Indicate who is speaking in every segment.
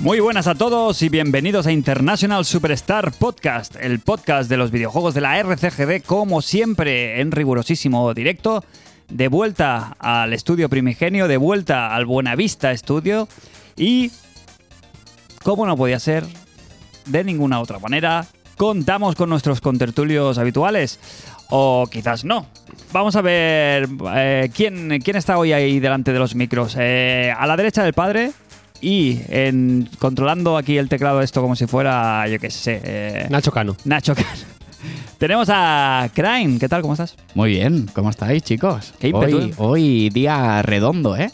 Speaker 1: Muy buenas a todos y bienvenidos a International Superstar Podcast, el podcast de los videojuegos de la RCGD, como siempre, en rigurosísimo directo. De vuelta al estudio primigenio, de vuelta al Buenavista Studio y, como no podía ser de ninguna otra manera, contamos con nuestros contertulios habituales. O quizás no. Vamos a ver eh, ¿quién, quién está hoy ahí delante de los micros. Eh, a la derecha del padre y en, controlando aquí el teclado esto como si fuera, yo qué sé, eh,
Speaker 2: Nacho Cano.
Speaker 1: Nacho Cano. Tenemos a Crime. ¿Qué tal? ¿Cómo estás?
Speaker 3: Muy bien, ¿cómo estáis, chicos?
Speaker 1: Qué ímpetu, ¿eh?
Speaker 3: hoy, hoy día redondo, ¿eh?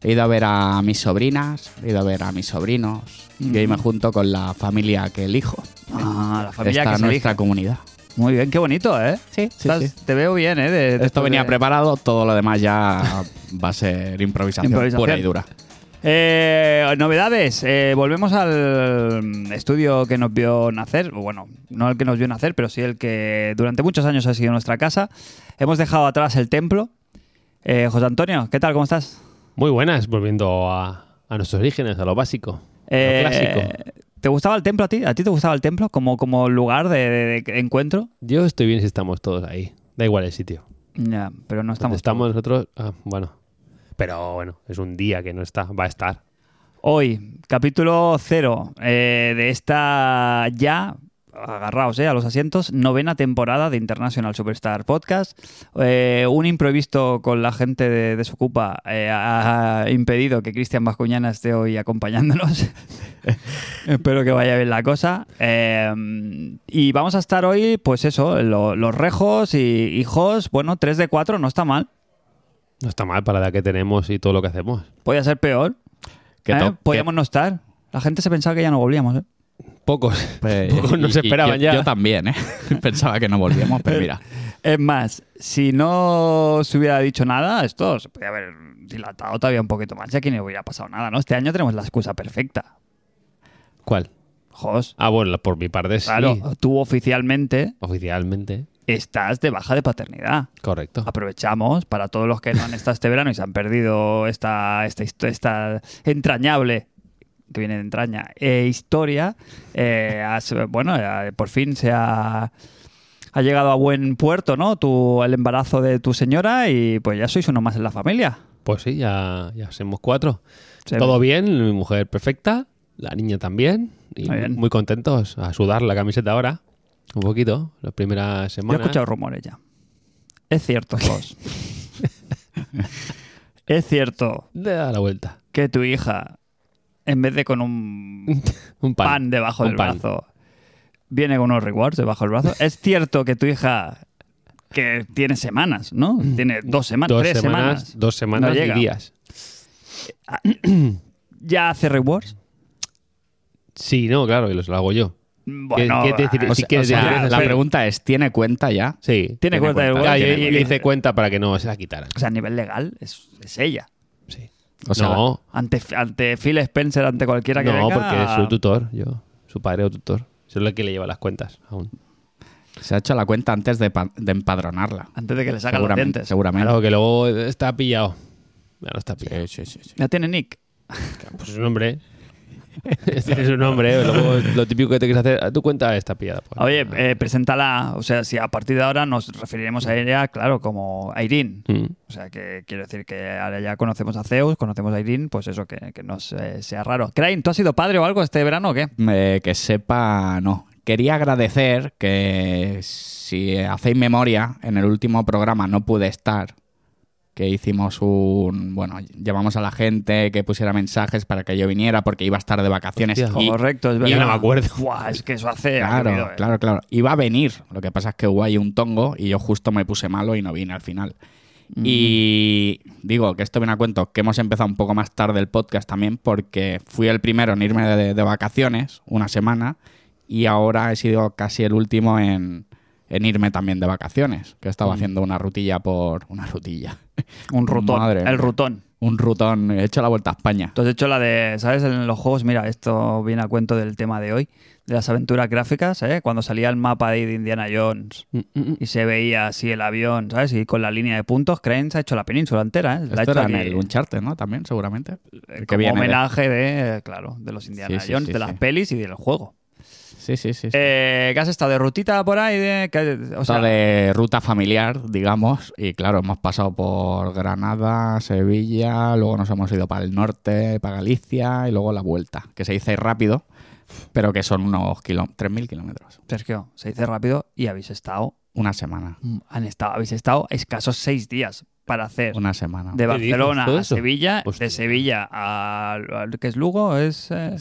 Speaker 3: He ido a ver a mis sobrinas, he ido a ver a mis sobrinos, y hoy me junto con la familia que elijo.
Speaker 1: Ah, la Mm. familia
Speaker 3: Esta
Speaker 1: que se
Speaker 3: nuestra
Speaker 1: elige.
Speaker 3: comunidad.
Speaker 1: Muy bien, qué bonito, ¿eh?
Speaker 3: Sí, sí,
Speaker 1: Estás-
Speaker 3: sí.
Speaker 1: Te veo bien, ¿eh? De-
Speaker 3: Esto
Speaker 1: después
Speaker 3: venía
Speaker 1: de-
Speaker 3: preparado, todo lo demás ya va a ser improvisación,
Speaker 1: Improvisación.
Speaker 3: pura y dura.
Speaker 1: Eh, novedades. Eh, volvemos al mm, estudio que nos vio nacer. o Bueno, no el que nos vio nacer, pero sí el que durante muchos años ha sido nuestra casa. Hemos dejado atrás el templo. Eh, José Antonio, ¿qué tal? ¿Cómo estás?
Speaker 2: Muy buenas, volviendo a, a nuestros orígenes, a lo básico. a lo
Speaker 1: Eh,
Speaker 2: clásico.
Speaker 1: ¿Te gustaba el templo a ti? ¿A ti te gustaba el templo como, como lugar de, de- de encuentro?
Speaker 2: Yo estoy bien si estamos todos ahí. Da igual el sitio.
Speaker 1: Ya, pero no estamos.
Speaker 2: Donde Pues estamos nosotros, ah, bueno. Pero bueno, es un día que no está, va a estar.
Speaker 1: Hoy, capítulo cero eh, de esta ya, agarraos eh, a los asientos, novena temporada de International Superstar Podcast. Eh, un imprevisto con la gente de Desocupa eh, ha impedido que Cristian Bascuñana esté hoy acompañándonos. Espero que vaya bien la cosa. Eh, y vamos a estar hoy, pues eso, lo- los rejos y hijos, bueno, 3 de 4, no está mal.
Speaker 2: No está mal para la edad que tenemos y todo lo que hacemos.
Speaker 1: Podía ser peor.
Speaker 3: Que
Speaker 1: ¿eh?
Speaker 3: to- que-
Speaker 1: Podíamos no estar. La gente se pensaba que ya no volvíamos, ¿eh?
Speaker 2: Pocos.
Speaker 3: pues,
Speaker 2: Pocos nos
Speaker 3: y- y
Speaker 2: esperaban
Speaker 3: yo-
Speaker 2: ya.
Speaker 3: Yo también, ¿eh? Pensaba que no volvíamos, pero mira.
Speaker 1: Es más, si no se hubiera dicho nada, esto se podría haber dilatado todavía un poquito más, ya que no hubiera pasado nada, ¿no? Este año tenemos la excusa perfecta.
Speaker 2: ¿Cuál?
Speaker 1: Jos,
Speaker 2: Ah, bueno, por mi parte sí.
Speaker 1: claro, tú oficialmente
Speaker 2: Oficialmente,
Speaker 1: estás de baja de paternidad.
Speaker 2: correcto.
Speaker 1: Ah. Aprovechamos para todos los que no han estado este verano y se han perdido esta, esta, histo- esta entrañable que viene de entraña eh, historia. eh, has- bueno, eh, por fin se ha, ha llegado a buen puerto, ¿no? Tu, el embarazo de tu señora y pues ya sois uno más en la familia.
Speaker 2: Pues sí, ya, ya somos cuatro.
Speaker 1: Se-
Speaker 2: Todo bien, mi mujer perfecta, la niña también. Y
Speaker 1: Muy bien.
Speaker 2: muy contentos a sudar la camiseta ahora. Un poquito, las primeras
Speaker 1: Yo he
Speaker 2: semanas.
Speaker 1: escuchado rumores ya. Es cierto, Jos. es cierto
Speaker 2: Da la vuelta.
Speaker 1: que tu hija, en vez de con un
Speaker 2: Un pan.
Speaker 1: pan, debajo
Speaker 2: Un
Speaker 1: del
Speaker 2: pan.
Speaker 1: brazo. Viene con unos rewards debajo del brazo. es cierto que tu hija que tiene semanas, ¿no? Tiene dos semanas,
Speaker 2: Mm. Dos
Speaker 1: tres
Speaker 2: semanas,
Speaker 1: semanas.
Speaker 2: dos semanas
Speaker 1: No
Speaker 2: y
Speaker 1: llega.
Speaker 2: días.
Speaker 1: ¿Ya hace rewards?
Speaker 2: Sí, no, claro, y los lo hago yo.
Speaker 1: Bueno,
Speaker 2: qué te decir?
Speaker 1: ah,
Speaker 3: O
Speaker 2: Si
Speaker 3: sea-
Speaker 2: quieres
Speaker 3: o sea,
Speaker 2: decir eso,
Speaker 3: la
Speaker 2: sí.
Speaker 3: pregunta es, ¿tiene cuenta ya?
Speaker 2: Sí.
Speaker 1: tiene
Speaker 3: tiene
Speaker 1: cuenta de
Speaker 3: cuenta.
Speaker 1: rewards.
Speaker 2: Ah, y-
Speaker 3: tiene
Speaker 2: y le hice cuenta para que no se la quitaran.
Speaker 1: O sea, a nivel legal es, es ella.
Speaker 2: Sí.
Speaker 3: O sea,
Speaker 2: no,
Speaker 1: Ante, ante Phil Spencer, ante cualquiera que
Speaker 2: no,
Speaker 1: venga,
Speaker 2: porque soy tutor, yo. Su padre o tutor. Soy el que le lleva las cuentas aún.
Speaker 3: Se ha hecho la cuenta antes de, pa- de empadronarla.
Speaker 1: antes de que le sacan los
Speaker 3: Seguramente.
Speaker 1: dientes.
Speaker 3: seguramente.
Speaker 2: Claro, que luego está pillado. Ya no está pillado.
Speaker 3: Sí, sí, sí, sí.
Speaker 1: Ya tiene Nick.
Speaker 2: Pues su nombre. Tiene su nombre. Luego lo típico que te quieres hacer. "Ah, Tu cuenta está pillada. pues".
Speaker 1: Oye, eh, preséntala. O sea, si a partir de ahora nos referiremos a ella, claro, como a Irene.
Speaker 2: Mm.
Speaker 1: O sea, que quiero decir que ahora ya conocemos a Zeus, conocemos a Irene, pues eso, que, que no se- sea raro. Crane, ¿tú has sido padre o algo este verano o qué?
Speaker 3: Eh, que sepa, no. Quería agradecer que si hacéis memoria, en el último programa no pude estar, que hicimos un... Bueno, llamamos a la gente que pusiera mensajes para que yo viniera porque iba a estar de vacaciones.
Speaker 2: Hostia.
Speaker 3: y-
Speaker 1: Correcto, es verdad.
Speaker 2: no me acuerdo.
Speaker 1: Buah, es que eso hace...
Speaker 3: Claro,
Speaker 1: aburrido, eh.
Speaker 3: claro, claro. Iba a venir. Lo que pasa es que hubo ahí un tongo y yo justo me puse malo y no vine al final. Y digo que esto viene a cuento que hemos empezado un poco más tarde el podcast también porque fui el primero en irme de, de vacaciones una semana y ahora he sido casi el último en, en irme también de vacaciones, que estaba haciendo una rutilla por una rutilla.
Speaker 1: Mm. Un rutón,
Speaker 3: Madre
Speaker 1: el
Speaker 3: mía.
Speaker 1: rutón.
Speaker 3: un rutón, he hecho la vuelta a España.
Speaker 1: Tú has hecho la de, ¿sabes? En los juegos, mira, esto viene a cuento del tema de hoy, de las aventuras gráficas, ¿eh? Cuando salía el mapa ahí de Indiana Jones
Speaker 2: Mm, mm, mm.
Speaker 1: y se veía así el avión, ¿sabes? Y con la línea de puntos, Crane se ha hecho la península entera, ¿eh? La ha
Speaker 3: Esto
Speaker 1: hecho
Speaker 3: era en
Speaker 1: aquí,
Speaker 3: el Uncharted, ¿no? También, seguramente.
Speaker 1: eh,
Speaker 3: que
Speaker 1: como
Speaker 3: viene de-
Speaker 1: homenaje de, eh, claro, de los Indiana
Speaker 3: Sí, sí,
Speaker 1: Jones,
Speaker 3: sí,
Speaker 1: de las
Speaker 3: sí.
Speaker 1: pelis y del juego.
Speaker 3: Sí, sí, sí. sí.
Speaker 1: Eh, ¿Qué has estado de rutita por ahí? De, que- o
Speaker 3: O
Speaker 1: sea,
Speaker 3: sea, de ruta familiar, digamos, y claro, hemos pasado por Granada, Sevilla, luego nos hemos ido para el norte, para Galicia y luego la vuelta, que se dice rápido, pero que son unos kilo- 3.000 kilómetros,
Speaker 1: Sergio, se dice rápido y habéis estado,
Speaker 3: una semana,
Speaker 1: mm, han estado, habéis estado escasos seis días para hacer
Speaker 3: una semana.
Speaker 1: de
Speaker 2: ¿Qué dices?
Speaker 1: Barcelona
Speaker 2: ¿Todo
Speaker 1: a
Speaker 2: eso?
Speaker 1: Sevilla, de
Speaker 2: Hostia.
Speaker 1: Sevilla a, a- ¿qué es Lugo? Es eh,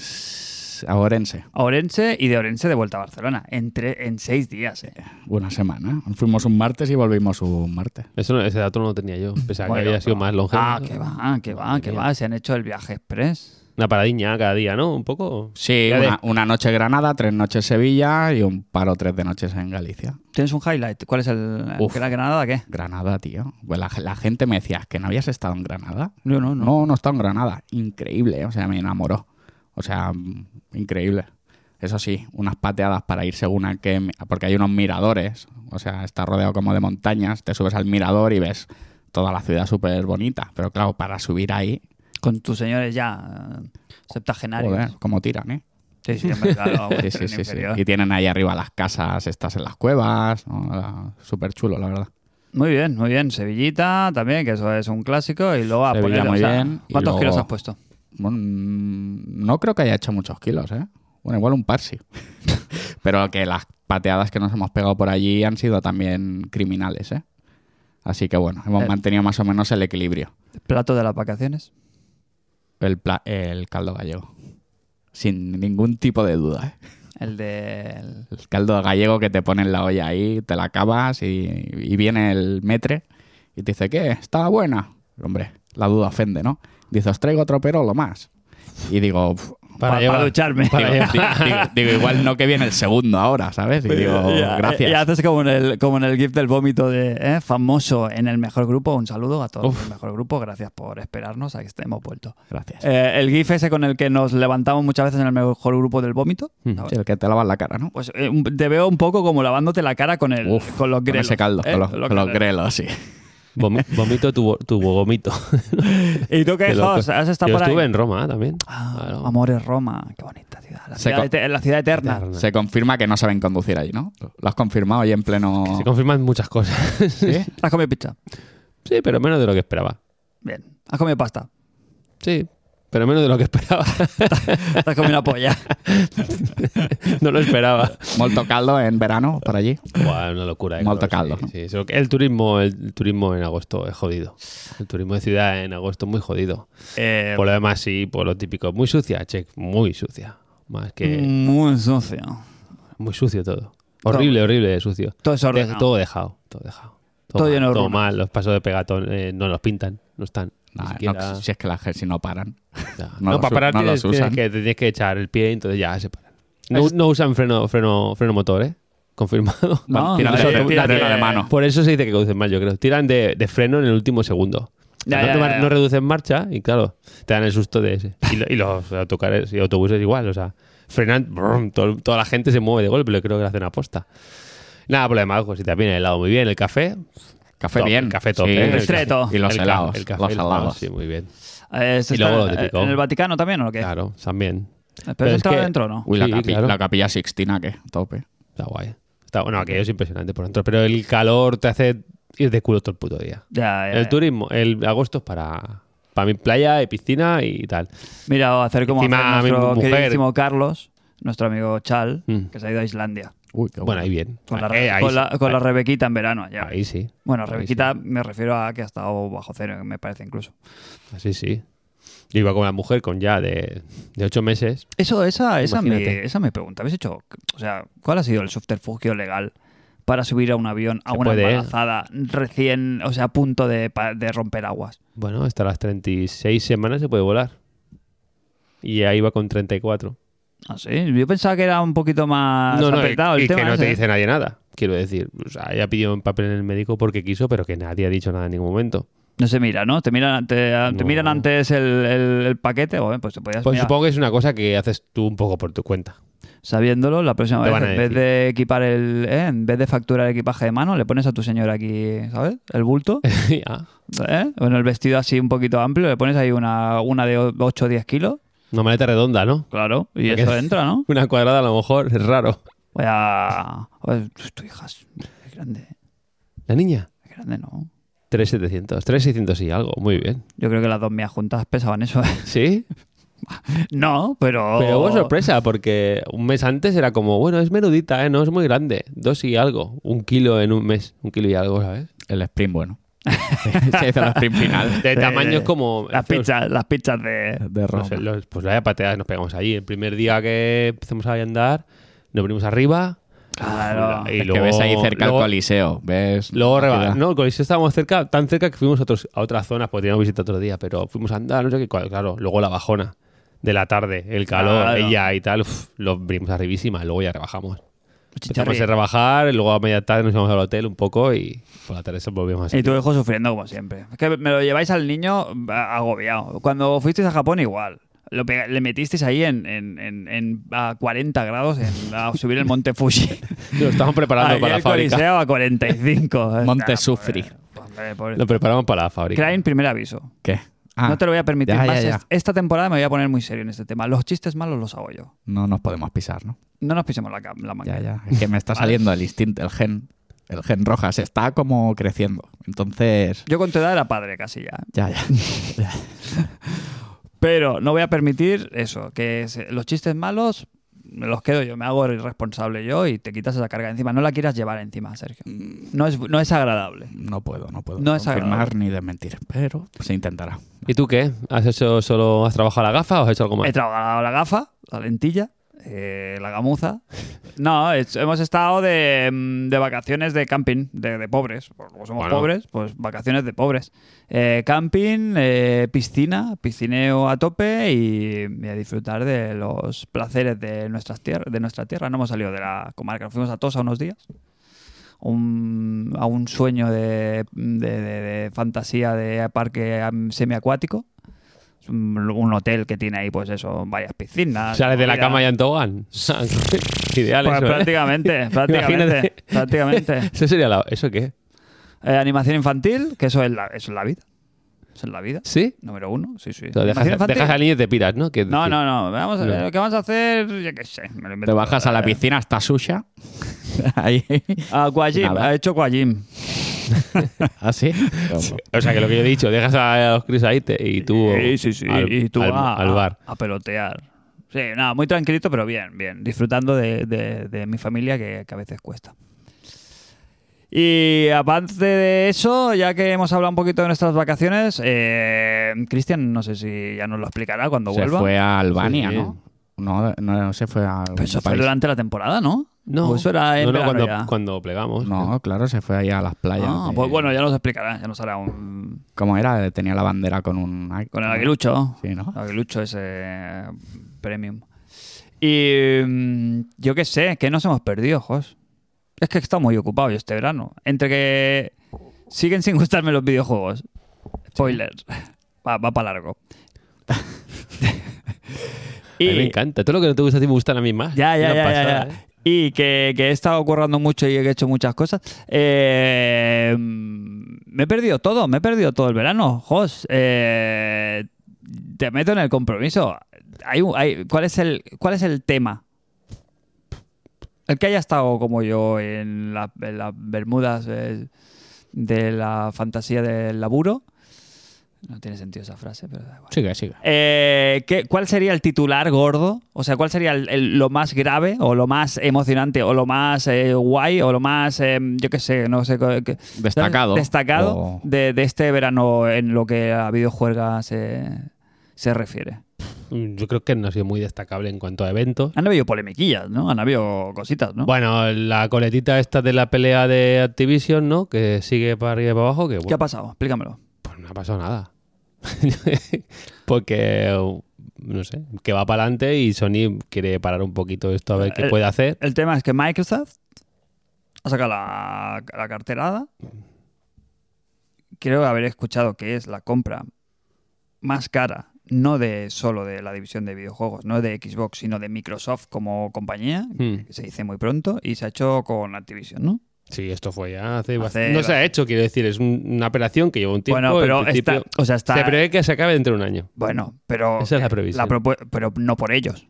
Speaker 3: A Orense,
Speaker 1: a Orense y de Orense de vuelta a Barcelona. En, tre- en seis días, eh.
Speaker 3: una semana. Fuimos un martes y volvimos un martes.
Speaker 2: Eso no- ese dato no lo tenía yo. Pensaba
Speaker 1: Bueno,
Speaker 2: que había sido
Speaker 1: pero-
Speaker 2: más longevo.
Speaker 1: Ah, que va, que va,
Speaker 2: Madre
Speaker 1: que
Speaker 2: mía.
Speaker 1: va. Se han hecho el viaje express.
Speaker 2: Una paradiña cada día, ¿no? Un poco.
Speaker 3: Sí,
Speaker 2: Ya
Speaker 3: una, una noche Granada, tres noches Sevilla y un par o tres de noches en Galicia.
Speaker 1: ¿Tienes un highlight? ¿Cuál es el
Speaker 3: Uf.
Speaker 1: que la Granada qué?
Speaker 3: Granada, tío. Pues la, la gente me decía, ¿es que no habías estado en Granada?
Speaker 1: No, no, no.
Speaker 3: No, no está en Granada. Increíble, ¿eh? o sea, me enamoró. O sea, mm, increíble. Eso sí, unas pateadas para ir según a qué... mi- Porque hay unos miradores, o sea, está rodeado como de montañas, te subes al mirador y ves toda la ciudad súper bonita. Pero claro, para subir ahí,
Speaker 1: Con tus señores ya eh, septagenarios.
Speaker 3: joder, cómo tiran, ¿eh?
Speaker 1: Sí, sí, hombre, claro,
Speaker 3: Sí, sí, sí, sí.
Speaker 1: inferior.
Speaker 3: Y tienen ahí arriba las casas, estas en las cuevas, ¿no? La- súper chulo, la verdad.
Speaker 1: Muy bien, muy bien. Sevillita también, que eso es un clásico. Y luego a
Speaker 3: Sevilla,
Speaker 1: ponerle, o
Speaker 3: muy
Speaker 1: sea,
Speaker 3: bien. Y
Speaker 1: ¿Cuántos
Speaker 3: luego-
Speaker 1: kilos has puesto?
Speaker 3: Bueno, mm, no creo que haya hecho muchos kilos, ¿eh? Bueno, igual un par sí. Pero que las pateadas que nos hemos pegado por allí han sido también criminales, ¿eh? Así que bueno, hemos
Speaker 1: Eh.
Speaker 3: mantenido más o menos el equilibrio.
Speaker 1: ¿Plato de las vacaciones?
Speaker 3: El, pla- el caldo gallego. Sin ningún tipo de duda, ¿eh?
Speaker 1: El del...
Speaker 3: El caldo gallego que te pone en la olla ahí, te la acabas y, y viene el metre y te dice, ¿qué? ¿Estaba buena? Hombre, la duda ofende, ¿no? Dice, os traigo otro perolo más. Y digo, "Pf,
Speaker 1: Para,
Speaker 2: Para llevar.
Speaker 1: ducharme.
Speaker 2: Para
Speaker 1: Digo,
Speaker 2: llevar.
Speaker 3: Digo, digo- digo, igual no que viene el segundo ahora, ¿sabes? Y digo,
Speaker 1: ya,
Speaker 3: gracias.
Speaker 1: Y haces como en el, como en el GIF del vómito de ¿eh? famoso en el mejor grupo. Un saludo a todos
Speaker 2: Uf.
Speaker 1: en el mejor grupo. Gracias por esperarnos. Aquí est- hemos vuelto.
Speaker 3: Gracias.
Speaker 1: Eh, el GIF ese con el que nos levantamos muchas veces en el mejor grupo del vómito.
Speaker 2: Mm.
Speaker 1: ¿sabes?
Speaker 3: Sí, el que te lava la cara, ¿no?
Speaker 1: Pues eh, un- te veo un poco como lavándote la cara con, el,
Speaker 3: Uf,
Speaker 1: con los
Speaker 3: Con
Speaker 1: grelos.
Speaker 3: ese caldo,
Speaker 1: ¿eh?
Speaker 3: con los,
Speaker 1: Los
Speaker 3: con los
Speaker 1: grelos.
Speaker 3: grelos, sí.
Speaker 2: Vomi- Vomito tu, vo- tu vomito.
Speaker 1: ¿Y tú qué,
Speaker 2: Qué loco.
Speaker 1: Jos? ¿Has estado
Speaker 2: Yo
Speaker 1: por ahí?
Speaker 2: estuve en Roma también.
Speaker 1: Ah,
Speaker 2: Claro.
Speaker 1: Amor es Roma. Qué bonita ciudad. La
Speaker 3: Se
Speaker 1: ciudad,
Speaker 3: co-
Speaker 1: ete- la ciudad eterna.
Speaker 2: Eterna.
Speaker 3: Se confirma que no saben conducir allí, ¿no? Lo has confirmado y en pleno...
Speaker 2: Se confirman muchas cosas.
Speaker 3: ¿Sí?
Speaker 1: ¿Has comido pizza?
Speaker 2: Sí, pero menos de lo que esperaba.
Speaker 1: Bien. ¿Has comido pasta?
Speaker 2: Sí, pero menos de lo que esperaba.
Speaker 1: ¿Te has comido una polla?
Speaker 2: No lo esperaba.
Speaker 3: Molto caldo en verano por allí.
Speaker 2: Buah, una locura. eh,
Speaker 3: Molto
Speaker 2: claro,
Speaker 3: caldo.
Speaker 2: sí, sí. Eso que- El turismo, el, el turismo en agosto es jodido. El turismo de ciudad en agosto es muy jodido.
Speaker 1: Eh,
Speaker 2: Por lo demás, sí, por lo típico. Muy sucia, check, muy sucia. Más que
Speaker 1: Mm, Muy socio.
Speaker 2: muy sucio todo. Horrible, horrible de sucio.
Speaker 1: Todo es
Speaker 2: De-
Speaker 1: Mm. ordenado.
Speaker 2: todo dejado, todo dejado.
Speaker 1: Todo
Speaker 2: mal,
Speaker 1: lleno de runas.
Speaker 2: mal, los pasos de pegatón eh, no los pintan, no están. ni
Speaker 3: Nah, no,
Speaker 2: siquiera-
Speaker 3: si es que la gente si no paran.
Speaker 2: Ya.
Speaker 3: No
Speaker 2: No,
Speaker 3: los
Speaker 2: para
Speaker 3: u-
Speaker 2: parar
Speaker 3: no
Speaker 2: tienes,
Speaker 3: los
Speaker 2: tienes
Speaker 3: usan.
Speaker 2: que, te tienes que echar el pie, entonces ya se paran. No,
Speaker 1: Es-
Speaker 2: no usan freno, freno, freno motor, ¿eh? Confirmado.
Speaker 1: No,
Speaker 3: Tiran
Speaker 1: no,
Speaker 3: de-
Speaker 1: no,
Speaker 3: de
Speaker 1: tiran
Speaker 3: freno
Speaker 1: de-
Speaker 3: de mano.
Speaker 2: Por eso se dice que conducen mal, yo creo. Tiran de, de freno en el último segundo. O sea,
Speaker 1: Ya,
Speaker 2: no,
Speaker 1: ya,
Speaker 2: tomar-
Speaker 1: ya, ya.
Speaker 2: no reducen marcha y claro, te dan el susto de ese. Y, lo- y los autocares y autobuses igual, o sea, frenan, brum, todo- toda la gente se mueve de golpe, pero creo que lo hacen aposta. Nada, problema, pues si te viene el helado muy bien, el café,
Speaker 3: Café
Speaker 2: Top,
Speaker 3: bien.
Speaker 2: el café top, ¿eh? El
Speaker 1: Ristretto.
Speaker 3: Y los
Speaker 2: el ca-
Speaker 3: helados.
Speaker 2: el café,
Speaker 3: los
Speaker 2: el helado,
Speaker 3: helados.
Speaker 2: sí, muy bien.
Speaker 1: Eh, ¿esto
Speaker 2: Y luego
Speaker 1: está,
Speaker 2: lo
Speaker 1: eh,
Speaker 2: típico.
Speaker 1: ¿En el Vaticano también o lo qué?
Speaker 2: Claro, también.
Speaker 1: ¿Pero
Speaker 2: Pero
Speaker 1: has
Speaker 2: es
Speaker 1: entrado
Speaker 2: que-
Speaker 1: dentro o no?
Speaker 3: Uy, la,
Speaker 2: Sí,
Speaker 3: capi-
Speaker 2: claro.
Speaker 3: la capilla Sixtina, que tope.
Speaker 2: Está guay. Está, bueno, aquello es impresionante por dentro, pero el calor te hace ir de culo todo el puto día.
Speaker 1: Ya, eh, ya,
Speaker 2: El
Speaker 1: ya.
Speaker 2: turismo, el agosto es para, para mi playa y piscina y tal.
Speaker 1: Mira, va a hacer como
Speaker 2: Encima,
Speaker 1: hace nuestro
Speaker 2: mi mujer-
Speaker 1: queridísimo Carlos, nuestro amigo Chal,
Speaker 2: Mm.
Speaker 1: que se ha ido a Islandia.
Speaker 3: Uy, qué
Speaker 2: Bueno,
Speaker 3: bueno.
Speaker 2: ahí bien.
Speaker 1: Con la,
Speaker 2: Eh, ahí
Speaker 1: con
Speaker 2: sí.
Speaker 1: la- con la
Speaker 2: Ahí-
Speaker 1: Rebequita en verano. allá.
Speaker 2: ahí sí.
Speaker 1: bueno,
Speaker 2: ahí
Speaker 1: Rebequita me refiero a que ha estado bajo cero, me parece incluso.
Speaker 2: Así sí. Yo iba con la mujer con ya de, de ocho meses.
Speaker 1: Eso, esa, esa, me,
Speaker 2: Imagínate.
Speaker 1: esa me pregunta. ¿Habéis hecho? O sea, ¿cuál ha sido el subterfugio legal para subir a un avión a
Speaker 2: Se
Speaker 1: una
Speaker 2: puede.
Speaker 1: embarazada recién, o sea, a punto de, pa- de romper aguas?
Speaker 2: Bueno, hasta las 36 semanas se puede volar. Y ahí iba con 34.
Speaker 1: Ah, sí. Yo pensaba que era un poquito más
Speaker 2: no, no, y,
Speaker 1: Ah, apretado el
Speaker 2: y
Speaker 1: tema.
Speaker 2: que no
Speaker 1: ese.
Speaker 2: te dice nadie nada. Quiero decir, o sea, ella pidió un papel en el médico porque quiso, pero que nadie ha dicho nada en ningún momento.
Speaker 1: No se mira, ¿no? Te miran, te, te
Speaker 2: No.
Speaker 1: miran antes el, el- el paquete, bueno, pues te podías
Speaker 2: Pues
Speaker 1: mirar.
Speaker 2: supongo que es una cosa que haces tú un poco por tu cuenta.
Speaker 1: sabiéndolo la próxima
Speaker 2: Te
Speaker 1: vez
Speaker 2: van a
Speaker 1: en vez
Speaker 2: decir.
Speaker 1: de equipar el, ¿eh? en vez de facturar el equipaje de mano, le pones a tu señora aquí, ¿sabes? El bulto,
Speaker 2: Ah,
Speaker 1: ¿eh? Con el vestido así un poquito amplio, le pones ahí una, una de 8 o 10 kilos,
Speaker 2: una maleta redonda, ¿no?
Speaker 1: claro, y
Speaker 2: Porque-
Speaker 1: eso entra, ¿no?
Speaker 2: Una cuadrada a lo mejor, es raro.
Speaker 1: Voy a... Oye, tu hija es es grande,
Speaker 2: La niña,
Speaker 1: es grande, ¿no?
Speaker 2: 3,700, 3,600 y algo, muy bien.
Speaker 1: Yo creo que las dos mías juntas pesaban eso. ¿eh?
Speaker 2: ¿Sí?
Speaker 1: No, pero...
Speaker 2: Pero
Speaker 3: Oh.
Speaker 2: hubo sorpresa, porque un mes antes era como, bueno, es menudita, ¿eh? No es muy grande. Dos y algo. Un kilo en un mes. Un kilo y algo, ¿sabes?
Speaker 3: El sprint bueno. Se hizo el sprint final.
Speaker 2: De
Speaker 1: Sí,
Speaker 2: tamaños
Speaker 1: sí.
Speaker 2: como...
Speaker 1: Las pizzas, las pizzas de...
Speaker 3: De
Speaker 2: No
Speaker 3: Roma.
Speaker 2: sé, los- pues vaya pateadas nos pegamos allí. El primer día que empezamos a andar, nos venimos arriba.
Speaker 1: Claro.
Speaker 2: Y
Speaker 3: Es que
Speaker 2: luego-
Speaker 3: ves ahí cerca
Speaker 2: luego-
Speaker 3: el Coliseo. ¿Ves?
Speaker 2: Luego
Speaker 3: la
Speaker 2: reba-
Speaker 3: ciudad.
Speaker 2: No, el coliseo estábamos cerca, tan cerca que fuimos a, otros, a otras zonas, porque teníamos visita otro día, pero fuimos a andar, no sé qué, cua- claro, luego la bajona de la tarde, el calor,
Speaker 1: Claro.
Speaker 2: ella y tal, uf, lo vinimos arribísima, luego ya rebajamos. Empezamos
Speaker 1: Chicharri.
Speaker 2: a rebajar, luego a media tarde nos íbamos al hotel un poco y por la tarde se volvimos a
Speaker 1: Y tu hijo sufriendo como siempre. Es que me lo lleváis al niño a- agobiado. Cuando fuisteis a Japón, igual. Lo pega- le metisteis ahí en, en- en- en- a 40 grados en- a subir el Monte Fuji.
Speaker 2: Lo estábamos preparando
Speaker 1: Aquí
Speaker 2: para la
Speaker 1: el
Speaker 2: fábrica.
Speaker 1: Coliseo a 45.
Speaker 3: Monte
Speaker 1: Nah,
Speaker 3: Sufri.
Speaker 1: pobre, pobre, pobre.
Speaker 2: Lo preparamos para la fábrica.
Speaker 1: Klein, primer aviso.
Speaker 3: ¿Qué? Ah,
Speaker 1: no te lo voy a permitir
Speaker 3: ya, ya,
Speaker 1: más.
Speaker 3: ya.
Speaker 1: Est- Esta temporada me voy a poner muy serio en este tema. Los chistes malos los hago yo.
Speaker 3: no nos podemos pisar, ¿no?
Speaker 1: No nos pisemos la, cam- la manga.
Speaker 3: Ya, ya. Es que me está saliendo el instinto, el gen. El gen roja. Se está como creciendo. Entonces.
Speaker 1: Yo con tu edad era padre casi ya.
Speaker 3: Ya, ya.
Speaker 1: Pero no voy a permitir eso, que se- los chistes malos me los quedo yo, me hago irresponsable yo y te quitas esa carga encima. No la quieras llevar encima, Sergio.
Speaker 3: Mm.
Speaker 1: No es, no es agradable.
Speaker 3: No puedo, no puedo
Speaker 1: No es
Speaker 3: confirmar
Speaker 1: agradable.
Speaker 3: ni desmentir, pero se intentará.
Speaker 2: ¿Y tú qué? ¿Has hecho solo, has trabajado a la gafa o has hecho algo más?
Speaker 1: He trabajado la gafa, la lentilla, eh, la gamuza. No, es- hemos estado de, mm, de vacaciones de camping, de, de pobres. Pues Como somos
Speaker 2: Bueno.
Speaker 1: pobres, pues vacaciones de pobres. Eh, camping, eh, piscina, piscineo a tope y, y a disfrutar de los placeres de, nuestras tierras, de nuestra tierra. No hemos salido de la comarca, nos fuimos a Tosa unos días. un- a un sueño de, de- de- de fantasía de parque am, semiacuático. Es un, un hotel que tiene ahí, pues eso, varias piscinas.
Speaker 2: Sales de la
Speaker 1: comida.
Speaker 2: cama y en tobogán. Ideal
Speaker 1: Pues
Speaker 2: eso, ¿eh?
Speaker 1: prácticamente, prácticamente,
Speaker 2: Imagínate.
Speaker 1: prácticamente.
Speaker 2: Eso sería la... ¿Eso qué?
Speaker 1: Eh, animación infantil, que eso es la, eso es la vida. Eso es la vida.
Speaker 2: ¿Sí?
Speaker 1: Número uno, sí, sí.
Speaker 2: O sea,
Speaker 1: Animación
Speaker 2: dejas,
Speaker 1: infantil.
Speaker 2: dejas al niño y te piras, ¿no? Que-
Speaker 1: No,
Speaker 2: que-
Speaker 1: no, no. Vamos a,
Speaker 2: No.
Speaker 1: Lo que vamos a hacer, yo qué sé. me lo invento. Eh,
Speaker 3: Te bajas a la piscina hasta Susha. Ahí.
Speaker 1: A Guayim,
Speaker 3: Nada.
Speaker 1: ha hecho Guayim.
Speaker 3: Así.
Speaker 2: O sea, que lo que yo he dicho, dejas a, a los Chris ahí te- y tú,
Speaker 1: Sí, sí, sí.
Speaker 2: al-
Speaker 1: y tú
Speaker 2: al-
Speaker 1: a,
Speaker 2: al bar.
Speaker 1: A, pelotear. Sí, nada, muy tranquilito, pero bien, bien. Disfrutando de, de- de mi familia, que, que a veces cuesta. Y aparte de eso, ya que hemos hablado un poquito de nuestras vacaciones, eh, Cristian, no sé si ya nos lo explicará cuando
Speaker 3: Se
Speaker 1: vuelva.
Speaker 3: fue a Albania,
Speaker 2: Sí.
Speaker 3: ¿no? no? No, se fue a. algún
Speaker 1: Pero eso fue
Speaker 3: país.
Speaker 1: durante la temporada, ¿no? O eso era en
Speaker 2: no, no,
Speaker 1: verano
Speaker 2: Pues cuando,
Speaker 1: ya.
Speaker 2: cuando plegamos.
Speaker 3: No, claro, se fue ahí a las playas.
Speaker 1: Ah,
Speaker 3: de-
Speaker 1: pues bueno, ya nos explicará, ya nos hará un...
Speaker 3: ¿Cómo era? Tenía la bandera con un.
Speaker 1: Con el aguilucho.
Speaker 3: Sí, ¿no?
Speaker 1: Aguilucho ese eh, premium. Y mm, yo qué sé, que nos hemos perdido, Jos. Es que está muy ocupado yo este verano. Entre que siguen sin gustarme los videojuegos. Spoiler. Va, para largo.
Speaker 2: A mí me encanta. Todo lo que no te gusta a ti me gustan a mí más.
Speaker 1: Ya, ya, ya,
Speaker 2: Una
Speaker 1: ya,
Speaker 2: pasada,
Speaker 1: ya.
Speaker 2: ¿eh?
Speaker 1: Y que, que he estado currando mucho y que he hecho muchas cosas. Eh, me he perdido todo, me he perdido todo el verano, Jos. Eh, te meto en el compromiso. Hay, un- hay- ¿cuál, es el, ¿Cuál es el tema? El que haya estado como yo en, la- en las Bermudas eh, de la fantasía del laburo. No tiene sentido esa frase, pero da igual.
Speaker 3: Sigue, sigue.
Speaker 1: Eh, ¿qué- ¿Cuál sería el titular gordo? O sea, ¿cuál sería el- el- lo más grave o lo más emocionante o lo más eh, guay o lo más, eh, yo qué sé, no sé. co- qué-
Speaker 3: Destacado.
Speaker 1: Destacado
Speaker 3: O-
Speaker 1: de, de este verano en lo que a videojuegos se, se refiere.
Speaker 2: Mm, Yo creo que no ha sido muy destacable en cuanto a eventos.
Speaker 1: Han habido polemiquillas, ¿no? Han habido cositas, ¿no?
Speaker 2: Bueno, la coletita esta de la pelea de Activision, ¿no? Que sigue para arriba y para abajo, que
Speaker 1: ¿Qué ha
Speaker 2: bueno,
Speaker 1: pasado? Explícamelo.
Speaker 2: pues no ha pasado nada. Porque, no sé, que va para adelante y Sony quiere parar un poquito esto a ver qué
Speaker 1: Eh,
Speaker 2: puede hacer.
Speaker 1: El tema es que Microsoft ha sacado la, la carterada creo haber escuchado que es la compra más cara, no de solo de la división de videojuegos, no de Xbox, sino de Microsoft como compañía,
Speaker 2: Hmm.
Speaker 1: que se dice muy pronto, y se ha hecho con Activision, ¿no?
Speaker 2: Sí, esto fue ya hace,
Speaker 1: Hace
Speaker 2: bastante. No se ha
Speaker 1: bastante.
Speaker 2: hecho, quiero decir, es un- una operación que lleva un tiempo.
Speaker 1: bueno,
Speaker 2: en
Speaker 1: pero
Speaker 2: principio-
Speaker 1: está, o sea, está
Speaker 2: Se prevé que se acabe dentro de un año.
Speaker 1: bueno, pero
Speaker 2: Esa es la previsión.
Speaker 1: propu- pero no por ellos,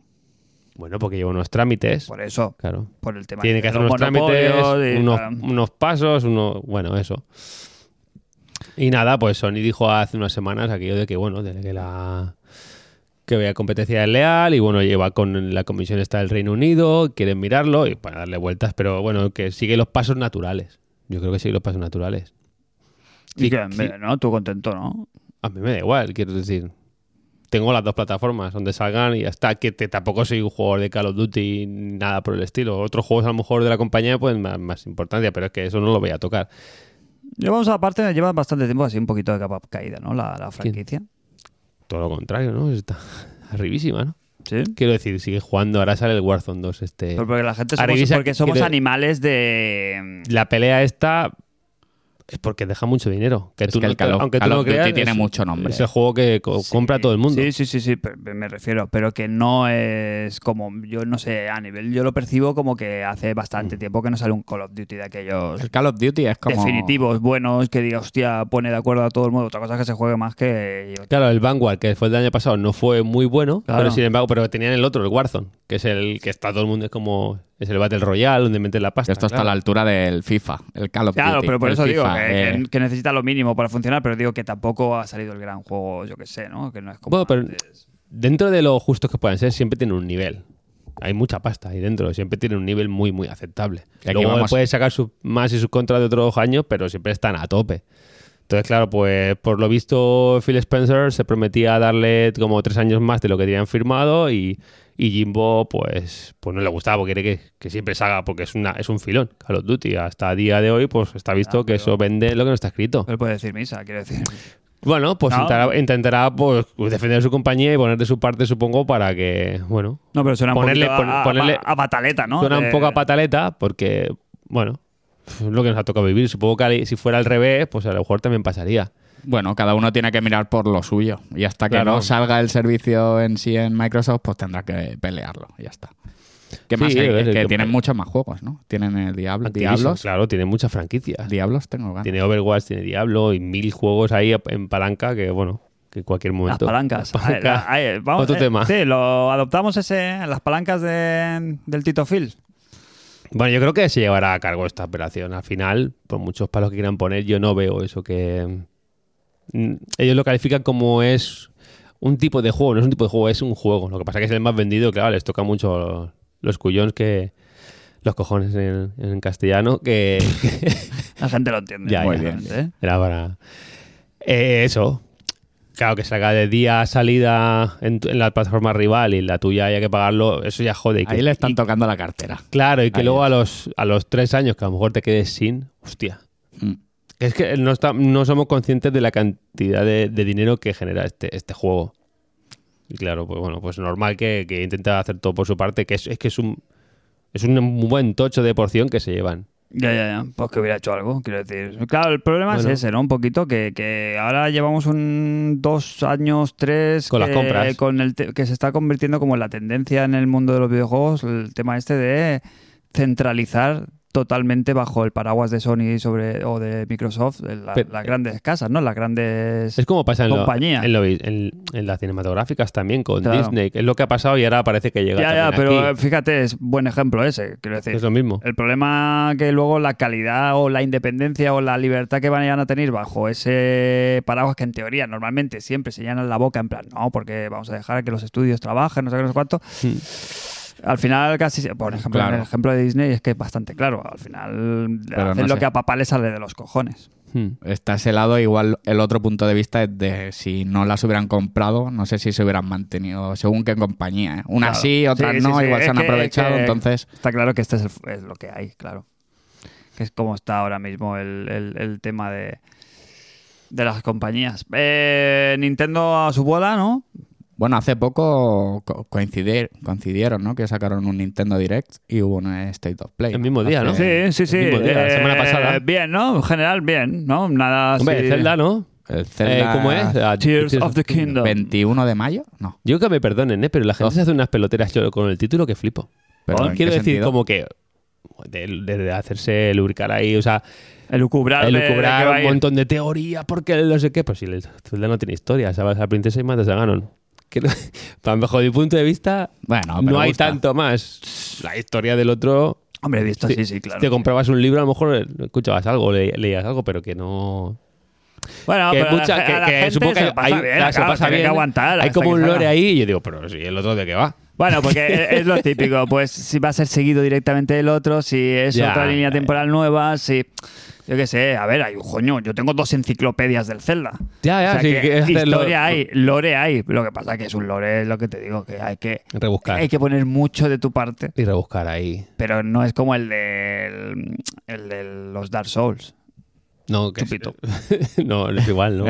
Speaker 2: Bueno, porque lleva unos trámites.
Speaker 1: por eso,
Speaker 2: Claro.
Speaker 1: por el tema este
Speaker 2: Tiene
Speaker 1: de
Speaker 2: que hacer
Speaker 1: los
Speaker 2: unos trámites,
Speaker 1: monopolios y,
Speaker 2: unos,
Speaker 1: ah,
Speaker 2: unos pasos, uno, bueno, eso. Y nada, pues Sony dijo hace unas semanas aquello de que, bueno, de que la que había competencia desleal y bueno, lleva con la comisión está del Reino Unido, quieren mirarlo y para darle vueltas, pero bueno, que sigue los pasos naturales. Yo creo que sigue los pasos naturales.
Speaker 1: y
Speaker 2: Sí,
Speaker 1: que,
Speaker 2: sí.
Speaker 1: mira, ¿no? Tú contento, ¿no?
Speaker 2: A mí me da igual, quiero decir. Tengo las dos plataformas donde salgan y hasta que te- tampoco soy un jugador de Call of Duty ni nada por el estilo. Otros juegos a lo mejor de la compañía pues más, más importancia, pero es que eso no lo voy a tocar.
Speaker 1: Llevamos aparte, lleva bastante tiempo así un poquito de capa caída, ¿no? La, la franquicia.
Speaker 2: Todo lo contrario, ¿no? Está arribísima, ¿no?
Speaker 1: Sí.
Speaker 2: Quiero decir, sigue jugando, ahora sale el Warzone 2 este.
Speaker 1: Pero porque la gente somos,
Speaker 2: Arribisa-
Speaker 1: porque somos
Speaker 2: quiere-
Speaker 1: animales de.
Speaker 2: La pelea esta es porque deja mucho dinero, que
Speaker 3: Es
Speaker 2: tú
Speaker 3: que
Speaker 2: no
Speaker 3: el Call of-
Speaker 2: aunque tú
Speaker 3: Call
Speaker 2: no
Speaker 3: of Duty
Speaker 2: creas,
Speaker 3: tiene
Speaker 2: es-
Speaker 3: mucho nombre.
Speaker 2: Es el juego que co- compra todo el mundo.
Speaker 1: Sí, sí, sí, sí, pero me refiero. Pero que no es como. Yo no sé, a nivel. Yo lo percibo como que hace bastante
Speaker 2: Mm.
Speaker 1: tiempo que no sale un Call of Duty de aquellos
Speaker 3: El Call of Duty es como.
Speaker 1: definitivos, buenos, que diga, hostia, pone de acuerdo a todo el mundo. Otra cosa es que se juegue más que.
Speaker 2: Claro, el Vanguard, que fue el del año pasado, no fue muy bueno,
Speaker 1: Claro.
Speaker 2: pero sin embargo, pero tenían el otro, el Warzone, que es el que está todo el mundo, es como, es el Battle Royale, donde meten la pasta.
Speaker 3: Esto está a la
Speaker 2: claro.
Speaker 3: altura del FIFA, el Call of
Speaker 1: Claro,
Speaker 3: Duty.
Speaker 1: pero por
Speaker 3: el
Speaker 1: eso digo
Speaker 3: FIFA,
Speaker 1: que,
Speaker 3: eh,
Speaker 1: que- que necesita lo mínimo para funcionar, pero digo que tampoco ha salido el gran juego, yo que sé, ¿no? Que no es como.
Speaker 2: Bueno, pero-
Speaker 1: antes.
Speaker 2: Dentro de lo justos que puedan ser, siempre tienen un nivel. Hay mucha pasta ahí dentro, siempre tienen un nivel muy, muy aceptable.
Speaker 3: Y aquí
Speaker 2: Luego
Speaker 3: vamos-
Speaker 2: puedes sacar sus más y sus contras de otros años, pero siempre están a tope. Entonces, claro, pues por lo visto Phil Spencer se prometía darle como tres años más de lo que tenían firmado y, y Jimbo pues, pues no le gustaba porque quiere que, que siempre salga porque es, una, es un filón Call of Duty. Hasta día de hoy pues está visto
Speaker 1: Ah,
Speaker 2: que
Speaker 1: pero-
Speaker 2: eso vende lo que no está escrito.
Speaker 1: Él puede decir misa, quiero decir.
Speaker 2: Bueno, pues
Speaker 1: No.
Speaker 2: intentará, intentará, pues, defender su compañía y poner de su parte supongo para que, bueno,
Speaker 1: No, pero suena
Speaker 2: Ponerle-
Speaker 1: un poquito a,
Speaker 2: pon- ponerle-
Speaker 1: a- a pataleta, ¿no? eh,
Speaker 2: Suena
Speaker 1: De-
Speaker 2: un poco a pataleta porque, bueno, es lo que nos ha tocado vivir. Supongo que al- si fuera al revés, pues a lo mejor también pasaría.
Speaker 3: Bueno, cada uno tiene que mirar por lo suyo. Y hasta que
Speaker 2: Claro.
Speaker 3: no salga el servicio en sí en Microsoft, pues tendrá que pelearlo. Ya está. ¿Qué
Speaker 2: Sí,
Speaker 3: más? hay?
Speaker 2: a ver,
Speaker 3: Es que
Speaker 2: que-
Speaker 3: tienen muchos más juegos, ¿no? Tienen el Diablo.
Speaker 2: Activision,
Speaker 3: Diablos.
Speaker 2: Claro, tiene muchas franquicias.
Speaker 3: Diablos tengo ganas.
Speaker 2: Tiene Overwatch, tiene Diablo y mil juegos ahí en palanca que, bueno, que en cualquier
Speaker 1: Las
Speaker 2: momento.
Speaker 1: palancas.
Speaker 2: Las palancas.
Speaker 1: Ah, eh, ah, eh, vamos,
Speaker 2: Otro
Speaker 1: eh,
Speaker 2: tema.
Speaker 1: Sí, lo adoptamos ese, las palancas de- del Tito Phil.
Speaker 2: Bueno, yo creo que se llevará a cargo esta operación. Al final, por muchos palos que quieran poner, yo no veo eso que... Mm, Ellos lo califican como es un tipo de juego, no es un tipo de juego, es un juego. Lo que pasa es que es el más vendido, claro, les toca mucho los cuyones que... Los cojones en, en castellano, que...
Speaker 1: La gente lo entiende.
Speaker 2: Ya,
Speaker 3: Muy
Speaker 1: la
Speaker 3: bien.
Speaker 1: gente, ¿eh?
Speaker 2: Era para... Eh, eso. Claro, que salga de día a salida en, tu- en la plataforma rival y la tuya haya que pagarlo, eso ya jode. y que-
Speaker 3: Ahí le están
Speaker 2: y-
Speaker 3: tocando la cartera.
Speaker 2: Claro, y que
Speaker 3: Ahí
Speaker 2: luego
Speaker 3: es.
Speaker 2: a los, a los tres años que a lo mejor te quedes sin, hostia.
Speaker 3: Mm.
Speaker 2: Es que no, está- no somos conscientes de la cantidad de, de dinero que genera este, este juego. Y claro, pues bueno, pues normal que, que intenta hacer todo por su parte, que es, es que es un es un buen tocho de porción que se llevan.
Speaker 1: Ya, ya, ya. Pues que hubiera hecho algo, quiero decir. Claro, el problema
Speaker 2: Bueno.
Speaker 1: es ese, ¿no? Un poquito que, que ahora llevamos un dos años, tres...
Speaker 2: Con las
Speaker 1: que-
Speaker 2: compras.
Speaker 1: Con el te- que se está convirtiendo como en la tendencia en el mundo de los videojuegos, el tema este de centralizar totalmente bajo el paraguas de Sony sobre o de Microsoft en la-
Speaker 2: Pero-
Speaker 1: las grandes casas, ¿no? Las grandes...
Speaker 2: Es como pasa en, lo-
Speaker 1: Compañía.
Speaker 2: en, lo- en- en las cinematográficas también con
Speaker 1: Claro.
Speaker 2: Disney. que Es lo que ha pasado y ahora parece que llega.
Speaker 1: Ya, ya,
Speaker 2: también
Speaker 1: pero eh,
Speaker 2: aquí.
Speaker 1: fíjate, es buen ejemplo ese, quiero decir.
Speaker 2: es lo mismo.
Speaker 1: El problema que luego la calidad o la independencia o la libertad que van a tener bajo ese paraguas que en teoría normalmente siempre se llenan la boca en plan, no, porque vamos a dejar que los estudios trabajen, no sé qué, no sé cuánto.
Speaker 2: Hmm,
Speaker 1: Al final casi, se- por ejemplo,
Speaker 3: Claro.
Speaker 1: en el ejemplo de Disney es que es bastante claro. Al final
Speaker 3: Pero
Speaker 1: hacen
Speaker 3: no
Speaker 1: lo
Speaker 3: sé.
Speaker 1: que a papá le sale de los cojones.
Speaker 2: Hmm.
Speaker 3: Está ese lado, igual el otro punto de vista es de si no las hubieran comprado, no sé si se hubieran mantenido, según qué compañía. ¿eh? Unas
Speaker 1: Claro.
Speaker 3: sí, otras
Speaker 1: Sí, sí,
Speaker 3: no,
Speaker 1: sí.
Speaker 3: igual
Speaker 1: Es
Speaker 3: se han
Speaker 1: que- es
Speaker 3: aprovechado,
Speaker 1: que-
Speaker 3: entonces...
Speaker 1: Está claro que este es, el- es lo que hay, claro. Que es como está ahora mismo el, el- el tema de, de las compañías. Eh, Nintendo a su bola, ¿no?
Speaker 3: Bueno, hace poco co- coincidir- coincidieron, ¿no? Que sacaron un Nintendo Direct y hubo un State of Play.
Speaker 2: Eh, El mismo día, ¿no?
Speaker 3: Hace-
Speaker 1: Sí, sí, sí.
Speaker 2: mismo día, la semana pasada.
Speaker 1: Bien, ¿no? En general, bien, ¿no? Nada así.
Speaker 2: Hombre, Zelda, ¿no?
Speaker 3: El
Speaker 2: Eh,
Speaker 3: Zelda
Speaker 2: ¿Cómo es? Ah,
Speaker 1: ah, Tears of the Kingdom.
Speaker 3: 21 de mayo? No.
Speaker 2: Yo que me perdonen, ¿eh? pero la gente se hace unas peloteras yo- con el título que flipo.
Speaker 3: Pero ¿en qué
Speaker 2: Quiero decir,
Speaker 3: sentido?
Speaker 2: como que de, de hacerse lubricar ahí, o sea,
Speaker 1: El lucubrar. de- de que
Speaker 2: elucubrar
Speaker 1: va a
Speaker 2: un
Speaker 1: ir.
Speaker 2: montón de teoría porque el no sé qué. Pues si el Zelda no tiene historia, ¿sabes? La princesa y matas a Ganon. Que no- Para bajo mi punto de vista,
Speaker 3: Bueno,
Speaker 2: no,
Speaker 3: pero
Speaker 2: hay
Speaker 3: gusta.
Speaker 2: tanto más. La historia del otro.
Speaker 1: Hombre, he visto, sí,
Speaker 2: te-
Speaker 1: sí, claro.
Speaker 2: Te comprabas un libro, a lo mejor escuchabas algo, le- leías algo, pero que no.
Speaker 1: Bueno,
Speaker 2: que
Speaker 1: pero
Speaker 2: mucha-
Speaker 1: a la,
Speaker 2: que-
Speaker 1: a la
Speaker 2: que
Speaker 1: gente
Speaker 2: supongo que
Speaker 1: se pasa bien,
Speaker 2: claro, se
Speaker 1: claro,
Speaker 2: pasa
Speaker 1: tiene
Speaker 2: bien.
Speaker 1: que aguantar.
Speaker 2: Hay
Speaker 1: hasta
Speaker 2: como
Speaker 1: que
Speaker 2: un lore
Speaker 1: salga.
Speaker 2: ahí y yo digo, pero si el otro de qué va.
Speaker 1: Bueno, porque es lo típico, pues si va a ser seguido directamente del otro, si es
Speaker 2: Ya,
Speaker 1: otra línea
Speaker 2: ya,
Speaker 1: temporal nueva, si... Yo qué sé, a ver, hay un coño, yo tengo dos enciclopedias del Zelda.
Speaker 2: Ya, ya,
Speaker 1: o sea,
Speaker 2: sí,
Speaker 1: que
Speaker 2: que hacerlo-
Speaker 1: historia hay, lore hay. Lo que pasa que es un lore, es lo que te digo, que hay que,
Speaker 2: Rebuscar.
Speaker 1: hay que poner mucho de tu parte,
Speaker 2: Y rebuscar ahí.
Speaker 1: pero no es como el de, el de los Dark Souls.
Speaker 2: No, que
Speaker 1: Chupito.
Speaker 2: no, no es igual, ¿no?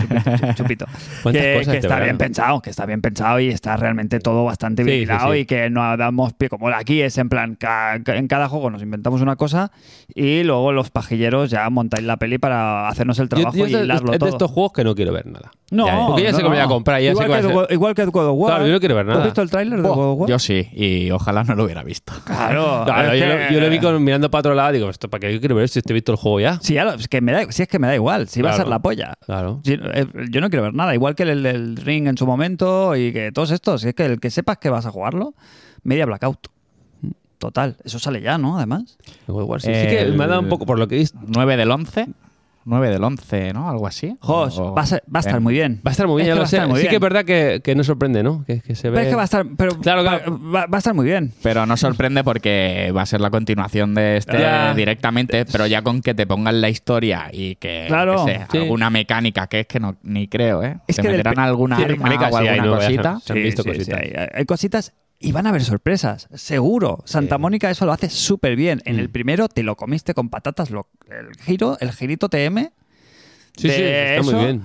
Speaker 1: chupito.
Speaker 2: ¿Cuántas
Speaker 1: que,
Speaker 2: cosas
Speaker 1: que
Speaker 2: te
Speaker 1: está bien
Speaker 2: valen?
Speaker 1: pensado, que está bien pensado y está realmente todo bastante
Speaker 2: Sí,
Speaker 1: bien
Speaker 2: sí,
Speaker 1: hilado
Speaker 2: sí.
Speaker 1: y que no damos pie. Como aquí es en plan, ca- ca- en cada juego nos inventamos una cosa y luego los pajilleros ya montáis la peli para hacernos el trabajo
Speaker 2: yo, yo
Speaker 1: y
Speaker 2: es de-
Speaker 1: hilarlo
Speaker 2: es de
Speaker 1: todo.
Speaker 2: estos juegos que no quiero ver nada.
Speaker 1: no,
Speaker 2: Ya, porque ya sé
Speaker 1: no,
Speaker 2: que me voy a
Speaker 1: no.
Speaker 2: comprar, ya sé
Speaker 1: igual
Speaker 2: que va a ser.
Speaker 1: God- Igual que el God of War.
Speaker 2: Claro, yo no quiero ver nada.
Speaker 1: ¿Has visto el tráiler de
Speaker 3: Buah,
Speaker 1: God of War?
Speaker 3: Oh, Yo sí, y ojalá no lo hubiera visto.
Speaker 1: Claro.
Speaker 2: No, no,
Speaker 1: Ah, es
Speaker 2: yo, lo,
Speaker 1: que-
Speaker 2: yo lo vi con- mirando para otro lado, digo, ¿esto para qué yo quiero ver si estoy visto el juego ya?
Speaker 1: Si, ya lo- es que me da, si es que me da igual, si va a
Speaker 2: Claro.
Speaker 1: ser la polla.
Speaker 2: Claro.
Speaker 1: Si- eh, Yo no quiero ver nada, igual que el del Ring en su momento y que todos estos. Si es que el que sepas que vas a jugarlo, media blackout. Total, eso sale ya, ¿no? Además.
Speaker 2: El God of War, sí, sí que
Speaker 1: Eh,
Speaker 3: El-
Speaker 2: me ha dado un poco por lo que he visto.
Speaker 3: 9 del 11. 9 del 11, ¿no? Algo así.
Speaker 1: Jos,
Speaker 3: O-
Speaker 1: va, a ser- va a estar
Speaker 3: eh,
Speaker 1: muy bien.
Speaker 2: Oh, Va a estar muy
Speaker 1: Es
Speaker 2: bien,
Speaker 1: que
Speaker 2: ya
Speaker 1: va
Speaker 2: lo
Speaker 1: a
Speaker 2: sé.
Speaker 1: estar muy
Speaker 2: Sí
Speaker 1: bien.
Speaker 2: que es verdad que, que no sorprende, ¿no? Que, que se ve...
Speaker 1: Pero es que va a estar. Pero
Speaker 2: Claro,
Speaker 1: va-
Speaker 2: claro.
Speaker 1: Va, va a estar muy bien.
Speaker 3: Pero no sorprende porque va a ser la continuación de este
Speaker 2: Ya.
Speaker 3: directamente, pero ya con que te pongan la historia y que
Speaker 1: Claro,
Speaker 3: que sé,
Speaker 2: sí.
Speaker 3: alguna mecánica que es que no ni creo, ¿eh?
Speaker 1: Es
Speaker 3: te
Speaker 1: que del
Speaker 3: meterán
Speaker 1: pe-
Speaker 3: alguna
Speaker 2: Sí,
Speaker 3: arma
Speaker 2: mecánica
Speaker 3: o
Speaker 2: sí hay,
Speaker 3: alguna
Speaker 2: no voy a hacer-
Speaker 3: cosita.
Speaker 2: Se han visto cositas.
Speaker 1: hay, hay cositas y van a haber sorpresas, seguro. Santa Mónica eso lo hace súper bien. En
Speaker 2: Mm.
Speaker 1: el primero te lo comiste con patatas. lo- el giro, el girito TM,
Speaker 2: Sí, sí,
Speaker 1: de
Speaker 2: está muy
Speaker 1: eso-
Speaker 2: bien.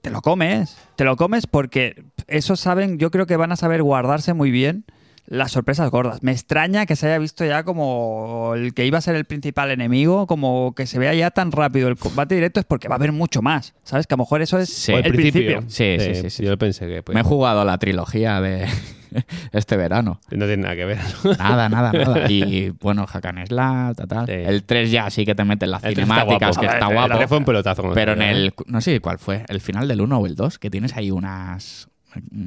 Speaker 1: te lo comes, te lo comes porque eso saben, yo creo que van a saber guardarse muy bien las sorpresas gordas. Me extraña que se haya visto ya como el que iba a ser el principal enemigo, como que se vea ya tan rápido el combate directo es porque va a haber mucho más, ¿sabes? Que a lo mejor eso es
Speaker 3: Sí.
Speaker 2: O
Speaker 1: el principio.
Speaker 3: Sí, sí, sí, sí,
Speaker 2: Eh, Yo
Speaker 3: sí.
Speaker 2: pensé que pues,
Speaker 3: Me he jugado la trilogía de este verano.
Speaker 2: no tiene nada que ver.
Speaker 3: Nada, nada, nada. Y bueno, Hack and Slash, tal, tal.
Speaker 2: Sí.
Speaker 3: El 3 ya sí que te meten las
Speaker 2: El tres
Speaker 3: cinemáticas,
Speaker 2: guapo.
Speaker 3: que está
Speaker 2: El
Speaker 3: guapo.
Speaker 2: tres fue un pelotazo. como
Speaker 3: Pero en
Speaker 2: decía, ¿eh?
Speaker 3: el. No sé cuál fue. El final del 1 o el 2, que tienes ahí unas.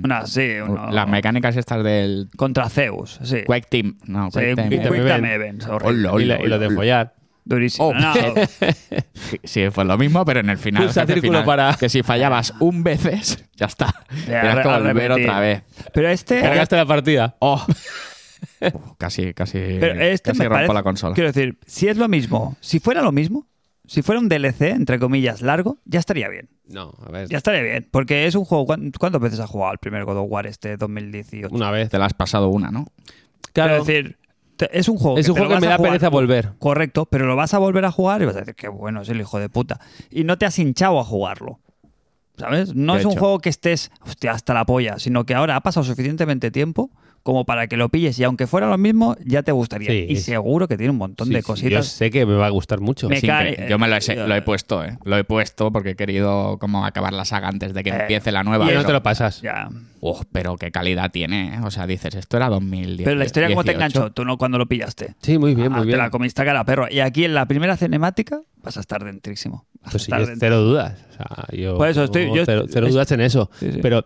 Speaker 1: Una, sí, uno-
Speaker 3: Las mecánicas estas del.
Speaker 1: contra Zeus, sí.
Speaker 3: Quake Team. No,
Speaker 1: Eh, Sí,
Speaker 3: Quake
Speaker 1: un
Speaker 3: Team.
Speaker 1: Quick
Speaker 2: Time
Speaker 1: Time
Speaker 2: Event.
Speaker 1: Event, horrible.
Speaker 3: Hola,
Speaker 2: Y la-
Speaker 3: hola,
Speaker 2: y lo de
Speaker 3: hola.
Speaker 2: follar.
Speaker 1: Durísimo.
Speaker 3: Oh.
Speaker 1: No,
Speaker 3: Sí, fue lo mismo, pero en el final.
Speaker 2: Pulsa
Speaker 3: jefe
Speaker 2: círculo
Speaker 3: final,
Speaker 2: para-
Speaker 3: Que si fallabas un veces, ya está.
Speaker 1: Ya,
Speaker 3: Tenías que
Speaker 1: a
Speaker 3: volver
Speaker 1: repetir.
Speaker 3: otra vez.
Speaker 1: pero este
Speaker 2: Cargaste la partida.
Speaker 3: Oh. Uf, casi, casi.
Speaker 1: Pero este
Speaker 3: Eh, casi
Speaker 1: me
Speaker 3: rompo
Speaker 1: parece-
Speaker 3: la consola.
Speaker 1: Quiero decir, si es lo mismo, si fuera lo mismo, si fuera un DLC, entre comillas, largo, ya estaría bien.
Speaker 2: No, a ver.
Speaker 1: Ya estaría bien. Porque es un juego. ¿cuán- ¿Cuántas veces has jugado el primer God of War este 2018?
Speaker 2: Una vez.
Speaker 3: Te la has pasado una, ¿no?
Speaker 2: Claro.
Speaker 1: Quiero decir, te- es un juego.
Speaker 2: es un
Speaker 1: te lo
Speaker 2: juego que
Speaker 1: vas
Speaker 2: me
Speaker 1: a
Speaker 2: da
Speaker 1: jugar
Speaker 2: pereza
Speaker 1: tú.
Speaker 2: volver.
Speaker 1: Correcto, pero lo vas a volver a jugar y vas a decir, qué bueno es el hijo de puta. Y no te has hinchado a jugarlo. ¿Sabes? No
Speaker 3: De
Speaker 1: es un
Speaker 3: hecho.
Speaker 1: juego que estés, hostia, hasta la polla, sino que ahora ha pasado suficientemente tiempo como para que lo pilles y aunque fuera lo mismo, ya te gustaría.
Speaker 2: Sí,
Speaker 1: y
Speaker 2: es-
Speaker 1: seguro que tiene un montón
Speaker 2: Sí,
Speaker 1: de
Speaker 2: sí, Yo
Speaker 1: cositas.
Speaker 2: sé que me va a gustar mucho. Ah,
Speaker 1: Me
Speaker 3: Sin
Speaker 1: cae-
Speaker 3: que- yo me lo he,
Speaker 1: eh,
Speaker 3: lo he puesto, ¿eh? Lo he puesto porque he querido como acabar la saga antes de que
Speaker 1: Eh,
Speaker 3: empiece la
Speaker 2: Y
Speaker 3: nueva.
Speaker 2: no
Speaker 3: pero-
Speaker 2: te lo pasas.
Speaker 1: Ya.
Speaker 3: Uf, pero qué calidad tiene, ¿eh? O sea, dices, esto era 2010.
Speaker 1: Pero la historia, ¿cómo te
Speaker 3: 18.
Speaker 1: enganchó? Tú no cuando lo pillaste.
Speaker 2: Sí, muy bien,
Speaker 1: Ah,
Speaker 2: muy bien.
Speaker 1: Te la comiste a cara perro. Y aquí en la primera cinemática vas a estar dentrísimo. Vas a
Speaker 2: Pues sí,
Speaker 1: estar
Speaker 2: yo
Speaker 1: dentro.
Speaker 2: cero dudas. O sea, yo,
Speaker 1: Por eso estoy- yo-
Speaker 2: cero, cero
Speaker 1: es-
Speaker 2: dudas en eso.
Speaker 1: Sí, sí.
Speaker 2: Pero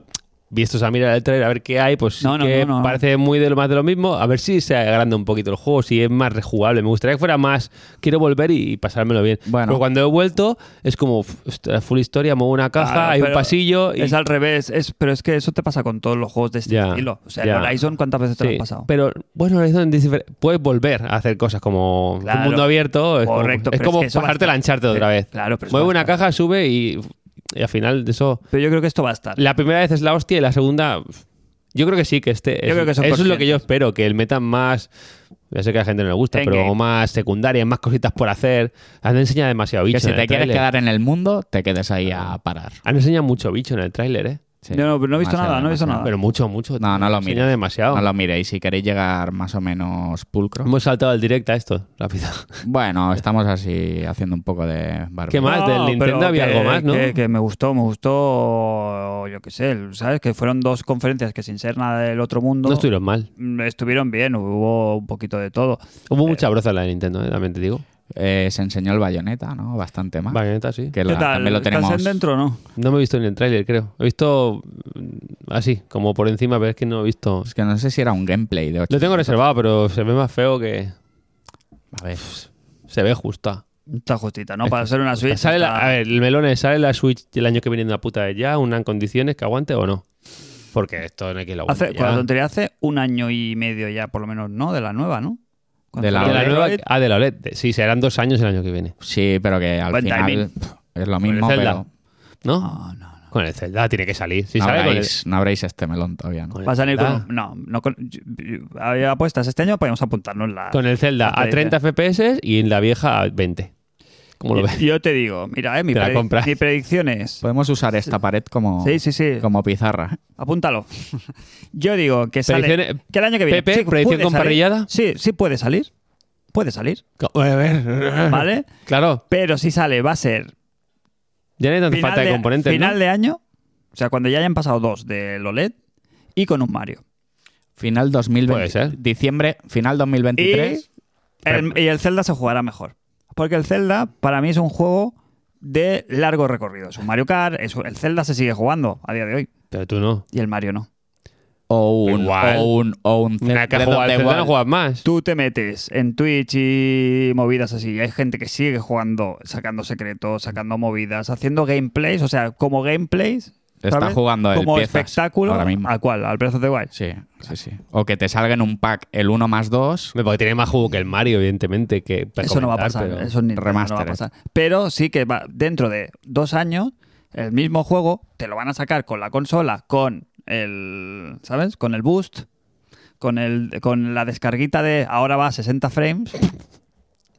Speaker 2: vistos a mirar el trailer a ver qué hay, pues sí
Speaker 1: No, no,
Speaker 2: que
Speaker 1: no, no.
Speaker 2: parece muy de lo más de lo mismo. A ver si se agranda un poquito el juego, si es más rejugable. Me gustaría que fuera más. Quiero volver y, y pasármelo bien.
Speaker 3: Bueno.
Speaker 2: Pero cuando he vuelto, es como f- ostras, full historia, muevo una caja,
Speaker 1: Claro,
Speaker 2: hay un
Speaker 1: pero
Speaker 2: pasillo. Y,
Speaker 1: Es al revés, es, pero es que eso te pasa con todos los juegos de este
Speaker 2: Ya,
Speaker 1: estilo. O sea,
Speaker 2: ya.
Speaker 1: el Horizon, ¿cuántas veces te lo
Speaker 2: Sí,
Speaker 1: has pasado?
Speaker 2: Pero bueno, es donde dice- puedes volver a hacer cosas como
Speaker 1: Claro.
Speaker 2: un mundo abierto. Es
Speaker 1: Correcto,
Speaker 2: Como, es
Speaker 1: pero es
Speaker 2: como
Speaker 1: que eso va a
Speaker 2: pasarte
Speaker 1: estar-
Speaker 2: lancharte otra
Speaker 1: Sí,
Speaker 2: vez.
Speaker 1: claro, pero eso
Speaker 2: Mueve
Speaker 1: va a
Speaker 2: una
Speaker 1: estar.
Speaker 2: caja, sube y, y al final de eso.
Speaker 1: Pero yo creo que esto va a estar.
Speaker 2: La primera vez es la hostia y la segunda. Yo creo que sí, que este.
Speaker 1: Yo creo que son
Speaker 2: eso es lo que
Speaker 1: conscientes.
Speaker 2: yo espero, que el metan más. Ya sé que a la gente no le gusta, pero
Speaker 1: Endgame.
Speaker 2: como más secundaria, más cositas por hacer. Han enseñado demasiado bicho.
Speaker 3: Que si
Speaker 2: en el
Speaker 3: te quieres
Speaker 2: tráiler. Ah,
Speaker 3: quedar en el mundo, te quedes ahí a parar.
Speaker 2: Han enseñado mucho bicho en el tráiler, ¿eh?
Speaker 3: Sí,
Speaker 1: No, no, pero no he visto
Speaker 3: demasiado,
Speaker 1: nada, no he visto
Speaker 3: demasiado.
Speaker 1: nada.
Speaker 2: Pero mucho, mucho.
Speaker 3: No, no lo
Speaker 2: Enseña
Speaker 3: mires.
Speaker 2: demasiado.
Speaker 3: No lo miréis si queréis llegar más o menos pulcro.
Speaker 2: Hemos saltado al directo a esto, rápido.
Speaker 3: Bueno, estamos así haciendo un poco de barbie.
Speaker 2: ¿Qué más? Del
Speaker 1: No,
Speaker 2: Nintendo
Speaker 1: pero
Speaker 2: había
Speaker 1: que-
Speaker 2: algo más, ¿no?
Speaker 1: Que, que me gustó, me gustó, yo qué sé, ¿sabes? Que fueron dos conferencias que sin ser nada del otro mundo
Speaker 2: No estuvieron mal.
Speaker 1: mm, estuvieron bien, hubo un poquito de todo.
Speaker 2: Hubo mucha broza en la de Nintendo, eh, también te digo.
Speaker 3: Eh, se enseñó el bayoneta, ¿no? Bastante más.
Speaker 2: Bayonetta, sí.
Speaker 3: Que la- también lo
Speaker 1: ¿Estás
Speaker 3: tenemos.
Speaker 1: en dentro o no?
Speaker 2: No me he visto en el tráiler, creo. He visto mm, así, como por encima, pero es que no he visto...
Speaker 3: Es que no sé si era un gameplay de 8.
Speaker 2: Lo tengo reservado, pero se ve más feo que...
Speaker 3: A ver.
Speaker 2: Se ve justa.
Speaker 1: Está justita, ¿no? Para ser una Switch.
Speaker 2: pues, Sale la-
Speaker 1: está-
Speaker 2: a ver, el melón es, ¿sale la Switch el año que viene de una puta vez ya? ¿Una en condiciones que aguante o no? Porque esto no hay que lo aguante
Speaker 1: hace,
Speaker 2: ya.
Speaker 1: con la tontería hace un año y medio ya, por lo menos, ¿no? De la nueva, ¿no? Cuando
Speaker 3: De la-
Speaker 2: De
Speaker 1: salió
Speaker 2: la
Speaker 1: el
Speaker 2: nueva...
Speaker 1: Android,
Speaker 2: Ah, de la OLED. Sí, serán dos años el año que viene.
Speaker 3: Sí, pero que al
Speaker 1: Buen
Speaker 3: final
Speaker 1: timing.
Speaker 3: pff, es lo mismo,
Speaker 2: Con el Zelda.
Speaker 3: pero
Speaker 2: ¿No?
Speaker 1: No, no, Ah, no.
Speaker 2: Con el Zelda tiene que salir. Si
Speaker 3: no
Speaker 2: sale con el-
Speaker 3: habréis, no habréis este melón todavía, ¿no?
Speaker 2: con el
Speaker 1: Va a salir con.
Speaker 2: Zelda.
Speaker 1: un- No, no con- yo- yo- había apuestas este año, podemos apuntarnos la.
Speaker 2: Con el Zelda a
Speaker 1: Ahí,
Speaker 2: 30 FPS y en la vieja a 20. ¿Cómo lo ves?
Speaker 1: Yo te digo, mira, eh, mi,
Speaker 2: Te la
Speaker 1: predi-
Speaker 2: compras.
Speaker 1: mi
Speaker 2: Pues,
Speaker 1: predicción es.
Speaker 3: Podemos usar esta pared como,
Speaker 1: Sí, sí, sí.
Speaker 3: como pizarra.
Speaker 1: Apúntalo. Yo digo que sale.
Speaker 2: Predicciones-
Speaker 1: Que el año que viene.
Speaker 2: Pepe,
Speaker 1: sí, puede
Speaker 2: predicción con
Speaker 1: salir.
Speaker 2: parrillada.
Speaker 1: Sí, sí puede salir. Puede salir,
Speaker 2: A ver.
Speaker 1: ¿vale?
Speaker 2: Claro,
Speaker 1: Pero si sale, va a ser
Speaker 2: ya no hay tanta
Speaker 1: final,
Speaker 2: falta de,
Speaker 1: de,
Speaker 2: componentes.
Speaker 1: final
Speaker 2: ¿no?
Speaker 1: de año, o sea, cuando ya hayan pasado dos del OLED E y con un Mario.
Speaker 3: Final 2020.
Speaker 2: Puede ser.
Speaker 3: Diciembre, final 2023.
Speaker 1: El- y el Zelda se jugará mejor. Porque el Zelda, para mí, es un juego de largo recorrido. Es un Mario Kart, es un- el Zelda se sigue jugando a día de hoy
Speaker 2: Pero tú no.
Speaker 1: y el Mario no.
Speaker 3: O un,
Speaker 2: Igual.
Speaker 3: o un, o un
Speaker 2: Una
Speaker 3: Breath of
Speaker 2: que
Speaker 3: the
Speaker 2: jugar al Zelda
Speaker 3: Wild.
Speaker 2: no juegas más.
Speaker 1: Tú te metes en Twitch y movidas así. y hay gente que sigue jugando, sacando secretos, sacando movidas, haciendo gameplays, o sea, como gameplays.
Speaker 3: Está
Speaker 1: ¿sabes?
Speaker 3: jugando el
Speaker 1: Como
Speaker 3: piezas
Speaker 1: espectáculo.
Speaker 3: ahora mismo.
Speaker 1: ¿A cuál? ¿Al Breath of the Wild?
Speaker 3: Sí, sí, sí. O que te salga en un pack el 1 más 2.
Speaker 2: Hombre, Porque tiene más juego que el Mario, evidentemente. Que para
Speaker 1: Eso no va a
Speaker 2: Pues comentar,
Speaker 1: pasar.
Speaker 2: pero-
Speaker 1: Eso ni- no va a
Speaker 3: Remastered.
Speaker 1: pasar. Pero sí que va, dentro de dos años, el mismo juego te lo van a sacar con la consola, con el. ¿Sabes? Con el boost, con, el, con la descarguita de ahora va a 60 frames.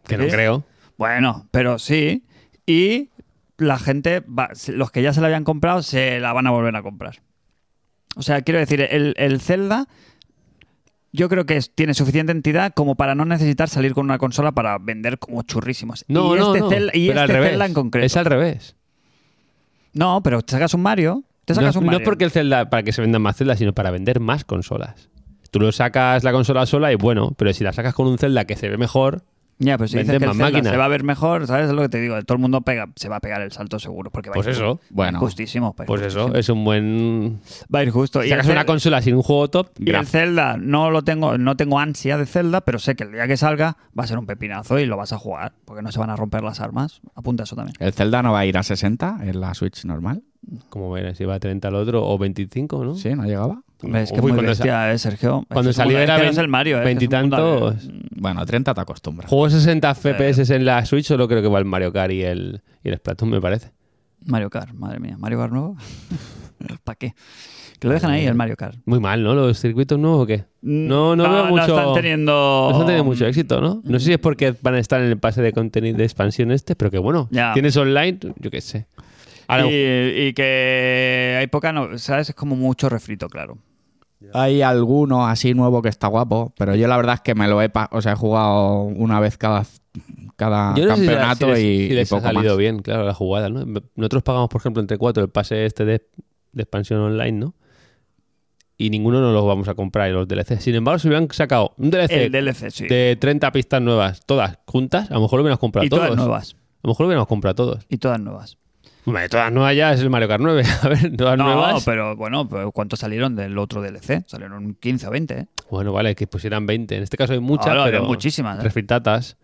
Speaker 2: Que no
Speaker 1: ¿Sí?
Speaker 2: creo.
Speaker 1: Bueno, pero sí. Y la gente, va- los que ya se la habían comprado, se la van a volver a comprar. O sea, quiero decir, el, el Zelda yo creo que es- tiene suficiente entidad como para no necesitar salir con una consola para vender como churrísimos.
Speaker 2: No,
Speaker 1: y
Speaker 2: no,
Speaker 1: este
Speaker 2: no.
Speaker 1: Zelda, y
Speaker 2: Pero al
Speaker 1: este
Speaker 2: revés.
Speaker 1: Zelda en concreto.
Speaker 2: Es al revés.
Speaker 1: No, pero te sacas un Mario, te sacas
Speaker 2: no,
Speaker 1: un
Speaker 2: no
Speaker 1: Mario.
Speaker 2: es porque el Zelda, para que se vendan más celdas, sino para vender más consolas. Tú lo sacas la consola sola y bueno, pero si la sacas con un Zelda que se ve mejor,
Speaker 1: Ya, pero si dices
Speaker 2: venden
Speaker 1: que el
Speaker 2: más
Speaker 1: Zelda
Speaker 2: máquinas.
Speaker 1: se va a ver mejor, ¿sabes? Es lo que te digo. Todo el mundo pega, se va a pegar el salto seguro. Porque va
Speaker 2: pues
Speaker 1: a ir
Speaker 2: eso.
Speaker 3: Bueno,
Speaker 1: Justísimo. va a ir
Speaker 2: Pues eso,
Speaker 1: justísimo.
Speaker 2: es un buen.
Speaker 1: Va a ir justo.
Speaker 2: Si
Speaker 1: Y este el
Speaker 2: sacas una
Speaker 1: Zelda-
Speaker 2: consola sin un juego top,
Speaker 1: Y el Zelda, no lo tengo, no tengo ansia de Zelda, pero sé que el día que salga va a ser un pepinazo y lo vas a jugar, porque no se van a romper las armas. Apunta eso también.
Speaker 3: el Zelda no va a ir a 60 en la Switch normal.
Speaker 2: como verás, si va a 30 al otro o 25, ¿no?
Speaker 3: Sí, no llegaba.
Speaker 1: Hombre, es que
Speaker 2: Uy,
Speaker 1: es muy
Speaker 2: cuando sa-
Speaker 1: bestia, eh, Sergio.
Speaker 2: cuando
Speaker 1: Es que es un
Speaker 2: salió
Speaker 1: mundo-
Speaker 2: era
Speaker 1: es que no
Speaker 2: vein-
Speaker 1: es el Mario, eh, es que es un mundo
Speaker 2: veintitantos.
Speaker 1: abierto.
Speaker 3: Bueno, 30 te acostumbras.
Speaker 2: Juego 60 FPS en la Switch, solo creo que va el Mario Kart y el, y el Splatoon, me parece.
Speaker 1: Mario Kart, madre mía. Mario Kart nuevo. ¿Para qué? Que lo dejan ahí, el Mario Kart. Ah,
Speaker 2: Muy mal, ¿no? ¿Los circuitos nuevos o qué? No, no, veo mucho.
Speaker 1: están teniendo.
Speaker 2: no están teniendo mucho éxito, ¿no? No sé si es porque van a estar en el pase de contenido de expansión este, pero que bueno.
Speaker 1: Ya.
Speaker 2: Tienes online, yo qué sé. Ahora,
Speaker 1: Y, y que hay poca, no, ¿sabes? Es como mucho refrito, claro.
Speaker 3: Hay alguno así nuevo que está guapo, pero yo la verdad es que me lo he, pa- o sea, he jugado una vez cada, cada
Speaker 2: yo no sé si les-
Speaker 3: campeonato
Speaker 2: si les,
Speaker 3: y,
Speaker 2: si les
Speaker 3: y
Speaker 2: ha
Speaker 3: poco
Speaker 2: salido
Speaker 3: más.
Speaker 2: bien, claro, la jugada, ¿no? Nosotros pagamos, por ejemplo, entre cuatro el pase este de, de expansión online, ¿no? Y ninguno nos los vamos a comprar en los DLC. Sin embargo, si hubieran sacado un DLC,
Speaker 1: El DLC, sí.
Speaker 2: Este de 30 pistas nuevas, todas juntas, a lo mejor lo hubiéramos comprado
Speaker 1: Y
Speaker 2: todos.
Speaker 1: todas nuevas.
Speaker 2: A lo mejor lo hubiéramos comprado todos.
Speaker 1: Y todas nuevas.
Speaker 2: Hombre, todas nuevas ya es el Mario Kart 9. A ver, todas
Speaker 1: No,
Speaker 2: nuevas.
Speaker 1: pero bueno, pero ¿cuántos salieron del otro DLC? Salieron 15 o 20, ¿eh?
Speaker 2: Bueno, vale, que pusieran 20. En este caso hay muchas,
Speaker 1: Ahora,
Speaker 2: pero...
Speaker 1: muchísimas. ¿eh?
Speaker 2: Refritatas.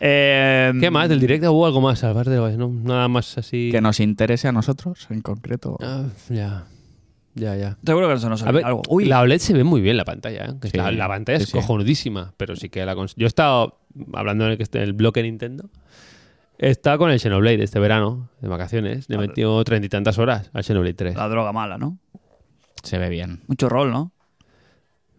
Speaker 1: Eh,
Speaker 2: ¿Qué más? ¿Del directo hubo algo más? Aparte, no, nada más así...
Speaker 3: Que nos interese a nosotros en concreto.
Speaker 2: Ah, ya, ya, ya.
Speaker 1: Seguro que se nos
Speaker 2: A ver,
Speaker 1: olvida algo. Uy,
Speaker 2: la OLED se ve muy bien la pantalla. ¿eh? Que
Speaker 3: Sí,
Speaker 2: la, la pantalla es
Speaker 3: sí, sí.
Speaker 2: cojonudísima, pero sí que la cons- Yo he estado hablando en el, que esté- en el bloque Nintendo. He estado con el Xenoblade este verano, de vacaciones. Le he metido treinta y tantas horas al Xenoblade 3.
Speaker 1: la droga mala, ¿no?
Speaker 3: Se ve bien.
Speaker 1: Mucho rol, ¿no?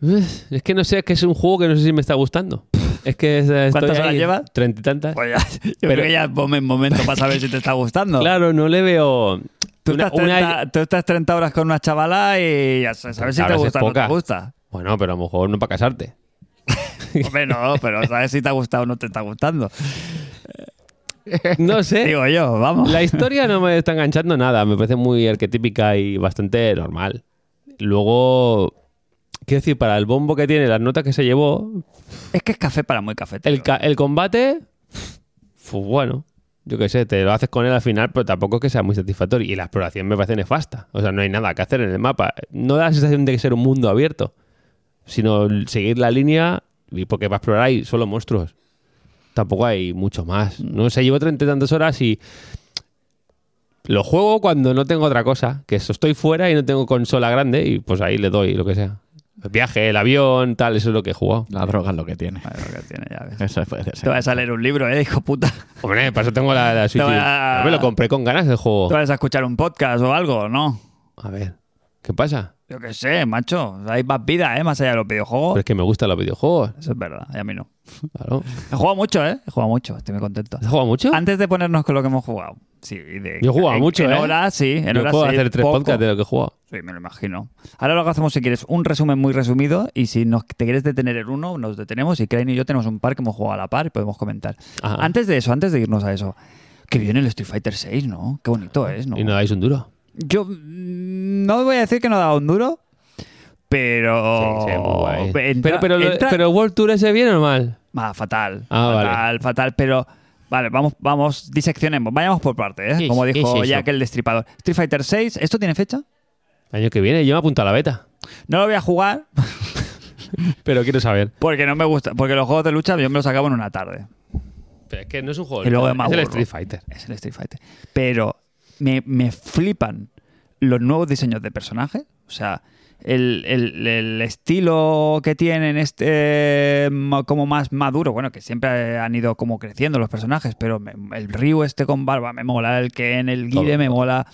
Speaker 2: Uf, Es que no sé, es que es un juego que no sé si me está gustando. Es que es- estoy
Speaker 1: ¿Cuántas horas
Speaker 2: ahí,
Speaker 1: lleva?
Speaker 2: Treinta y tantas.
Speaker 1: Pues ya, yo
Speaker 2: Pero-
Speaker 1: creo que ya es momen- momento para saber si te está gustando.
Speaker 2: Claro, no le veo.
Speaker 1: Tú,
Speaker 2: Una-
Speaker 1: estás 30,
Speaker 2: una-
Speaker 1: tú estás 30 horas con una chavala y ya sabes, sabes si te
Speaker 2: Claro,
Speaker 1: gusta
Speaker 2: es
Speaker 1: o no te
Speaker 2: poca.
Speaker 1: gusta.
Speaker 2: Bueno, pero a lo mejor no para casarte.
Speaker 1: Hombre, no, pero sabes si te ha gustado o no te está gustando.
Speaker 2: No sé.
Speaker 1: Digo yo, vamos.
Speaker 2: Eh, La historia no me está enganchando nada, me parece muy arquetípica y bastante normal. Luego, quiero decir, para el bombo que tiene, las notas que se llevó,
Speaker 1: Es que es café para muy cafetero.
Speaker 2: el, ca- el combate, pues bueno, yo qué sé, te lo haces con él al final, pero tampoco es que sea muy satisfactorio. Y la exploración me parece nefasta, o sea, no hay nada que hacer en el mapa. No da la sensación de que ser un mundo abierto, sino el seguir la línea, y porque para explorar hay solo monstruos. Tampoco hay mucho más. No sé, llevo treinta y tantas horas y lo juego cuando no tengo otra cosa, que eso estoy fuera y no tengo consola grande y pues ahí le doy lo que sea. El viaje, el avión, tal, eso es lo que he jugado.
Speaker 3: La droga es lo que tiene.
Speaker 1: Vale, lo que tiene, ya ves.
Speaker 3: Eso puede
Speaker 1: Te
Speaker 3: ser.
Speaker 1: vas a leer un libro, eh, hijo puta.
Speaker 2: Hombre, para eso tengo la, la Switch.
Speaker 1: Toma.
Speaker 2: Yo Me lo compré con ganas el
Speaker 1: Te
Speaker 2: juego.
Speaker 1: vas a escuchar un podcast o algo, ¿no?
Speaker 2: A ver, ¿qué pasa?
Speaker 1: Yo qué sé, macho. Hay más vida, ¿eh? Más allá de los videojuegos.
Speaker 2: Pero es que me gustan los videojuegos.
Speaker 1: Eso es verdad, y a mí no.
Speaker 2: Claro.
Speaker 1: He jugado mucho, ¿eh? He jugado mucho, estoy muy contento.
Speaker 2: ¿Has jugado mucho?
Speaker 1: Antes de ponernos con lo que hemos jugado. Sí, y de,
Speaker 2: Yo he jugado
Speaker 1: en-
Speaker 2: mucho,
Speaker 1: en
Speaker 2: ¿eh?
Speaker 1: horas, sí. En
Speaker 2: Yo
Speaker 1: horas,
Speaker 2: puedo
Speaker 1: sí,
Speaker 2: hacer tres
Speaker 1: poco.
Speaker 2: podcasts de lo que he jugado.
Speaker 1: Sí, me lo imagino. Ahora lo que hacemos, si quieres, un resumen muy resumido. Y si nos, te quieres detener en uno, nos detenemos. Y Crane y yo tenemos un par que hemos jugado a la par y podemos comentar.
Speaker 2: Ajá.
Speaker 1: Antes de eso, antes de irnos a eso. Que viene el Street Fighter 6, ¿no? Qué bonito es, ¿no?
Speaker 2: Y no dais un duro.
Speaker 1: Yo mm, no voy a decir que no da un duro, pero.
Speaker 2: Sí, sí, muy guay.
Speaker 1: Entra-
Speaker 2: pero, pero, lo-
Speaker 1: entra-
Speaker 2: pero World Tour ese bien o mal.
Speaker 1: Ah, fatal.
Speaker 2: Ah, vale.
Speaker 1: fatal, fatal. Pero. Vale, vamos, vamos, diseccionemos. Vayamos por parte, ¿eh?
Speaker 2: ¿Qué es-
Speaker 1: Como
Speaker 2: qué es
Speaker 1: dijo
Speaker 2: eso?
Speaker 1: Jack el Destripador. Street Fighter 6, ¿esto tiene fecha?
Speaker 2: Año que viene, yo me apunto a la beta.
Speaker 1: No lo voy a jugar
Speaker 2: Pero quiero saber.
Speaker 1: porque no me gusta. Porque los juegos de lucha yo me los acabo en una tarde.
Speaker 2: Pero es que no es un juego.
Speaker 1: Y luego me
Speaker 2: es el
Speaker 1: aburro.
Speaker 2: Street Fighter.
Speaker 1: Es el Street Fighter. Pero me, me flipan los nuevos diseños de personajes. O sea, el, el- el estilo que tienen, este eh, ma- como más maduro. Bueno, que siempre eh, han ido como creciendo los personajes, pero me- el Ryu este con barba me mola, el que en el Guile
Speaker 2: Todo,
Speaker 1: me mola.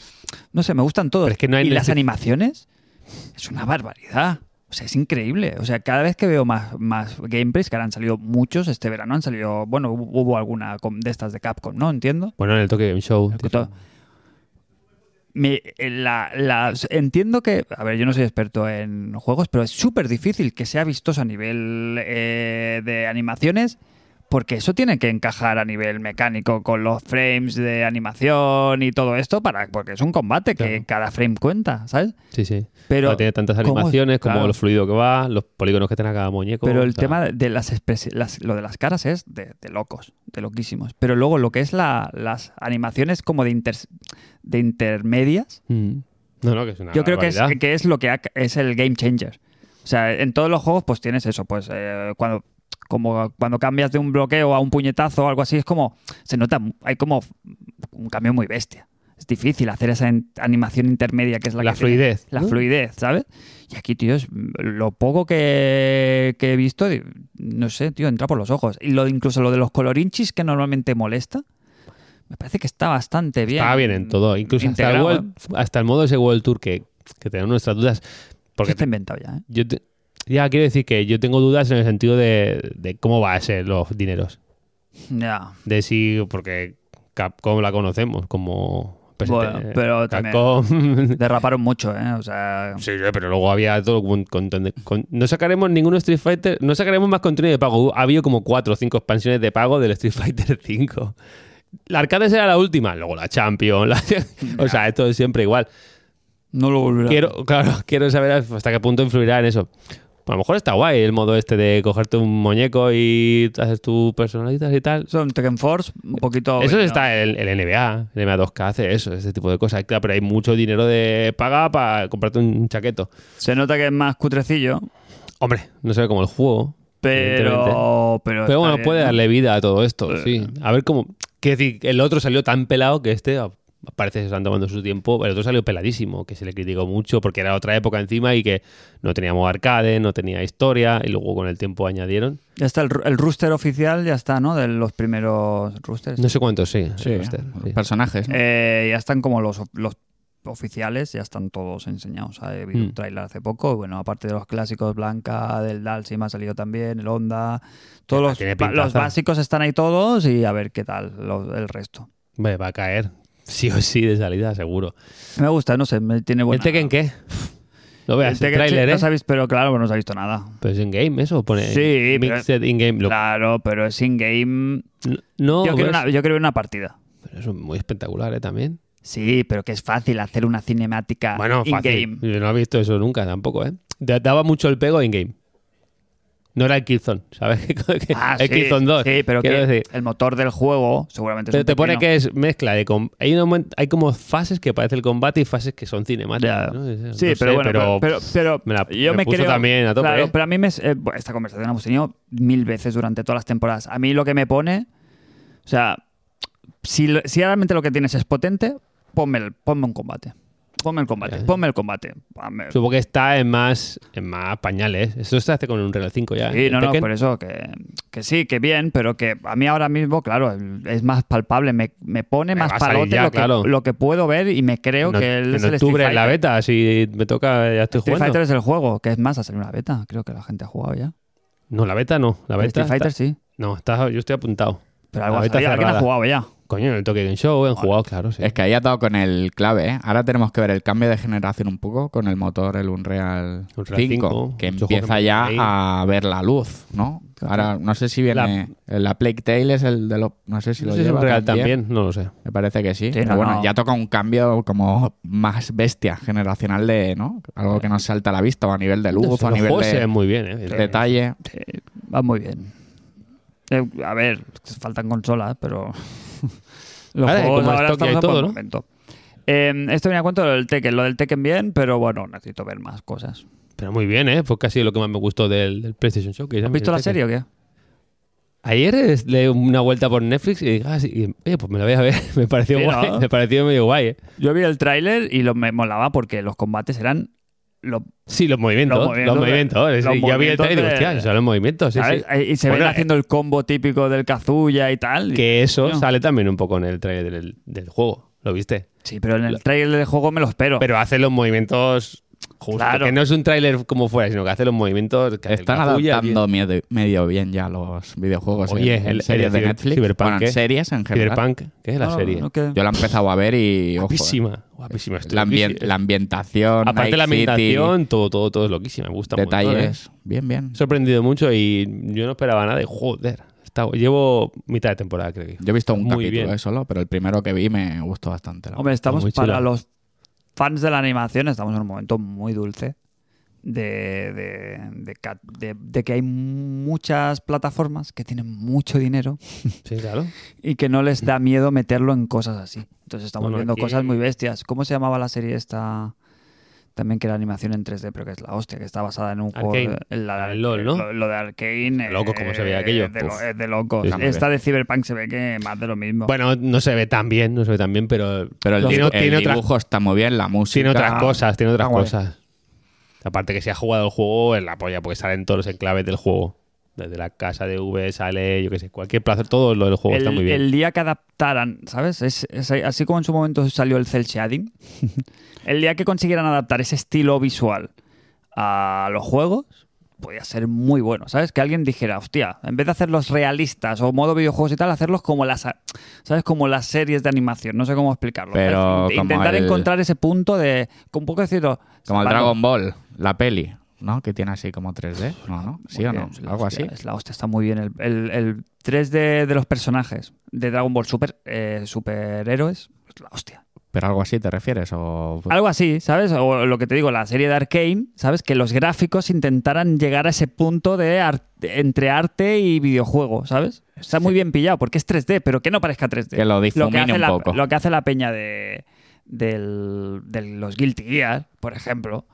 Speaker 1: No sé, me gustan todos.
Speaker 2: Pero es que no hay
Speaker 1: y las
Speaker 2: necesidad-
Speaker 1: animaciones es una barbaridad. O sea, es increíble. O sea, cada vez que veo más, más gameplays, que ahora han salido muchos este verano, han salido, bueno, hu- hubo alguna con- de estas de Capcom, ¿no? Entiendo.
Speaker 2: Bueno, en el Tokyo Game Show.
Speaker 1: Que to- Me- eh, la- la- entiendo que, a ver, yo no soy experto en juegos, pero es súper difícil que sea vistoso a nivel eh, de animaciones, porque eso tiene que encajar a nivel mecánico con los frames de animación y todo esto, para porque es un combate que
Speaker 2: Claro.
Speaker 1: cada frame cuenta, ¿sabes?
Speaker 2: Sí, sí.
Speaker 1: Pero,
Speaker 2: Pero tiene tantas
Speaker 1: ¿cómo es?
Speaker 2: animaciones como
Speaker 1: Claro.
Speaker 2: lo fluido que va, los polígonos que tiene cada muñeco.
Speaker 1: Pero el
Speaker 2: o sea,
Speaker 1: tema de las especies, lo de las caras es de, de locos, de loquísimos. Pero luego lo que es la- las animaciones como de, inter- de intermedias,
Speaker 2: mm. No, no, que es una.
Speaker 1: yo creo que es,
Speaker 2: barbaridad.
Speaker 1: que es lo que ha- es el game changer. O sea, en todos los juegos pues tienes eso, pues eh, cuando como cuando cambias de un bloqueo a un puñetazo o algo así, es como, se nota, hay como un cambio muy bestia. Es difícil hacer esa en- animación intermedia que es la,
Speaker 2: La
Speaker 1: que tiene-
Speaker 2: fluidez,
Speaker 1: La
Speaker 2: ¿no?
Speaker 1: fluidez, ¿sabes? Y aquí, tío, es lo poco que, que he visto, di- no sé, tío, entra por los ojos. Y lo, incluso lo de los colorinchis que normalmente molesta, me parece que está bastante bien.
Speaker 2: Estaba bien en todo. Incluso hasta el,
Speaker 1: integrado,
Speaker 2: World- hasta el modo ese World Tour que, que tenemos nuestras dudas.
Speaker 1: Porque
Speaker 2: Porque
Speaker 1: está inventado ya, ¿eh?
Speaker 2: yo te- ya quiero decir que yo tengo dudas en el sentido de, de cómo va a ser los dineros.
Speaker 1: Ya.
Speaker 2: De si, porque Capcom la conocemos como...
Speaker 1: Bueno, pero también-
Speaker 2: Capcom...
Speaker 1: Derraparon mucho, ¿eh? O sea,
Speaker 2: Sí, sí, pero luego había todo un montón de- con- No sacaremos ninguno Street Fighter, no sacaremos más contenido de pago. Hubo- Ha habido como cuatro o cinco expansiones de pago del Street Fighter 5. La arcade será la última, luego la Champion, la- o sea, esto es siempre igual.
Speaker 1: no lo volverá.
Speaker 2: Quiero, claro, quiero saber hasta qué punto influirá en eso. Pues A lo mejor está guay el modo este de cogerte un muñeco y haces tu personalidad y tal.
Speaker 1: Son Tekken Force, un poquito.
Speaker 2: Eso
Speaker 1: venido.
Speaker 2: está el, el NBA, el NBA 2K hace eso, ese tipo de cosas. Claro, pero hay mucho dinero de paga para comprarte un chaqueto.
Speaker 1: Se nota que es más cutrecillo,
Speaker 2: Hombre, no sé cómo el juego. evidentemente.
Speaker 1: pero. Pero, está
Speaker 2: Pero bueno,
Speaker 1: bien,
Speaker 2: puede
Speaker 1: ¿no? Eh.
Speaker 2: darle vida a todo esto, sí. A ver cómo... Quiero decir, el otro salió tan pelado que este ah, parece que se están tomando su tiempo. El otro salió peladísimo, que se le criticó mucho porque era otra época encima y que no teníamos arcade, no tenía historia y luego con el tiempo añadieron.
Speaker 1: Ya está el, ru- el rooster oficial, ya está, ¿no? De los primeros roosters.
Speaker 2: No sé cuántos, sí. el
Speaker 3: Sí,
Speaker 2: roster,
Speaker 3: los
Speaker 2: sí.
Speaker 3: personajes. ¿no?
Speaker 1: Eh, ya están como los, los oficiales, ya están todos enseñados. Ha habido un
Speaker 2: Mm.
Speaker 1: trailer hace poco. y Bueno, aparte de los clásicos, Blanca, del Dalsim ha salido también, el Honda. Todos los,
Speaker 2: tiene
Speaker 1: ba- los
Speaker 2: pintaza.
Speaker 1: básicos están ahí todos y a ver qué tal los- el resto.
Speaker 2: Hombre, va a caer. Sí o sí, de salida, seguro.
Speaker 1: Me gusta, no sé, me tiene buena...
Speaker 2: ¿El Tekken qué? No
Speaker 1: El
Speaker 2: veas, el,
Speaker 1: Tekken,
Speaker 2: trailer,
Speaker 1: sí,
Speaker 2: ¿eh?
Speaker 1: no sabéis, pero claro, no se ha visto nada.
Speaker 2: Pero es in-game eso, pone
Speaker 1: Sí, pero-
Speaker 2: Mixed in-game. Lo-
Speaker 1: Claro, pero es in-game.
Speaker 2: No, pues.
Speaker 1: Yo, quiero
Speaker 2: ves,
Speaker 1: una- yo quiero una partida.
Speaker 2: pero eso es muy espectacular, ¿eh? También.
Speaker 1: Sí, pero que es fácil hacer una cinemática
Speaker 2: Bueno, fácil.
Speaker 1: Ah, in-game.
Speaker 2: Yo no he visto eso nunca tampoco, ¿eh? Da- Daba mucho el pego in-game. No era el Killzone, ¿sabes? Que-
Speaker 1: Ah,
Speaker 2: el
Speaker 1: sí,
Speaker 2: Killzone 2.
Speaker 1: Sí, pero
Speaker 2: quiero
Speaker 1: que
Speaker 2: decir.
Speaker 1: el motor del juego seguramente es
Speaker 2: Pero
Speaker 1: un
Speaker 2: te pone
Speaker 1: pepino.
Speaker 2: que es mezcla de... com- Hay, un momento- hay como fases que parece el combate y fases que son
Speaker 1: Ya.
Speaker 2: cinemáticas. ¿no? Es-
Speaker 1: Sí,
Speaker 2: no
Speaker 1: pero
Speaker 2: sé,
Speaker 1: bueno, pero, pero, pero
Speaker 2: me la-
Speaker 1: yo
Speaker 2: me
Speaker 1: me,
Speaker 2: puso
Speaker 1: creo-
Speaker 2: también a tope,
Speaker 1: Claro,
Speaker 2: ¿eh?
Speaker 1: pero a mí me, eh, bueno, esta conversación la hemos tenido mil veces durante todas las temporadas. A mí lo que me pone, o sea, si, lo- si realmente lo que tienes es potente, ponme, el- ponme un combate. Ponme el combate,
Speaker 2: Ya.
Speaker 1: ponme el combate. Ah, Ponme-
Speaker 2: Supongo que está en más, en más pañales. Eso se hace con un Real 5 ya.
Speaker 1: Sí,
Speaker 2: ¿El
Speaker 1: no, no,
Speaker 2: Tekken?
Speaker 1: por eso que, que sí, que bien, pero que a mí ahora mismo, claro, es más palpable, me, me pone
Speaker 2: Me
Speaker 1: más
Speaker 2: va a salir
Speaker 1: palote
Speaker 2: ya,
Speaker 1: lo, que,
Speaker 2: claro.
Speaker 1: lo que puedo ver y me creo
Speaker 2: En o-
Speaker 1: que él
Speaker 2: en
Speaker 1: es el
Speaker 2: octubre
Speaker 1: Street
Speaker 2: en la
Speaker 1: Fighter.
Speaker 2: beta, si me toca, ya estoy
Speaker 1: Street
Speaker 2: jugando.
Speaker 1: Fighter es el juego, que es más, ha salido una beta, creo que la gente ha jugado ya.
Speaker 2: No, la beta no. La
Speaker 1: Pero
Speaker 2: beta
Speaker 1: Street Fighter
Speaker 2: está-
Speaker 1: sí,
Speaker 2: No, está, yo estoy apuntado.
Speaker 1: pero
Speaker 2: La
Speaker 1: algo
Speaker 2: beta
Speaker 1: así. Alguien ha
Speaker 2: cerrada.
Speaker 1: jugado ya.
Speaker 2: Coño, en el Tokyo Game Show han jugado, claro, sí.
Speaker 3: Es que ahí ha dado con el clave, ¿eh? Ahora tenemos que ver el cambio de generación un poco con el motor, el Unreal,
Speaker 2: Unreal
Speaker 3: 5,
Speaker 2: 5,
Speaker 3: que
Speaker 2: muchos
Speaker 3: empieza
Speaker 2: juegos
Speaker 3: ya
Speaker 2: ahí.
Speaker 3: a ver la luz, ¿no? Ahora, no sé si viene... La, Plague Tale es el de los... No sé si
Speaker 2: No
Speaker 3: lo
Speaker 2: sé si es
Speaker 3: lleva ¿eh?
Speaker 2: un Real también, no lo sé.
Speaker 3: Me parece que sí.
Speaker 1: Sí,
Speaker 3: Pero
Speaker 1: no,
Speaker 3: bueno,
Speaker 1: no.
Speaker 3: ya toca un cambio como más bestia, generacional de, ¿no? Algo que nos salta a la vista, o a nivel de luz,
Speaker 2: No sé,
Speaker 3: o a
Speaker 2: los
Speaker 3: nivel
Speaker 2: juegos se ven
Speaker 3: de
Speaker 2: muy bien, ¿eh?
Speaker 3: detalle.
Speaker 1: Sí, va muy bien. Eh, a ver, faltan consolas, pero. los
Speaker 2: Vale, como Tokio y
Speaker 1: estamos a
Speaker 2: todo,
Speaker 1: buen
Speaker 2: ¿no?
Speaker 1: momento. Eh, esto viene a cuento del Tekken. Lo del Tekken bien, pero bueno, necesito ver más cosas.
Speaker 2: Pero muy bien, ¿eh? Fue casi lo que más me gustó del, del PlayStation Show.
Speaker 1: ¿Has visto la serie o qué?
Speaker 2: Ayer es- le di una vuelta por Netflix y dije, ah, sí, y, oye, pues me la voy a ver. Me pareció
Speaker 1: Sí,
Speaker 2: guay,
Speaker 1: ¿no?
Speaker 2: me pareció medio guay, ¿eh?
Speaker 1: Yo vi el tráiler y lo, me molaba porque los combates eran. Lo,
Speaker 2: Sí, los movimientos.
Speaker 1: Los
Speaker 2: Los
Speaker 1: movimientos
Speaker 2: movimientos.
Speaker 1: de-
Speaker 2: sí.
Speaker 1: los
Speaker 2: Yo vi el
Speaker 1: movimientos
Speaker 2: trailer y digo,
Speaker 1: de-
Speaker 2: hostia, son los movimientos, sí, sí.
Speaker 1: ¿sabes? Y se
Speaker 2: Bueno, eh,
Speaker 1: ven haciendo el combo típico del Kazuya y tal.
Speaker 2: Que eso
Speaker 1: Coño.
Speaker 2: sale también un poco en el trailer del, del juego, ¿lo viste?
Speaker 1: Sí, pero en el tráiler del juego me lo espero.
Speaker 2: Pero hace los movimientos justos,
Speaker 1: Claro.
Speaker 2: que no es un trailer como fuera, sino que hace los movimientos que hace el
Speaker 3: Están
Speaker 2: Kazuya,
Speaker 3: adaptando medio, medio bien ya los videojuegos
Speaker 2: Oye,
Speaker 3: en, en
Speaker 2: el-
Speaker 3: series
Speaker 2: el
Speaker 3: de
Speaker 2: ciber-
Speaker 3: Netflix.
Speaker 2: Cyberpunk,
Speaker 3: bueno, en
Speaker 2: ¿eh?
Speaker 3: series en
Speaker 2: tío.
Speaker 3: general.
Speaker 2: Cyberpunk, que es la
Speaker 1: No,
Speaker 2: serie.
Speaker 1: no, que-
Speaker 3: Yo la he empezado a ver y... ojo,
Speaker 2: guapísima, guapísima. estoy
Speaker 3: la, ambien-
Speaker 2: loquísimo.
Speaker 3: eh. la ambientación,
Speaker 2: Aparte la
Speaker 3: Night City,
Speaker 2: ambientación, todo, todo, todo es loquísima, me gusta mucho.
Speaker 3: detalles. Bien, bien.
Speaker 2: He sorprendido mucho y yo no esperaba nada y joder, está- llevo mitad de temporada creo que.
Speaker 3: Yo he visto un
Speaker 2: Muy
Speaker 3: capítulo
Speaker 2: bien.
Speaker 3: eh, solo, pero el primero que vi me gustó bastante. la
Speaker 1: Hombre, estamos
Speaker 2: muy chula.
Speaker 1: para los fans de la animación, estamos en un momento muy dulce de, de- de ca- de- de que hay muchas plataformas que tienen mucho dinero
Speaker 2: Sí, claro.
Speaker 1: y que no les da miedo meterlo en cosas así. Entonces estamos
Speaker 2: Bueno,
Speaker 1: viendo
Speaker 2: aquí-
Speaker 1: cosas muy bestias. ¿Cómo se llamaba la serie esta? También que era animación en 3D, pero que es la hostia, que está basada en un juego.
Speaker 2: Arcane.
Speaker 1: en la-
Speaker 2: Ah, El LOL, ¿no?
Speaker 1: Lo, lo de Arkane. eh,
Speaker 2: Loco, cómo se veía aquello.
Speaker 1: De, lo-
Speaker 2: Uf.
Speaker 1: es de locos.
Speaker 2: Sí,
Speaker 3: sí.
Speaker 1: Esta de Cyberpunk se ve que más de lo mismo.
Speaker 2: Bueno, no se ve tan bien, no se ve tan bien, pero,
Speaker 3: Pero el,
Speaker 2: tiene,
Speaker 3: el
Speaker 2: tiene otras
Speaker 3: dibujo está muy bien, la música.
Speaker 2: Tiene otras cosas, tiene otras
Speaker 3: está guay.
Speaker 2: cosas. Aparte que si ha jugado el juego, es la polla, porque salen todos los enclaves del juego. Desde la casa de V sale, yo qué sé, cualquier plazo, todo lo del juego está
Speaker 1: el,
Speaker 2: muy bien.
Speaker 1: el día que adaptaran, ¿sabes? Es- es- así como en su momento salió el cel shading, el día que consiguieran adaptar ese estilo visual a los juegos, podía ser muy bueno, ¿sabes? Que alguien dijera, hostia, en vez de hacerlos realistas o modo videojuegos y tal, hacerlos como las, ¿sabes? Como las series de animación, no sé cómo explicarlo.
Speaker 3: Pero
Speaker 1: ¿sabes?
Speaker 3: como
Speaker 1: Intentar
Speaker 3: el-
Speaker 1: encontrar ese punto de, con un poco decirlo,
Speaker 3: Como el
Speaker 1: salvando-
Speaker 3: Dragon Ball, la peli, ¿no? Que tiene así como 3D, ¿no? no? ¿Sí
Speaker 1: Muy
Speaker 3: o
Speaker 1: bien,
Speaker 3: no?
Speaker 1: es la
Speaker 3: Algo
Speaker 1: hostia,
Speaker 3: así.
Speaker 1: Es la hostia, está muy bien. El, el, el 3D de los personajes de Dragon Ball Super, eh, superhéroes, es la hostia.
Speaker 3: ¿Pero algo así te refieres? O...
Speaker 1: Algo así, ¿sabes? O lo que te digo, la serie de Arkane, ¿sabes? Que los gráficos intentaran llegar a ese punto de ar- entre arte y videojuego, ¿sabes? Está muy bien pillado porque es 3D, pero que no parezca 3D.
Speaker 3: Que lo
Speaker 1: que
Speaker 3: difumine
Speaker 1: hace
Speaker 3: un
Speaker 1: la,
Speaker 3: poco.
Speaker 1: Lo que hace la peña de, del- de los Guilty Gear, por ejemplo.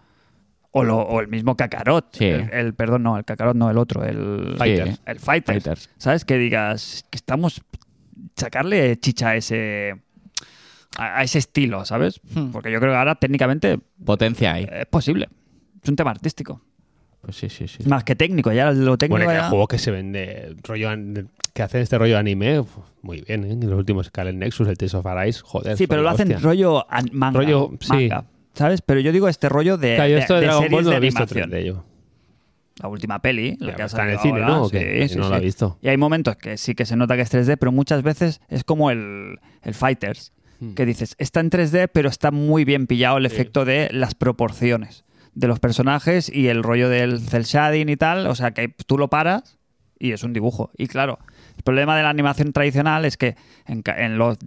Speaker 1: O, lo- o el mismo Kakarot.
Speaker 3: Sí.
Speaker 1: El, el- perdón, no, el Kakarot no, el otro, el...
Speaker 3: Sí,
Speaker 2: Fighters.
Speaker 1: El Fighters.
Speaker 3: Fighters.
Speaker 1: ¿Sabes? Que digas que estamos sacarle chicha a ese a, a ese estilo, ¿sabes?
Speaker 3: Hmm.
Speaker 1: Porque yo creo que ahora técnicamente
Speaker 3: Potencia ahí.
Speaker 1: es posible. Es un tema artístico.
Speaker 3: Pues sí, sí, sí.
Speaker 1: Más que técnico, ya lo técnico
Speaker 2: Bueno, que el
Speaker 1: ya-
Speaker 2: juego que se vende, rollo an- que hacen este rollo de anime, uf, muy bien, ¿eh? Los últimos Scarlet Nexus, el Tales of Arise, joder.
Speaker 1: Sí,
Speaker 2: son
Speaker 1: pero lo
Speaker 2: la
Speaker 1: hacen
Speaker 2: hostia.
Speaker 1: rollo an- manga.
Speaker 2: Rollo- sí.
Speaker 1: manga, ¿Sabes? Pero yo digo este rollo de,
Speaker 2: Claro, yo
Speaker 1: de-
Speaker 2: esto de
Speaker 1: de
Speaker 2: Dragon
Speaker 1: series
Speaker 2: Ball no
Speaker 1: de
Speaker 2: lo he visto
Speaker 1: animación.
Speaker 2: 3D yo.
Speaker 1: La última peli, la
Speaker 2: Ya, pues
Speaker 1: que ha
Speaker 2: está en el
Speaker 1: salido
Speaker 2: cine,
Speaker 1: ahora,
Speaker 2: ¿no? ¿O
Speaker 1: sí,
Speaker 2: qué?
Speaker 1: sí,
Speaker 2: No
Speaker 1: sí.
Speaker 2: la he visto.
Speaker 1: Y hay momentos que sí que se nota que es 3D, pero muchas veces es como el, el Fighters,
Speaker 2: Mm.
Speaker 1: que dices, está en 3D, pero está muy bien pillado el efecto de las proporciones de los personajes y el rollo del cel shading y tal. O sea, que tú lo paras y es un dibujo. Y claro, el problema de la animación tradicional es que en, ca- en los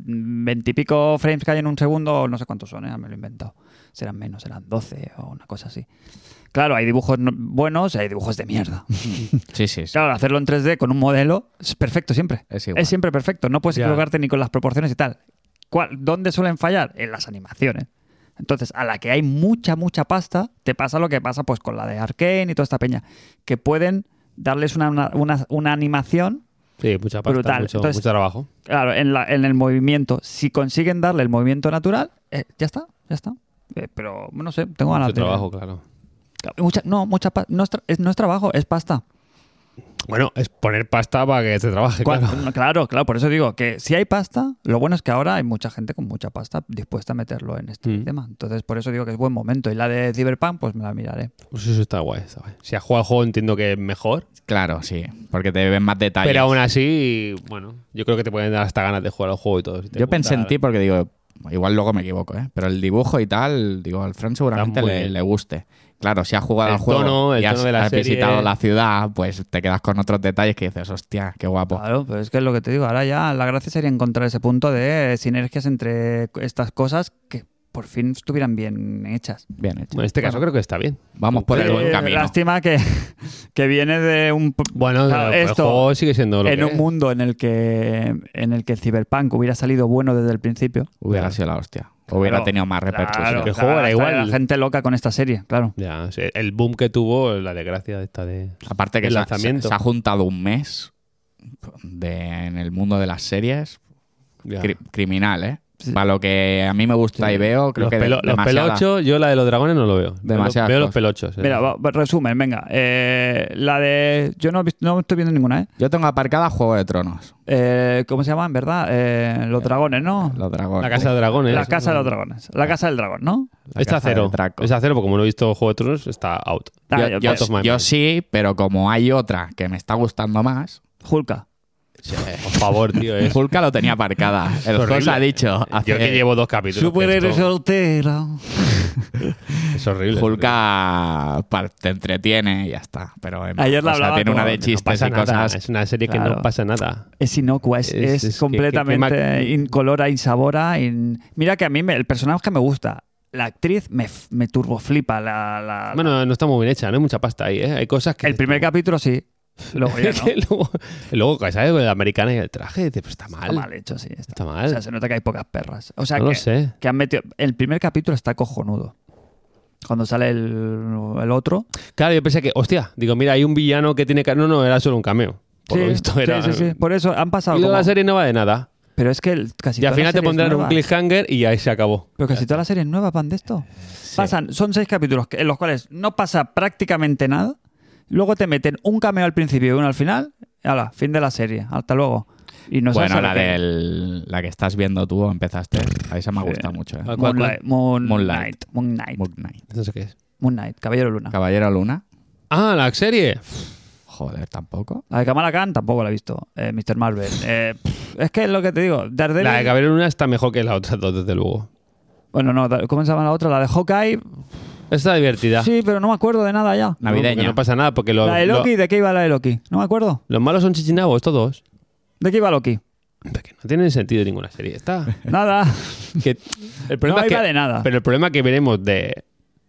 Speaker 1: veintipico frames que hay en un segundo, no sé cuántos son, ¿eh? me lo he inventado. Serán menos, serán 12 o una cosa así. Claro, hay dibujos no- buenos y hay dibujos de mierda.
Speaker 3: Sí, sí, sí.
Speaker 1: Claro, hacerlo en 3D con un modelo es perfecto siempre.
Speaker 3: Es igual.
Speaker 1: siempre perfecto. No puedes
Speaker 2: Ya.
Speaker 1: equivocarte ni con las proporciones y tal. ¿Cuál- ¿Dónde suelen fallar? En las animaciones. Entonces, a la que hay mucha, mucha pasta, te pasa lo que pasa pues con la de Arkane y toda esta peña. Que pueden darles una, una- una- una animación.
Speaker 2: Sí, mucha pasta,
Speaker 1: Brutal.
Speaker 2: Mucho,
Speaker 1: Entonces-
Speaker 2: mucho trabajo.
Speaker 1: Claro, en, la- en el movimiento. Si consiguen darle el movimiento natural, eh, ya está, ya está. Eh, pero no sé, tengo ganas
Speaker 2: Mucho
Speaker 1: de.
Speaker 2: trabajo, claro.
Speaker 1: Mucha- no, mucha pa- no, es tra- es- no es trabajo, es pasta.
Speaker 2: Bueno, es poner pasta para que se trabaje,
Speaker 1: Cua-
Speaker 2: claro.
Speaker 1: no, claro, claro, por eso digo que si hay pasta, lo bueno es que ahora hay mucha gente con mucha pasta dispuesta a meterlo en este
Speaker 2: Mm.
Speaker 1: tema. Entonces, por eso digo que es buen momento. Y la de Cyberpunk, pues me la miraré.
Speaker 2: Pues eso está guay, está guay. Si has jugado al juego entiendo que es mejor,
Speaker 3: Claro, sí. Porque te ven más
Speaker 1: Ah,
Speaker 3: detalles.
Speaker 2: pero aún así, bueno, yo creo que te pueden dar hasta ganas de jugar al juego y todo. si te
Speaker 3: Yo pensé en
Speaker 2: gusta.
Speaker 3: ti porque digo, igual luego me equivoco, ¿eh? Pero el dibujo y tal, digo, al Fran seguramente
Speaker 2: Está muy
Speaker 3: le,
Speaker 2: bien.
Speaker 3: le guste. Claro, si has jugado
Speaker 2: El
Speaker 3: al juego
Speaker 2: tono, el
Speaker 3: y has,
Speaker 2: tono de la
Speaker 3: has
Speaker 2: serie.
Speaker 3: visitado la ciudad, pues te quedas con otros detalles que dices, hostia, qué guapo.
Speaker 2: Ah,
Speaker 1: Claro, pero es que es lo que te digo. Ahora ya la gracia sería encontrar ese punto de sinergias entre estas cosas que por fin estuvieran bien hechas.
Speaker 3: Bien hecho.
Speaker 2: Bueno, en este caso creo que está bien.
Speaker 3: Vamos por el
Speaker 2: Eh,
Speaker 3: buen camino.
Speaker 1: Lástima que, que viene de un... p-
Speaker 2: Bueno,
Speaker 1: Claro,
Speaker 2: pero
Speaker 1: esto-
Speaker 2: el juego sigue siendo lo
Speaker 1: en
Speaker 2: que
Speaker 1: un
Speaker 2: es.
Speaker 1: mundo en el que en el que el Cyberpunk hubiera salido bueno desde el principio.
Speaker 3: Hubiera
Speaker 2: Claro.
Speaker 3: sido la hostia. Hubiera
Speaker 1: Claro,
Speaker 3: tenido más repercusión.
Speaker 1: Claro,
Speaker 2: que el juego era
Speaker 1: hasta
Speaker 2: igual.
Speaker 1: La gente loca con esta serie, claro.
Speaker 2: Ya, o sea, el boom que tuvo, la desgracia de esta de...
Speaker 3: Aparte que
Speaker 2: El
Speaker 3: se, ha-
Speaker 2: lanzamiento.
Speaker 3: se- se ha juntado un mes de- en el mundo de las series.
Speaker 2: ya.
Speaker 3: Cri- criminal, ¿eh?
Speaker 1: Sí.
Speaker 3: Para lo que a mí me gusta
Speaker 2: Sí.
Speaker 3: y veo, creo
Speaker 2: los,
Speaker 3: que de-
Speaker 2: pelo- los
Speaker 3: demasiada-
Speaker 2: pelochos, yo la de los dragones no lo veo. Veo los-
Speaker 3: Demasiadas
Speaker 2: Veo los
Speaker 3: cosas.
Speaker 2: pelochos. eh.
Speaker 1: Mira, va- va- resumen, venga. Eh, la de. Yo no, he vis- no estoy viendo ninguna, ¿eh?
Speaker 3: Yo tengo aparcada Juego de Tronos,
Speaker 1: Eh, cómo se llama, en verdad? Eh, los dragones, ¿no?
Speaker 3: los dragones.
Speaker 2: la casa de dragones.
Speaker 1: La casa de los dragones. La casa del dragón, ¿no?
Speaker 2: La Está a
Speaker 3: casa de
Speaker 2: cero.
Speaker 3: Draco.
Speaker 2: Está a cero porque como no he visto Juego de Tronos, está out.
Speaker 1: Ah,
Speaker 3: Yo,
Speaker 1: pues,
Speaker 2: Out of my
Speaker 3: yo- yo
Speaker 2: mind.
Speaker 3: sí, pero como hay otra que me está gustando más,
Speaker 1: Hulka.
Speaker 2: Por favor, tío. es-
Speaker 3: Julka lo tenía aparcada. El
Speaker 2: horrible.
Speaker 3: host ha dicho.
Speaker 2: Yo que llevo dos capítulos. que esto
Speaker 1: soltero.
Speaker 2: Es horrible.
Speaker 3: Julka par- te entretiene y ya está. Pero en-
Speaker 1: Ayer la
Speaker 3: o sea,
Speaker 1: hablaba
Speaker 3: tiene una
Speaker 1: con-
Speaker 3: de
Speaker 1: no
Speaker 2: No
Speaker 3: chistes
Speaker 2: pasa
Speaker 3: y
Speaker 2: nada.
Speaker 3: cosas.
Speaker 2: Es una serie que
Speaker 1: Claro.
Speaker 2: no pasa nada.
Speaker 1: Es inocua, es,
Speaker 2: Es-
Speaker 1: es
Speaker 2: es que-
Speaker 1: completamente
Speaker 2: que- que ma-
Speaker 1: incolora, insabora. in- Mira que a mí me- el personaje me gusta. La actriz me, f- me turboflipa. La, la-
Speaker 2: Bueno, no está muy bien hecha, no hay mucha pasta ahí, ¿eh? Hay cosas que.
Speaker 1: el primer capítulo sí. Luego ya no.
Speaker 2: que luego, luego, ¿sabes? Con la americana y el traje, dices, pues está mal.
Speaker 1: Está mal hecho, sí. Está.
Speaker 2: Está mal.
Speaker 1: O sea, se nota que hay pocas perras. O sea,
Speaker 2: no
Speaker 1: que,
Speaker 2: lo sé.
Speaker 1: que han metido. El primer capítulo está cojonudo. Cuando sale el, el otro.
Speaker 2: Claro, yo pensé que, hostia, digo, mira, hay un villano que tiene. ca- No, no, era solo un cameo. Por
Speaker 1: sí,
Speaker 2: lo visto, era.
Speaker 1: sí, sí, sí. Por eso han pasado.
Speaker 2: Y luego
Speaker 1: como-
Speaker 2: la serie no va de nada.
Speaker 1: Pero es que el- casi
Speaker 2: Y al
Speaker 1: todas
Speaker 2: final
Speaker 1: las
Speaker 2: te
Speaker 1: series
Speaker 2: pondrán un
Speaker 1: nuevas-
Speaker 2: cliffhanger y ahí se acabó.
Speaker 1: Pero casi todas las series nuevas van de esto. Pasan, son seis capítulos que- en los cuales no pasa prácticamente nada. Luego te meten un cameo al principio y uno al final. Y ala, fin de la serie. Hasta luego. Y no se
Speaker 3: bueno,
Speaker 1: sabe
Speaker 3: la,
Speaker 1: qué-
Speaker 3: del, la que estás viendo tú, empezaste. A esa me ha
Speaker 1: Sí.
Speaker 3: gustado mucho. ¿eh?
Speaker 2: ¿Cuál, cuál, cuál?
Speaker 1: Moonlight. Moon
Speaker 3: Moonlight.
Speaker 1: Knight. Moon Knight.
Speaker 3: Moon Knight.
Speaker 2: No sé qué es.
Speaker 1: Moon Knight. Caballero Luna.
Speaker 3: Caballero Luna.
Speaker 2: Ah, la serie.
Speaker 3: Joder, tampoco.
Speaker 1: La de Kamala Khan tampoco la he visto, eh, Mr. Marvel. Eh, pff, es que es lo que te digo, Daredevil...
Speaker 2: La de Gabriel Luna está mejor que la otra dos, desde luego.
Speaker 1: Bueno, no, Dar- ¿cómo se llama la otra? La de Hawkeye.
Speaker 2: Está divertida.
Speaker 1: Sí, pero no me acuerdo de nada ya.
Speaker 2: No,
Speaker 3: Navideña.
Speaker 2: porque No, pasa nada porque lo-
Speaker 1: La de
Speaker 2: lo-
Speaker 1: Loki, ¿de qué iba la de Loki? No me acuerdo.
Speaker 2: los malos son chichinabos, todos.
Speaker 1: ¿De qué iba Loki?
Speaker 2: Es que no tienen sentido ninguna serie. Está.
Speaker 1: Nada.
Speaker 2: Que el
Speaker 1: no
Speaker 2: problema es
Speaker 1: iba
Speaker 2: que,
Speaker 1: de nada.
Speaker 2: Pero el problema que veremos de,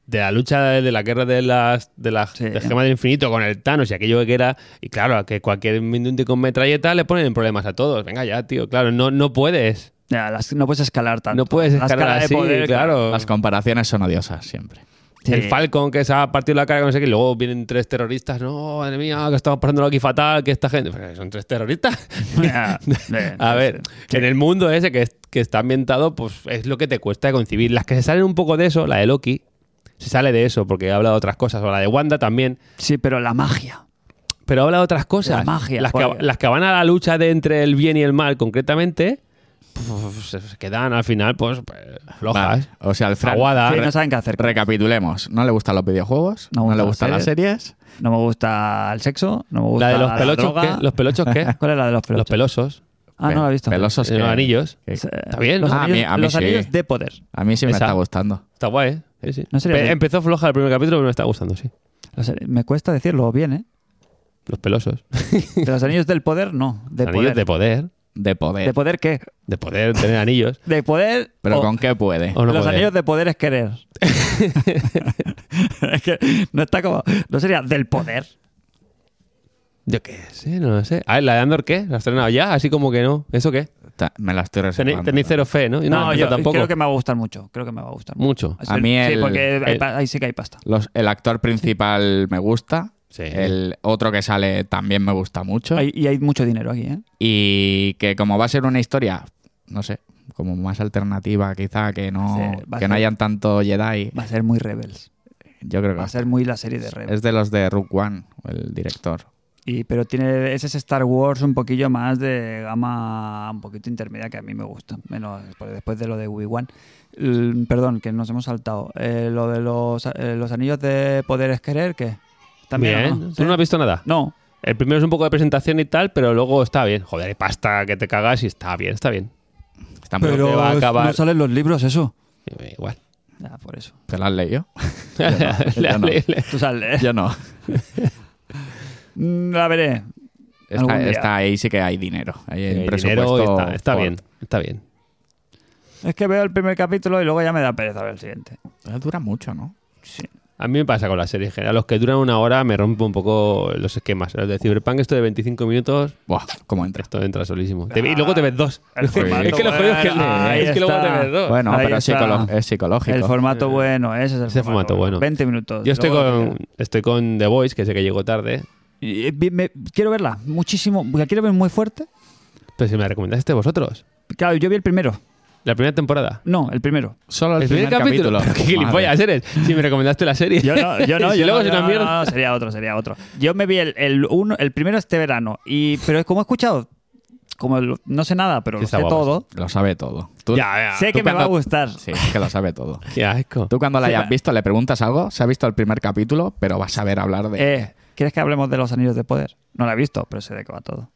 Speaker 2: de la lucha de, de la guerra de las, de las
Speaker 1: Sí.
Speaker 2: de las gemas del infinito con el Thanos y aquello que era. Y claro, que cualquier minuto con metralleta le ponen en problemas a todos. Venga ya, tío. Claro, no, no puedes.
Speaker 1: Ya, las- no puedes escalar tanto.
Speaker 2: No puedes
Speaker 1: La
Speaker 2: escalar
Speaker 1: escala de
Speaker 2: así,
Speaker 1: poder,
Speaker 2: claro.
Speaker 3: Las comparaciones son odiosas siempre.
Speaker 1: Sí.
Speaker 2: El Falcon que se ha partido la cara con no sé qué, y luego vienen tres terroristas. No, madre mía, que estamos pasándolo aquí fatal, que esta gente. Pero son tres terroristas.
Speaker 1: Ya, bien,
Speaker 2: A ver, en el mundo ese que, es- que está ambientado, pues es lo que te cuesta concebir. Las que se salen un poco de eso, la de Loki, se sale de eso porque habla de otras cosas, o la de Wanda también,
Speaker 1: pues, Sí, pero la magia.
Speaker 2: pero habla de otras cosas.
Speaker 1: La magia, pues.
Speaker 2: Las que,
Speaker 1: joder.
Speaker 2: las que van a la lucha de entre el bien y el mal, concretamente, pues, se se quedan al final, pues, pues, flojas.
Speaker 3: Vale. O sea, el Fran,
Speaker 2: Aguada.
Speaker 1: Sí,
Speaker 2: re-
Speaker 1: no saben qué hacer.
Speaker 3: recapitulemos. No le gustan los videojuegos,
Speaker 1: No
Speaker 3: no, le
Speaker 1: gusta
Speaker 3: gustan
Speaker 1: la
Speaker 3: las series.
Speaker 1: No me gusta el sexo, no me gusta
Speaker 2: La de los
Speaker 1: Pues la
Speaker 2: pelochos,
Speaker 1: droga. Eh,
Speaker 2: ¿qué? ¿Los pelochos qué?
Speaker 1: ¿Cuál es la de los pelochos?
Speaker 2: Los pelosos.
Speaker 1: Ah, no lo he visto.
Speaker 3: Pelosos
Speaker 2: En
Speaker 3: que-
Speaker 2: los anillos.
Speaker 3: que-
Speaker 1: Se-
Speaker 2: Está bien,
Speaker 1: Los,
Speaker 2: ¿no?
Speaker 3: Ah, a mí-
Speaker 1: anillos,
Speaker 3: a mí
Speaker 1: los
Speaker 3: sí.
Speaker 1: anillos de poder.
Speaker 3: a mí sí me
Speaker 2: Esa.
Speaker 3: está gustando.
Speaker 2: Está guay, ¿eh? Sí, sí.
Speaker 1: No sería
Speaker 2: Pe-
Speaker 1: bien.
Speaker 2: empezó floja el primer capítulo, pero no está gustando, sí.
Speaker 1: Los- me cuesta decirlo bien, ¿eh?
Speaker 2: Los pelosos.
Speaker 1: De los anillos del poder, no. De
Speaker 2: anillos
Speaker 1: poder.
Speaker 2: de poder.
Speaker 3: De poder.
Speaker 1: ¿De Oh. poder qué?
Speaker 2: De poder tener anillos.
Speaker 1: De poder.
Speaker 3: ¿Pero
Speaker 1: o-
Speaker 3: con qué puede?
Speaker 2: O no
Speaker 1: los
Speaker 2: poder.
Speaker 1: anillos de poder es querer. es que no está como. No sería del poder.
Speaker 2: Yo qué sé, no lo sé. A ver, la de Andor, ¿qué? ¿La has estrenado ya? Así como que no. ¿Eso qué?
Speaker 3: Ta- Me la estoy
Speaker 2: Tenéis,
Speaker 3: reservando.
Speaker 2: tenéis cero fe, ¿no? Yo
Speaker 1: No,
Speaker 2: no,
Speaker 1: yo
Speaker 2: tampoco.
Speaker 1: creo que me va a gustar mucho. Creo que me va a gustar mucho.
Speaker 2: Mucho.
Speaker 1: Es
Speaker 3: A
Speaker 1: el-
Speaker 3: mí
Speaker 1: sí,
Speaker 3: el-
Speaker 1: porque hay
Speaker 2: el-
Speaker 1: pa- ahí sí que hay pasta.
Speaker 3: Los- el actor principal me gusta.
Speaker 2: Sí.
Speaker 3: El otro que sale también me gusta mucho.
Speaker 1: Hay- y hay mucho dinero aquí, ¿eh?
Speaker 3: Y que como va a ser una historia, no sé, como más alternativa quizá, que no,
Speaker 1: Sí, va a
Speaker 3: que no
Speaker 1: ser-
Speaker 3: hayan tanto Jedi,
Speaker 1: Va a ser muy Rebels.
Speaker 3: yo creo que
Speaker 1: Va
Speaker 3: va
Speaker 1: a ser muy la serie de Rebels.
Speaker 3: es de los de Rook One, el director.
Speaker 1: Y, pero tiene es ese Star Wars un poquillo más de gama un poquito intermedia que a mí me gusta. Menos pues, después de lo de Wii One. L- Perdón, que nos hemos saltado. Eh, lo de los, eh, los anillos de poderes querer, que también.
Speaker 2: Bien.
Speaker 1: ¿no?
Speaker 2: ¿Tú
Speaker 1: Sí.
Speaker 2: no has visto nada?
Speaker 1: No.
Speaker 2: El primero es un poco de presentación y tal, pero luego está bien. Joder, hay pasta que te cagas y está bien, está bien.
Speaker 3: Está muy
Speaker 2: Pero
Speaker 1: Pero
Speaker 2: que va a acabar-
Speaker 1: no salen los libros eso.
Speaker 2: Eh, Igual.
Speaker 1: Ya, por eso.
Speaker 3: ¿Te lo has leído?
Speaker 2: Le-
Speaker 3: no.
Speaker 2: le- le-
Speaker 1: Tú sales.
Speaker 3: Yo no.
Speaker 1: Mm, La veré. Algún
Speaker 3: Está,
Speaker 1: día.
Speaker 3: está ahí sí que hay dinero. Ahí hay un
Speaker 2: el
Speaker 3: presupuesto.
Speaker 2: Eh, dinero y está, está
Speaker 3: por-
Speaker 2: bien, está bien.
Speaker 1: Es que veo el primer capítulo y luego ya me da pereza ver el siguiente.
Speaker 3: Eh, Dura mucho, ¿no?
Speaker 1: Sí.
Speaker 2: A mí me pasa con las series en general. Los que duran una hora me rompo un poco los esquemas. Los de Cyberpunk, esto de 25 minutos,
Speaker 3: Buah, cómo entra.
Speaker 2: esto entra solísimo. Te- y luego te ves dos.
Speaker 1: El formato
Speaker 2: es que lo jodido es que, Ah,
Speaker 1: bueno, ahí
Speaker 2: es que luego te
Speaker 1: está.
Speaker 2: ves dos.
Speaker 3: Bueno,
Speaker 1: Ahí
Speaker 3: pero es,
Speaker 1: está.
Speaker 3: psicolo- es psicológico.
Speaker 1: El formato bueno, eh, ese es el
Speaker 2: Ese formato bueno.
Speaker 1: 20 minutos.
Speaker 2: Yo estoy
Speaker 1: Luego lo
Speaker 2: con, estoy con The Voice, que sé que llegó tarde.
Speaker 1: que- Eh, vi- me- quiero verla muchísimo. La quiero ver muy fuerte.
Speaker 2: Pero si me la recomendaste vosotros.
Speaker 1: Claro, yo vi el primero.
Speaker 2: La primera temporada.
Speaker 1: No, el primero.
Speaker 3: Solo el,
Speaker 2: El primer capítulo. ¿Qué gilipollas eres? Si me recomendaste la serie.
Speaker 1: Yo no, yo no.
Speaker 2: Si
Speaker 1: yo
Speaker 2: luego
Speaker 1: no,
Speaker 2: es una
Speaker 1: no,
Speaker 2: mierda.
Speaker 1: no, sería otro, sería otro. Yo me vi el, el, uno- el primero este verano. Y, pero como he escuchado, como lo- no sé nada, pero
Speaker 2: Sí,
Speaker 1: lo
Speaker 2: está
Speaker 1: sé
Speaker 2: guapo,
Speaker 1: todo,
Speaker 3: Lo sabe todo. Tú-
Speaker 2: Ya, ya.
Speaker 1: sé
Speaker 2: Tú
Speaker 1: que me va a
Speaker 2: cuando-
Speaker 1: gustar.
Speaker 3: Sí, es que lo sabe todo.
Speaker 2: Qué asco.
Speaker 3: Tú cuando la
Speaker 1: Sí,
Speaker 3: hayas
Speaker 1: va.
Speaker 3: visto le preguntas algo, se ha visto el primer capítulo, pero vas a saber hablar de...
Speaker 1: Eh, ¿Quieres que hablemos de los anillos de poder? No la he visto, pero sé de qué va todo.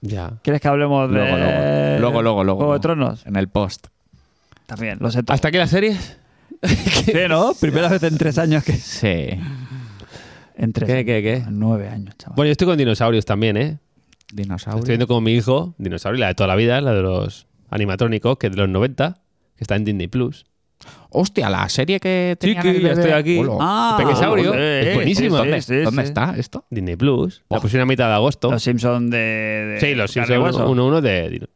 Speaker 2: Ya.
Speaker 1: ¿Quieres que hablemos de.
Speaker 3: Luego, luego. Luego, luego, luego,
Speaker 1: Juego de
Speaker 3: luego.
Speaker 1: Tronos?
Speaker 3: En el post.
Speaker 1: También, lo sé todo.
Speaker 2: ¿Hasta aquí las series?
Speaker 1: Sí, ¿no? Primera vez en tres años que.
Speaker 3: Sí.
Speaker 1: En tres.
Speaker 2: ¿Qué, qué, qué?
Speaker 1: años. Nueve años, chaval.
Speaker 2: Bueno, yo estoy con dinosaurios también, ¿eh?
Speaker 3: Dinosaurio.
Speaker 2: Estoy viendo con mi hijo, dinosaurio, la de toda la vida, la de los animatrónicos, que es de los 90, que está en Disney Plus.
Speaker 3: Hostia, la serie que
Speaker 2: Sí,
Speaker 3: tenía
Speaker 2: que ya estoy aquí.
Speaker 1: Ah,
Speaker 2: Pequeosaurio.
Speaker 1: hombre,
Speaker 2: Es
Speaker 1: sí,
Speaker 2: buenísima.
Speaker 1: sí,
Speaker 2: ¿Dónde-
Speaker 1: sí,
Speaker 3: ¿Dónde
Speaker 1: sí.
Speaker 3: está esto?
Speaker 2: Disney Plus.
Speaker 1: Oh.
Speaker 2: La pusieron a mitad de agosto.
Speaker 1: Los Simpsons de, de-
Speaker 2: sí, los
Speaker 1: carne y
Speaker 2: Simpsons
Speaker 1: hueso.
Speaker 2: 1-1 de dino-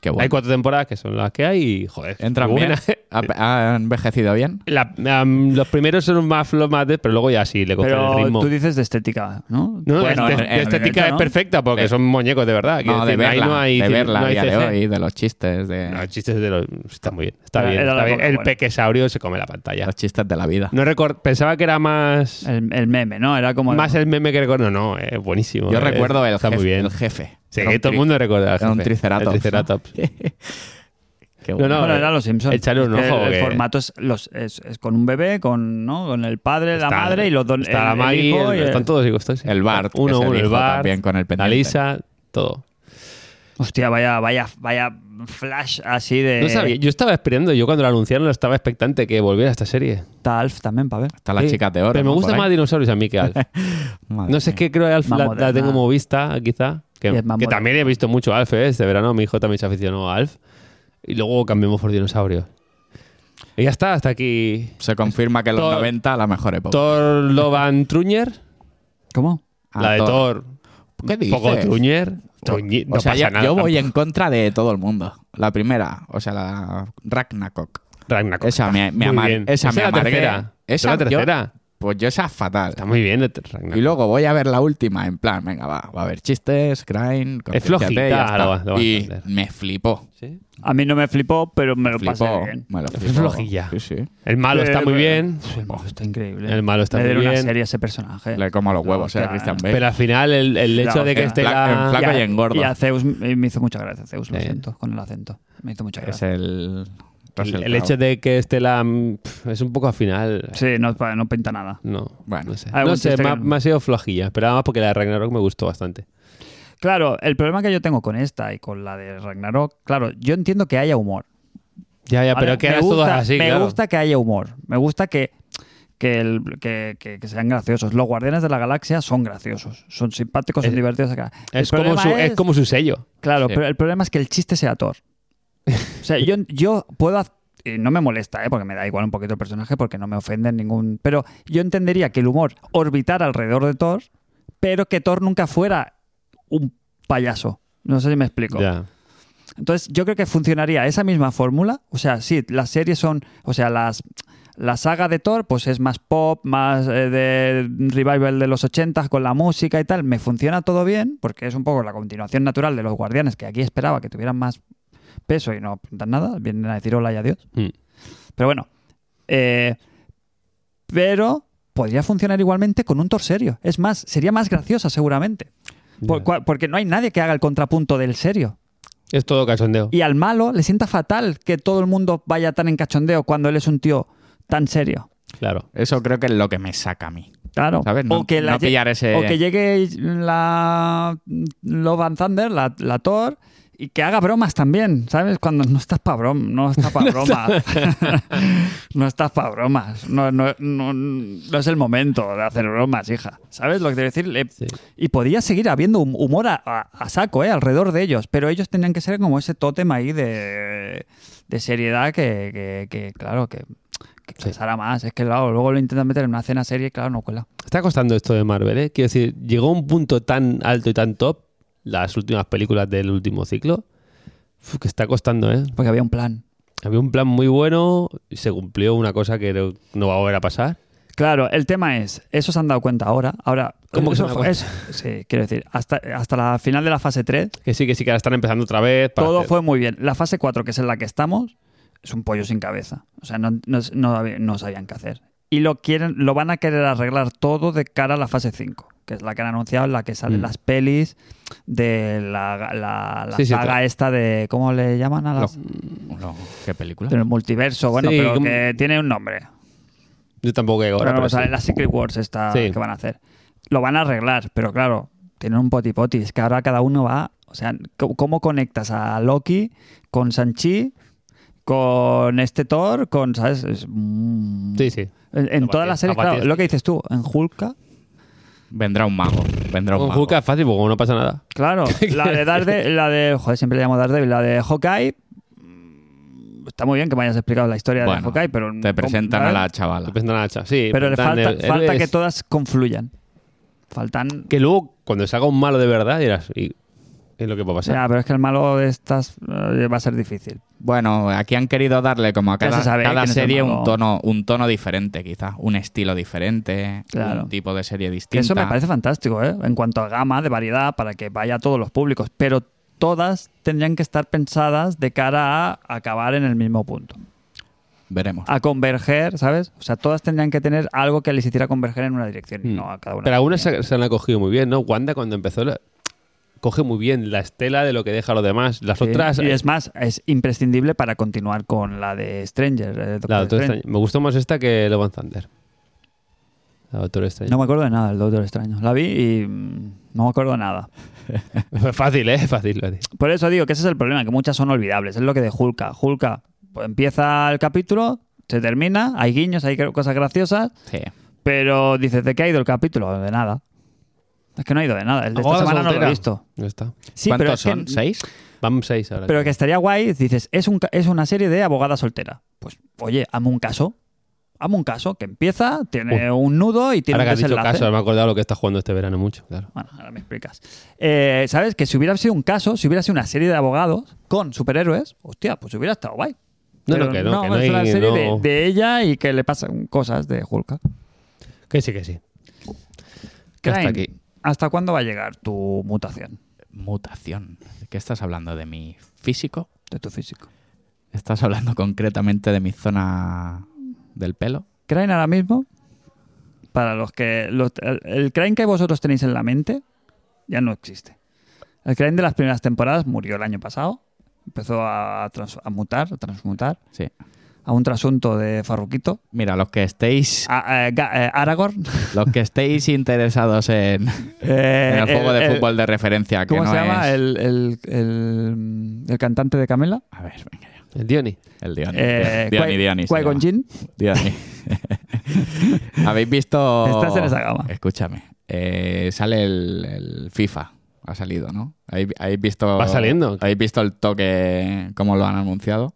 Speaker 3: Qué
Speaker 2: Hay
Speaker 3: bueno.
Speaker 2: cuatro temporadas que son las que hay y, joder,
Speaker 3: ¿Entran
Speaker 2: muy
Speaker 3: bien?
Speaker 2: buena.
Speaker 3: ¿Ha, ha envejecido bien?
Speaker 2: La- am, los primeros son más flomates, pero luego ya sí le cogen
Speaker 1: Pero
Speaker 2: el ritmo.
Speaker 1: tú dices de estética, ¿no?
Speaker 2: No, no,
Speaker 1: Bueno,
Speaker 2: este-
Speaker 1: en-
Speaker 2: la
Speaker 1: en
Speaker 2: estética
Speaker 1: América,
Speaker 2: es
Speaker 1: ¿no?
Speaker 2: perfecta porque
Speaker 3: De-
Speaker 2: son muñecos de verdad. Quiero
Speaker 3: Eh, No, de
Speaker 2: decir, ahí
Speaker 3: verla,
Speaker 2: no hay,
Speaker 3: de
Speaker 2: ci-
Speaker 3: verla
Speaker 2: no
Speaker 3: a
Speaker 2: hay
Speaker 3: día de
Speaker 2: CG.
Speaker 3: hoy, eh. de los chistes, de
Speaker 2: No, chistes de los... Está muy bien, está
Speaker 1: Era-
Speaker 2: bien.
Speaker 1: era
Speaker 2: está
Speaker 1: la
Speaker 2: bien.
Speaker 1: época
Speaker 2: El
Speaker 1: buena.
Speaker 2: pequesaurio se come la pantalla.
Speaker 3: los chistes de la vida.
Speaker 2: No recor- Pensaba que era más...
Speaker 1: El, el meme, ¿no? Era como.
Speaker 2: Más el meme que recuerdo. No, es buenísimo.
Speaker 3: Yo
Speaker 2: eh,
Speaker 3: recuerdo el
Speaker 2: Está
Speaker 3: jefe.
Speaker 2: muy bien.
Speaker 3: El jefe.
Speaker 2: Sí,
Speaker 3: Era un
Speaker 2: todo el
Speaker 3: tri-
Speaker 2: mundo recuerda al
Speaker 3: era un
Speaker 2: jefe.
Speaker 3: triceratops,
Speaker 2: El triceratops.
Speaker 3: Qué
Speaker 2: No,
Speaker 3: bueno.
Speaker 2: no,
Speaker 1: Bueno,
Speaker 2: eh,
Speaker 1: eran los Simpsons.
Speaker 2: echarle un
Speaker 1: Es que
Speaker 2: ojo,
Speaker 1: El, el
Speaker 2: que-
Speaker 1: formato es, los, es, es con un bebé, con, ¿no? con el padre, la
Speaker 2: Está-
Speaker 1: madre y los dos.
Speaker 2: Está la
Speaker 1: el- el
Speaker 2: Maggie,
Speaker 1: hijo
Speaker 2: el-
Speaker 1: y el-
Speaker 2: están todos digo, estos, sí.
Speaker 3: El Bart, que
Speaker 2: Uno,
Speaker 3: se
Speaker 2: uno, el
Speaker 3: dijo
Speaker 2: Bart,
Speaker 3: también con el
Speaker 2: la
Speaker 3: pendiente.
Speaker 2: Lisa, todo.
Speaker 1: Hostia, vaya, vaya, vaya flash así de.
Speaker 3: Eh,
Speaker 2: No sabía, yo estaba esperando, yo cuando lo anunciaron estaba expectante que volviera esta serie.
Speaker 1: Está Alf también, para ver.
Speaker 3: Está las
Speaker 2: Sí,
Speaker 3: chicas de oro.
Speaker 2: Pero me
Speaker 3: ¿no?
Speaker 2: gusta
Speaker 3: Por
Speaker 2: más
Speaker 3: ahí.
Speaker 2: Dinosaurios a mí que Alf.
Speaker 3: Madre
Speaker 2: No sé, es
Speaker 3: mía.
Speaker 2: que creo que Alf
Speaker 1: Más
Speaker 2: la,
Speaker 1: moderna.
Speaker 2: la tengo como vista, quizá. Que,
Speaker 1: Y es más
Speaker 2: que
Speaker 1: moderna.
Speaker 2: también he visto mucho Alf, ¿eh? Este verano mi hijo también se aficionó a Alf. Y luego cambiamos por dinosaurios. Y ya está, hasta aquí.
Speaker 3: Se confirma que los
Speaker 2: Thor-
Speaker 3: 90 la mejor época.
Speaker 2: Thor Lovan Truñer.
Speaker 1: ¿Cómo?
Speaker 3: Ah,
Speaker 2: la de
Speaker 3: Thor.
Speaker 2: Thor.
Speaker 3: ¿Qué dices?
Speaker 2: Poco Truñer. Truñi- no
Speaker 3: o sea,
Speaker 2: pasa
Speaker 3: yo,
Speaker 2: nada.
Speaker 3: yo voy en contra de todo el mundo. La primera, o sea, la Ragnarok.
Speaker 2: Ragnarok.
Speaker 3: Esa me, me
Speaker 2: Muy
Speaker 3: amar-
Speaker 2: bien.
Speaker 3: Esa
Speaker 2: Esa
Speaker 3: me
Speaker 2: es la
Speaker 3: amargué.
Speaker 2: tercera.
Speaker 3: Esa
Speaker 2: Esa es la
Speaker 3: yo-
Speaker 2: tercera.
Speaker 3: pues yo esa fatal.
Speaker 2: Está muy bien el Ragnarok.
Speaker 3: Y luego voy a ver la última, en plan, venga, va, va a haber chistes, crying,
Speaker 2: flojita, lo va- lo va a
Speaker 3: y
Speaker 2: entender.
Speaker 3: me flipó.
Speaker 2: Sí.
Speaker 1: A mí no me flipó, pero me lo pasé
Speaker 3: flipó.
Speaker 1: bien.
Speaker 3: Me lo
Speaker 2: Es
Speaker 3: flipó.
Speaker 2: flojilla.
Speaker 3: Sí, sí.
Speaker 2: El malo está muy bien.
Speaker 1: El malo está increíble.
Speaker 2: El malo está
Speaker 1: Le
Speaker 2: muy
Speaker 1: dieron
Speaker 2: bien.
Speaker 1: una serie a ese personaje.
Speaker 3: Le como los huevos, eh,
Speaker 1: Claro.
Speaker 3: Christian Bale.
Speaker 2: Pero al final, el, el hecho
Speaker 1: Claro,
Speaker 2: de que
Speaker 1: en
Speaker 2: esté
Speaker 3: flaca-
Speaker 2: la-
Speaker 3: en flaca-
Speaker 1: a-
Speaker 3: y engorda.
Speaker 1: Y a Zeus me me hizo mucha gracia, Zeus, lo
Speaker 2: Eh.
Speaker 1: siento, con el acento. Me hizo mucha
Speaker 3: es
Speaker 1: gracia.
Speaker 3: el.
Speaker 2: el, el hecho de que esté la. pf, Es un poco al final.
Speaker 1: Sí, no, pa- no pinta nada.
Speaker 2: No,
Speaker 3: Bueno.
Speaker 2: no sé.
Speaker 1: Algún
Speaker 2: No sé,
Speaker 1: chiste
Speaker 2: me, ha-
Speaker 1: que-
Speaker 2: me ha sido flojilla. Pero además porque la de Ragnarok me gustó bastante.
Speaker 1: Claro, el problema que yo tengo con esta y con la de Ragnarok, claro, yo entiendo que haya humor.
Speaker 2: Ya, ya, pero
Speaker 1: ¿vale?
Speaker 2: que
Speaker 1: me
Speaker 2: eras
Speaker 1: gusta,
Speaker 2: todas así,
Speaker 1: me
Speaker 2: claro.
Speaker 1: gusta que haya humor. Me gusta que, que, el- que- que- que sean graciosos. Los Guardianes de la Galaxia son graciosos, son simpáticos, son
Speaker 2: Es-
Speaker 1: divertidos. acá. El
Speaker 2: Es como,
Speaker 1: problema
Speaker 2: su, es... como su sello.
Speaker 1: Claro,
Speaker 2: Sí.
Speaker 1: pero el problema es que el chiste sea Thor. O sea, yo, yo puedo... haz- y no me molesta, ¿eh? porque me da igual un poquito el personaje, porque no me ofende en ningún... Pero yo entendería que el humor orbitara alrededor de Thor, pero que Thor nunca fuera un payaso. No sé si me explico.
Speaker 2: Ya.
Speaker 1: Entonces, yo creo que funcionaría esa misma fórmula. O sea, sí, las series son. O sea, las. La saga de Thor, pues es más pop, más eh, de revival de los 80 con la música y tal. Me funciona todo bien, porque es un poco la continuación natural de los Guardianes, que aquí esperaba que tuvieran más peso y no apuntan nada. Vienen a decir hola y adiós.
Speaker 2: Mm.
Speaker 1: Pero bueno. eh, pero podría funcionar igualmente con un Thor serio. Es más, sería más graciosa seguramente. Por-
Speaker 2: Ya.
Speaker 1: cua- porque no hay nadie que haga el contrapunto del serio.
Speaker 2: Es todo cachondeo.
Speaker 1: Y al malo le sienta fatal que todo el mundo vaya tan en cachondeo cuando él es un tío tan serio.
Speaker 2: Claro.
Speaker 3: Eso creo que es lo que me saca a mí.
Speaker 1: Claro.
Speaker 3: ¿Sabes? No-
Speaker 1: o, que la
Speaker 3: no
Speaker 1: lle-
Speaker 3: pillar ese-
Speaker 1: o que llegue la Love and Thunder, la, la Thor, y que haga bromas también, ¿sabes? Cuando no estás para broma, no estás para bromas. no estás para bromas. No, no- no- no es el momento de hacer bromas, hija. ¿Sabes lo que quiero decir? Le-
Speaker 2: Sí.
Speaker 1: Y podía seguir habiendo hum- humor a, a- a saco, ¿eh? Alrededor de ellos. Pero ellos tenían que ser como ese tótem ahí de, de seriedad que, que- que, claro, que, que pesara más. Es que, claro, luego lo intentan meter en una cena seria y, claro, no cuela.
Speaker 2: Está costando esto de Marvel, ¿eh? Quiero decir, llegó a un punto tan alto y tan top, las últimas películas del último ciclo, uf, que está costando, ¿eh?
Speaker 1: Porque había un plan.
Speaker 2: Había un plan muy bueno y se cumplió una cosa que no- no va a volver a pasar.
Speaker 1: Claro, el tema es, eso se han dado cuenta ahora. Ahora,
Speaker 2: ¿Cómo que se
Speaker 1: eso
Speaker 2: han dado
Speaker 1: fue-
Speaker 2: cuenta?
Speaker 1: eso- sí, quiero decir, hasta, hasta la final de la fase 3,
Speaker 2: Que sí, que sí, que ahora están empezando otra vez. para
Speaker 1: todo
Speaker 2: hacer-
Speaker 1: fue muy bien. La fase 4, que es en la que estamos, es un pollo sin cabeza. O sea, no, no- no hab- no sabían qué hacer. Y lo quieren, lo van a querer arreglar todo de cara a la fase 5, que es la que han anunciado, en la que salen
Speaker 2: Mm.
Speaker 1: las pelis de la, la, la
Speaker 2: Sí, sí,
Speaker 1: saga
Speaker 2: otra.
Speaker 1: esta de. ¿Cómo le llaman a las?
Speaker 3: No, no, ¿Qué película?
Speaker 1: Del multiverso, bueno,
Speaker 2: Sí,
Speaker 1: pero
Speaker 2: como-
Speaker 1: que tiene un nombre.
Speaker 2: Yo tampoco llego ahora,
Speaker 1: Bueno,
Speaker 2: pero
Speaker 1: o sea,
Speaker 2: sí.
Speaker 1: las Secret Wars esta
Speaker 2: Sí.
Speaker 1: que van a hacer. Lo van a arreglar, pero claro, tienen un potipoti. Es que ahora cada uno va. O sea, co- ¿cómo conectas a Loki con Sanchi, con este Thor, con, ¿sabes? Es, mm,
Speaker 2: Sí, sí.
Speaker 1: En, en
Speaker 2: Zapatí-
Speaker 1: todas las series, claro,
Speaker 2: Zapatí-
Speaker 1: lo que dices tú, en Hulka,
Speaker 3: Vendrá un mago. Vendrá un
Speaker 2: Con
Speaker 3: mago.
Speaker 2: Hulk es fácil porque como no pasa nada.
Speaker 1: claro, la de Daredevil, la de, joder, siempre le llamo Daredevil, la de Hawkeye, mm, está muy bien que me hayas explicado la historia de
Speaker 3: Bueno,
Speaker 1: Hawkeye, pero...
Speaker 3: Te presentan a
Speaker 1: ¿vale?
Speaker 3: la chavala.
Speaker 2: Te presentan a la hacha, Sí,
Speaker 1: Pero le
Speaker 2: presentan
Speaker 1: falta,
Speaker 2: el-
Speaker 1: falta que
Speaker 2: héroes
Speaker 1: todas confluyan. Faltan
Speaker 2: que luego, cuando salga un malo de verdad, dirás, y es lo que va a pasar.
Speaker 1: Ya, pero es que el malo de estas eh, va a ser difícil.
Speaker 3: Bueno, aquí han querido darle como a
Speaker 1: Ya
Speaker 3: cada,
Speaker 1: se sabe ¿eh?
Speaker 3: cada
Speaker 1: quién es el
Speaker 3: serie un
Speaker 1: malo.
Speaker 3: tono, un tono diferente, quizás. Un estilo diferente,
Speaker 1: Claro.
Speaker 3: un tipo de serie
Speaker 1: Que
Speaker 3: distinta.
Speaker 1: eso me parece fantástico, ¿eh? En cuanto a gama de variedad, para que vaya a todos los públicos. Pero todas tendrían que estar pensadas de cara a acabar en el mismo punto.
Speaker 3: Veremos.
Speaker 1: A converger, ¿sabes? O sea, todas tendrían que tener algo que les hiciera converger en una dirección y
Speaker 2: Mm.
Speaker 1: no a cada una.
Speaker 2: Pero algunas se, se han acogido muy bien, ¿no? Wanda cuando empezó la- coge muy bien la estela de lo que deja a los demás. Las
Speaker 1: Sí.
Speaker 2: otras... eh,
Speaker 1: Y es más, es imprescindible para continuar con la de Stranger. eh, Doctor
Speaker 2: la Doctor
Speaker 1: Strange.
Speaker 2: Extraño. Me gustó más esta que Love and Thunder. La Doctor Extraño.
Speaker 1: No me acuerdo de nada del Doctor Extraño. La vi y mm, no me acuerdo de nada.
Speaker 2: fácil, ¿eh? Fácil, fácil.
Speaker 1: Por eso digo que ese es el problema, que muchas son olvidables. Es lo que de Hulka. Hulka pues, empieza el capítulo, se termina, hay guiños, hay cosas graciosas,
Speaker 3: Sí.
Speaker 1: pero dices, ¿de qué ha ido el capítulo? De nada. Es que no ha ido de nada. El de esta
Speaker 2: Abogada
Speaker 1: semana no lo
Speaker 2: soltera.
Speaker 1: he visto.
Speaker 2: Ya está.
Speaker 1: Sí,
Speaker 3: ¿Cuántos
Speaker 1: pero es que-
Speaker 3: son? ¿Seis?
Speaker 2: Vamos seis ahora.
Speaker 1: Pero que estaría guay, dices, es, un, ca- es una serie de abogada soltera. Pues, oye, hazme un caso. Hazme un caso que empieza, tiene un nudo y tiene
Speaker 2: ahora que
Speaker 1: un
Speaker 2: has dicho
Speaker 1: desenlace.
Speaker 2: caso, me he acordado lo que estás jugando este verano mucho, claro.
Speaker 1: Bueno, ahora me explicas. Eh, ¿Sabes? Que si hubiera sido un caso, si hubiera sido una serie de abogados con superhéroes, hostia, pues hubiera estado guay.
Speaker 2: No,
Speaker 1: Pero
Speaker 2: no, que no, que no
Speaker 1: es
Speaker 2: hay-
Speaker 1: una serie de-
Speaker 2: no.
Speaker 1: de, ella y que le pasan cosas de Hulk.
Speaker 2: Que sí, que sí. Que
Speaker 1: Crane,
Speaker 2: hasta aquí.
Speaker 1: ¿Hasta cuándo va a llegar tu mutación
Speaker 3: Mutación. ¿Qué estás hablando? ¿De mi físico?
Speaker 1: de tu físico?
Speaker 3: ¿Estás hablando concretamente de mi zona del pelo?
Speaker 1: Crane ahora mismo, para los que... los- el, el Crane que vosotros tenéis en la mente ya no existe. El Crane de las primeras temporadas murió el año pasado. Empezó a, trans- a mutar, a transmutar.
Speaker 3: Sí.
Speaker 1: a un trasunto de Farruquito.
Speaker 3: Mira, los que estéis,
Speaker 1: A- eh, Ga- eh, Aragorn.
Speaker 3: los que estéis interesados en, en el juego de fútbol de referencia, que
Speaker 1: Eh, ¿Cómo
Speaker 3: no
Speaker 1: se llama?
Speaker 3: es-
Speaker 1: El, el- el- el cantante de Camela.
Speaker 3: A ver, venga ya.
Speaker 2: El Diony.
Speaker 3: El Diony.
Speaker 1: Eh,
Speaker 3: Diony,
Speaker 1: Qui-
Speaker 3: Diony. se
Speaker 1: Qui-Gon
Speaker 3: llama.
Speaker 1: Jinn.
Speaker 3: Diony. ¿Habéis visto...?
Speaker 1: Estás en esa gama.
Speaker 3: Escúchame. eh, sale el, el FIFA. Ha salido, ¿no? ¿Habéis, habéis visto...
Speaker 2: Va saliendo.
Speaker 3: ¿Habéis visto el toque, cómo lo han anunciado?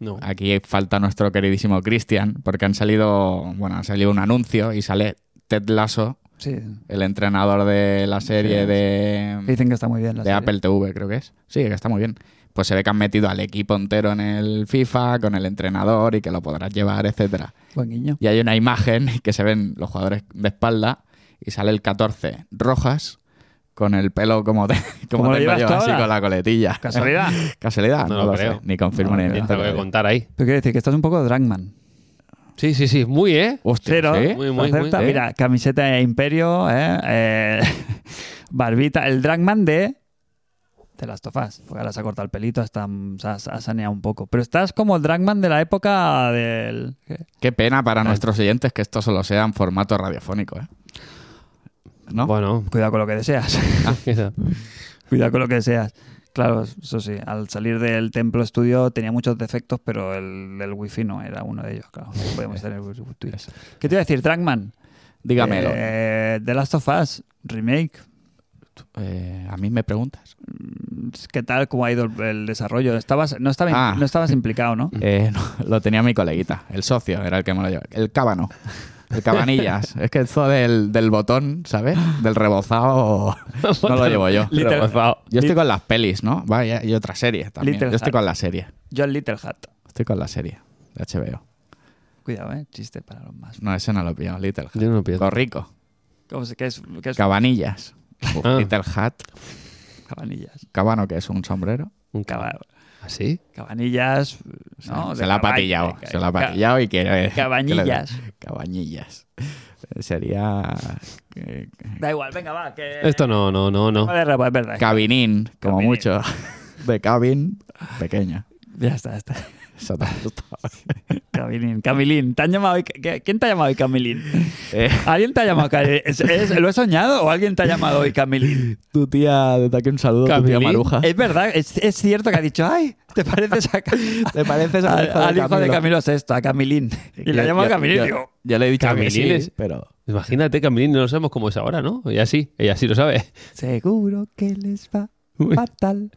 Speaker 2: No.
Speaker 3: Aquí falta nuestro queridísimo Cristian, porque han salido... Bueno, ha salido un anuncio y sale Ted Lasso,
Speaker 1: Sí.
Speaker 3: el entrenador de la serie
Speaker 1: Sí.
Speaker 3: de...
Speaker 1: que Dicen que está muy bien la
Speaker 3: de
Speaker 1: serie.
Speaker 3: Apple TV, creo que es. Sí, que está muy bien. Pues se ve que han metido al equipo entero en el FIFA, con el entrenador y que lo podrás llevar, etcétera.
Speaker 1: Buen guiño.
Speaker 3: Y hay una imagen que se ven los jugadores de espalda y sale el 14 rojas con el pelo como, te, como,
Speaker 1: Como lo
Speaker 3: tengo
Speaker 1: llevas
Speaker 3: yo,
Speaker 1: tú
Speaker 3: así
Speaker 1: ahora.
Speaker 3: con la coletilla.
Speaker 1: Casualidad.
Speaker 3: Casualidad,
Speaker 2: No
Speaker 3: no,
Speaker 2: lo
Speaker 3: lo
Speaker 2: creo.
Speaker 3: sé. Ni confirmo
Speaker 1: No,
Speaker 3: ni
Speaker 1: no,
Speaker 3: ni
Speaker 1: no.
Speaker 2: Tengo que contar ahí.
Speaker 1: Pero quiero decir que estás un poco Dragman.
Speaker 2: Sí, sí, sí. Muy, ¿eh?
Speaker 3: Hostia,
Speaker 1: Cero.
Speaker 3: ¿sí?
Speaker 2: Muy, muy, muy.
Speaker 1: Acepta, Mira, camiseta de Imperio, ¿eh? Eh, barbita, el Dragman de de las tofás, porque ahora se ha cortado el pelito, hasta mm, se ha, se ha saneado un poco. Pero estás como el Dragman de la época del... ¿qué?
Speaker 3: Qué pena para nuestros oyentes que esto solo sea en formato radiofónico, ¿eh? ¿No?
Speaker 2: Bueno.
Speaker 1: Cuidado con lo que deseas,
Speaker 2: Eso.
Speaker 1: cuidado con lo que deseas. Claro, eso sí, al salir del templo estudio tenía muchos defectos, pero el, el wifi no era uno de ellos, claro. No podíamos tener wifi. ¿Qué te iba a decir, Dragman?
Speaker 3: Dígamelo.
Speaker 1: Eh, The Last of Us, remake.
Speaker 3: Eh, ¿A mí me preguntas?
Speaker 1: ¿Qué tal? ¿Cómo ha ido el, el desarrollo? Estabas, no, estaba,
Speaker 3: Ah.
Speaker 1: no estabas implicado, ¿no?
Speaker 3: Eh, no, lo tenía mi coleguita, el socio era el que me lo llevaba. El cábano. El cabanillas. es que eso del, del botón, ¿sabes? Del rebozado no lo llevo yo.
Speaker 1: Literal.
Speaker 2: Rebozado.
Speaker 3: Yo estoy con las pelis, ¿no? Va, y, y otra serie también.
Speaker 1: Little
Speaker 3: Yo estoy
Speaker 1: Heart.
Speaker 3: con la serie.
Speaker 1: John Littlehat.
Speaker 3: Estoy con la serie de HBO.
Speaker 1: Cuidado, ¿eh? Chiste para los más.
Speaker 3: No, ese no lo pillo. Little Hat.
Speaker 2: Yo no lo pillo.
Speaker 3: Lo rico.
Speaker 1: ¿Cómo se, qué es, qué es
Speaker 3: Cabanillas. Uf,
Speaker 2: Ah.
Speaker 3: Little Hat.
Speaker 1: cabanillas?
Speaker 3: Cabano, que es un sombrero.
Speaker 2: Un cab-
Speaker 1: Caba-
Speaker 2: ¿Así?
Speaker 1: cabanillas, ¿no?
Speaker 3: Ah, se
Speaker 1: De
Speaker 3: la ha
Speaker 1: cabaña,
Speaker 3: patillado.
Speaker 1: ca-
Speaker 3: Se la ha
Speaker 1: ca-
Speaker 3: patillado y quiere.
Speaker 1: Cabañillas.
Speaker 3: que le- Cabañillas. Eh, Sería. eh,
Speaker 1: Da igual, venga, va. Que...
Speaker 2: Esto no, no, no, no.
Speaker 1: Vale, es verdad.
Speaker 3: Cabinín, como
Speaker 1: Cabinín.
Speaker 3: mucho. De cabin, pequeña.
Speaker 1: ya está, ya está.
Speaker 3: Eso te ha gustado.
Speaker 1: Camilín, Camilín. ¿Te han llamado hoy? ¿Qué- ¿Quién te ha llamado hoy Camilín?
Speaker 3: Eh,
Speaker 1: ¿Alguien te ha llamado? Ca- ¿Es- es- ¿Lo he soñado o alguien te ha llamado hoy Camilín?
Speaker 3: tu tía, desde aquí un saludo, tu tía
Speaker 2: Camilín.
Speaker 3: Maruja.
Speaker 1: Es verdad, es, es cierto que ha dicho, ay, ¿te pareces a, Ca-
Speaker 3: ¿Te pareces al
Speaker 1: al,
Speaker 3: hijo de
Speaker 1: al hijo de
Speaker 3: Camilo?
Speaker 1: Camilo Sexto, a Camilín? Y le ha
Speaker 3: Yo-
Speaker 1: llamado
Speaker 3: yo-
Speaker 1: Camilín
Speaker 3: yo-
Speaker 1: y digo,
Speaker 3: Yo le he dicho
Speaker 2: Camilín
Speaker 3: que sí,
Speaker 2: es-
Speaker 3: pero...
Speaker 2: Imagínate, Camilín, no lo sabemos cómo es ahora, ¿no? Ella sí, ella sí lo sabe.
Speaker 1: Seguro que les va
Speaker 2: Uy.
Speaker 1: fatal.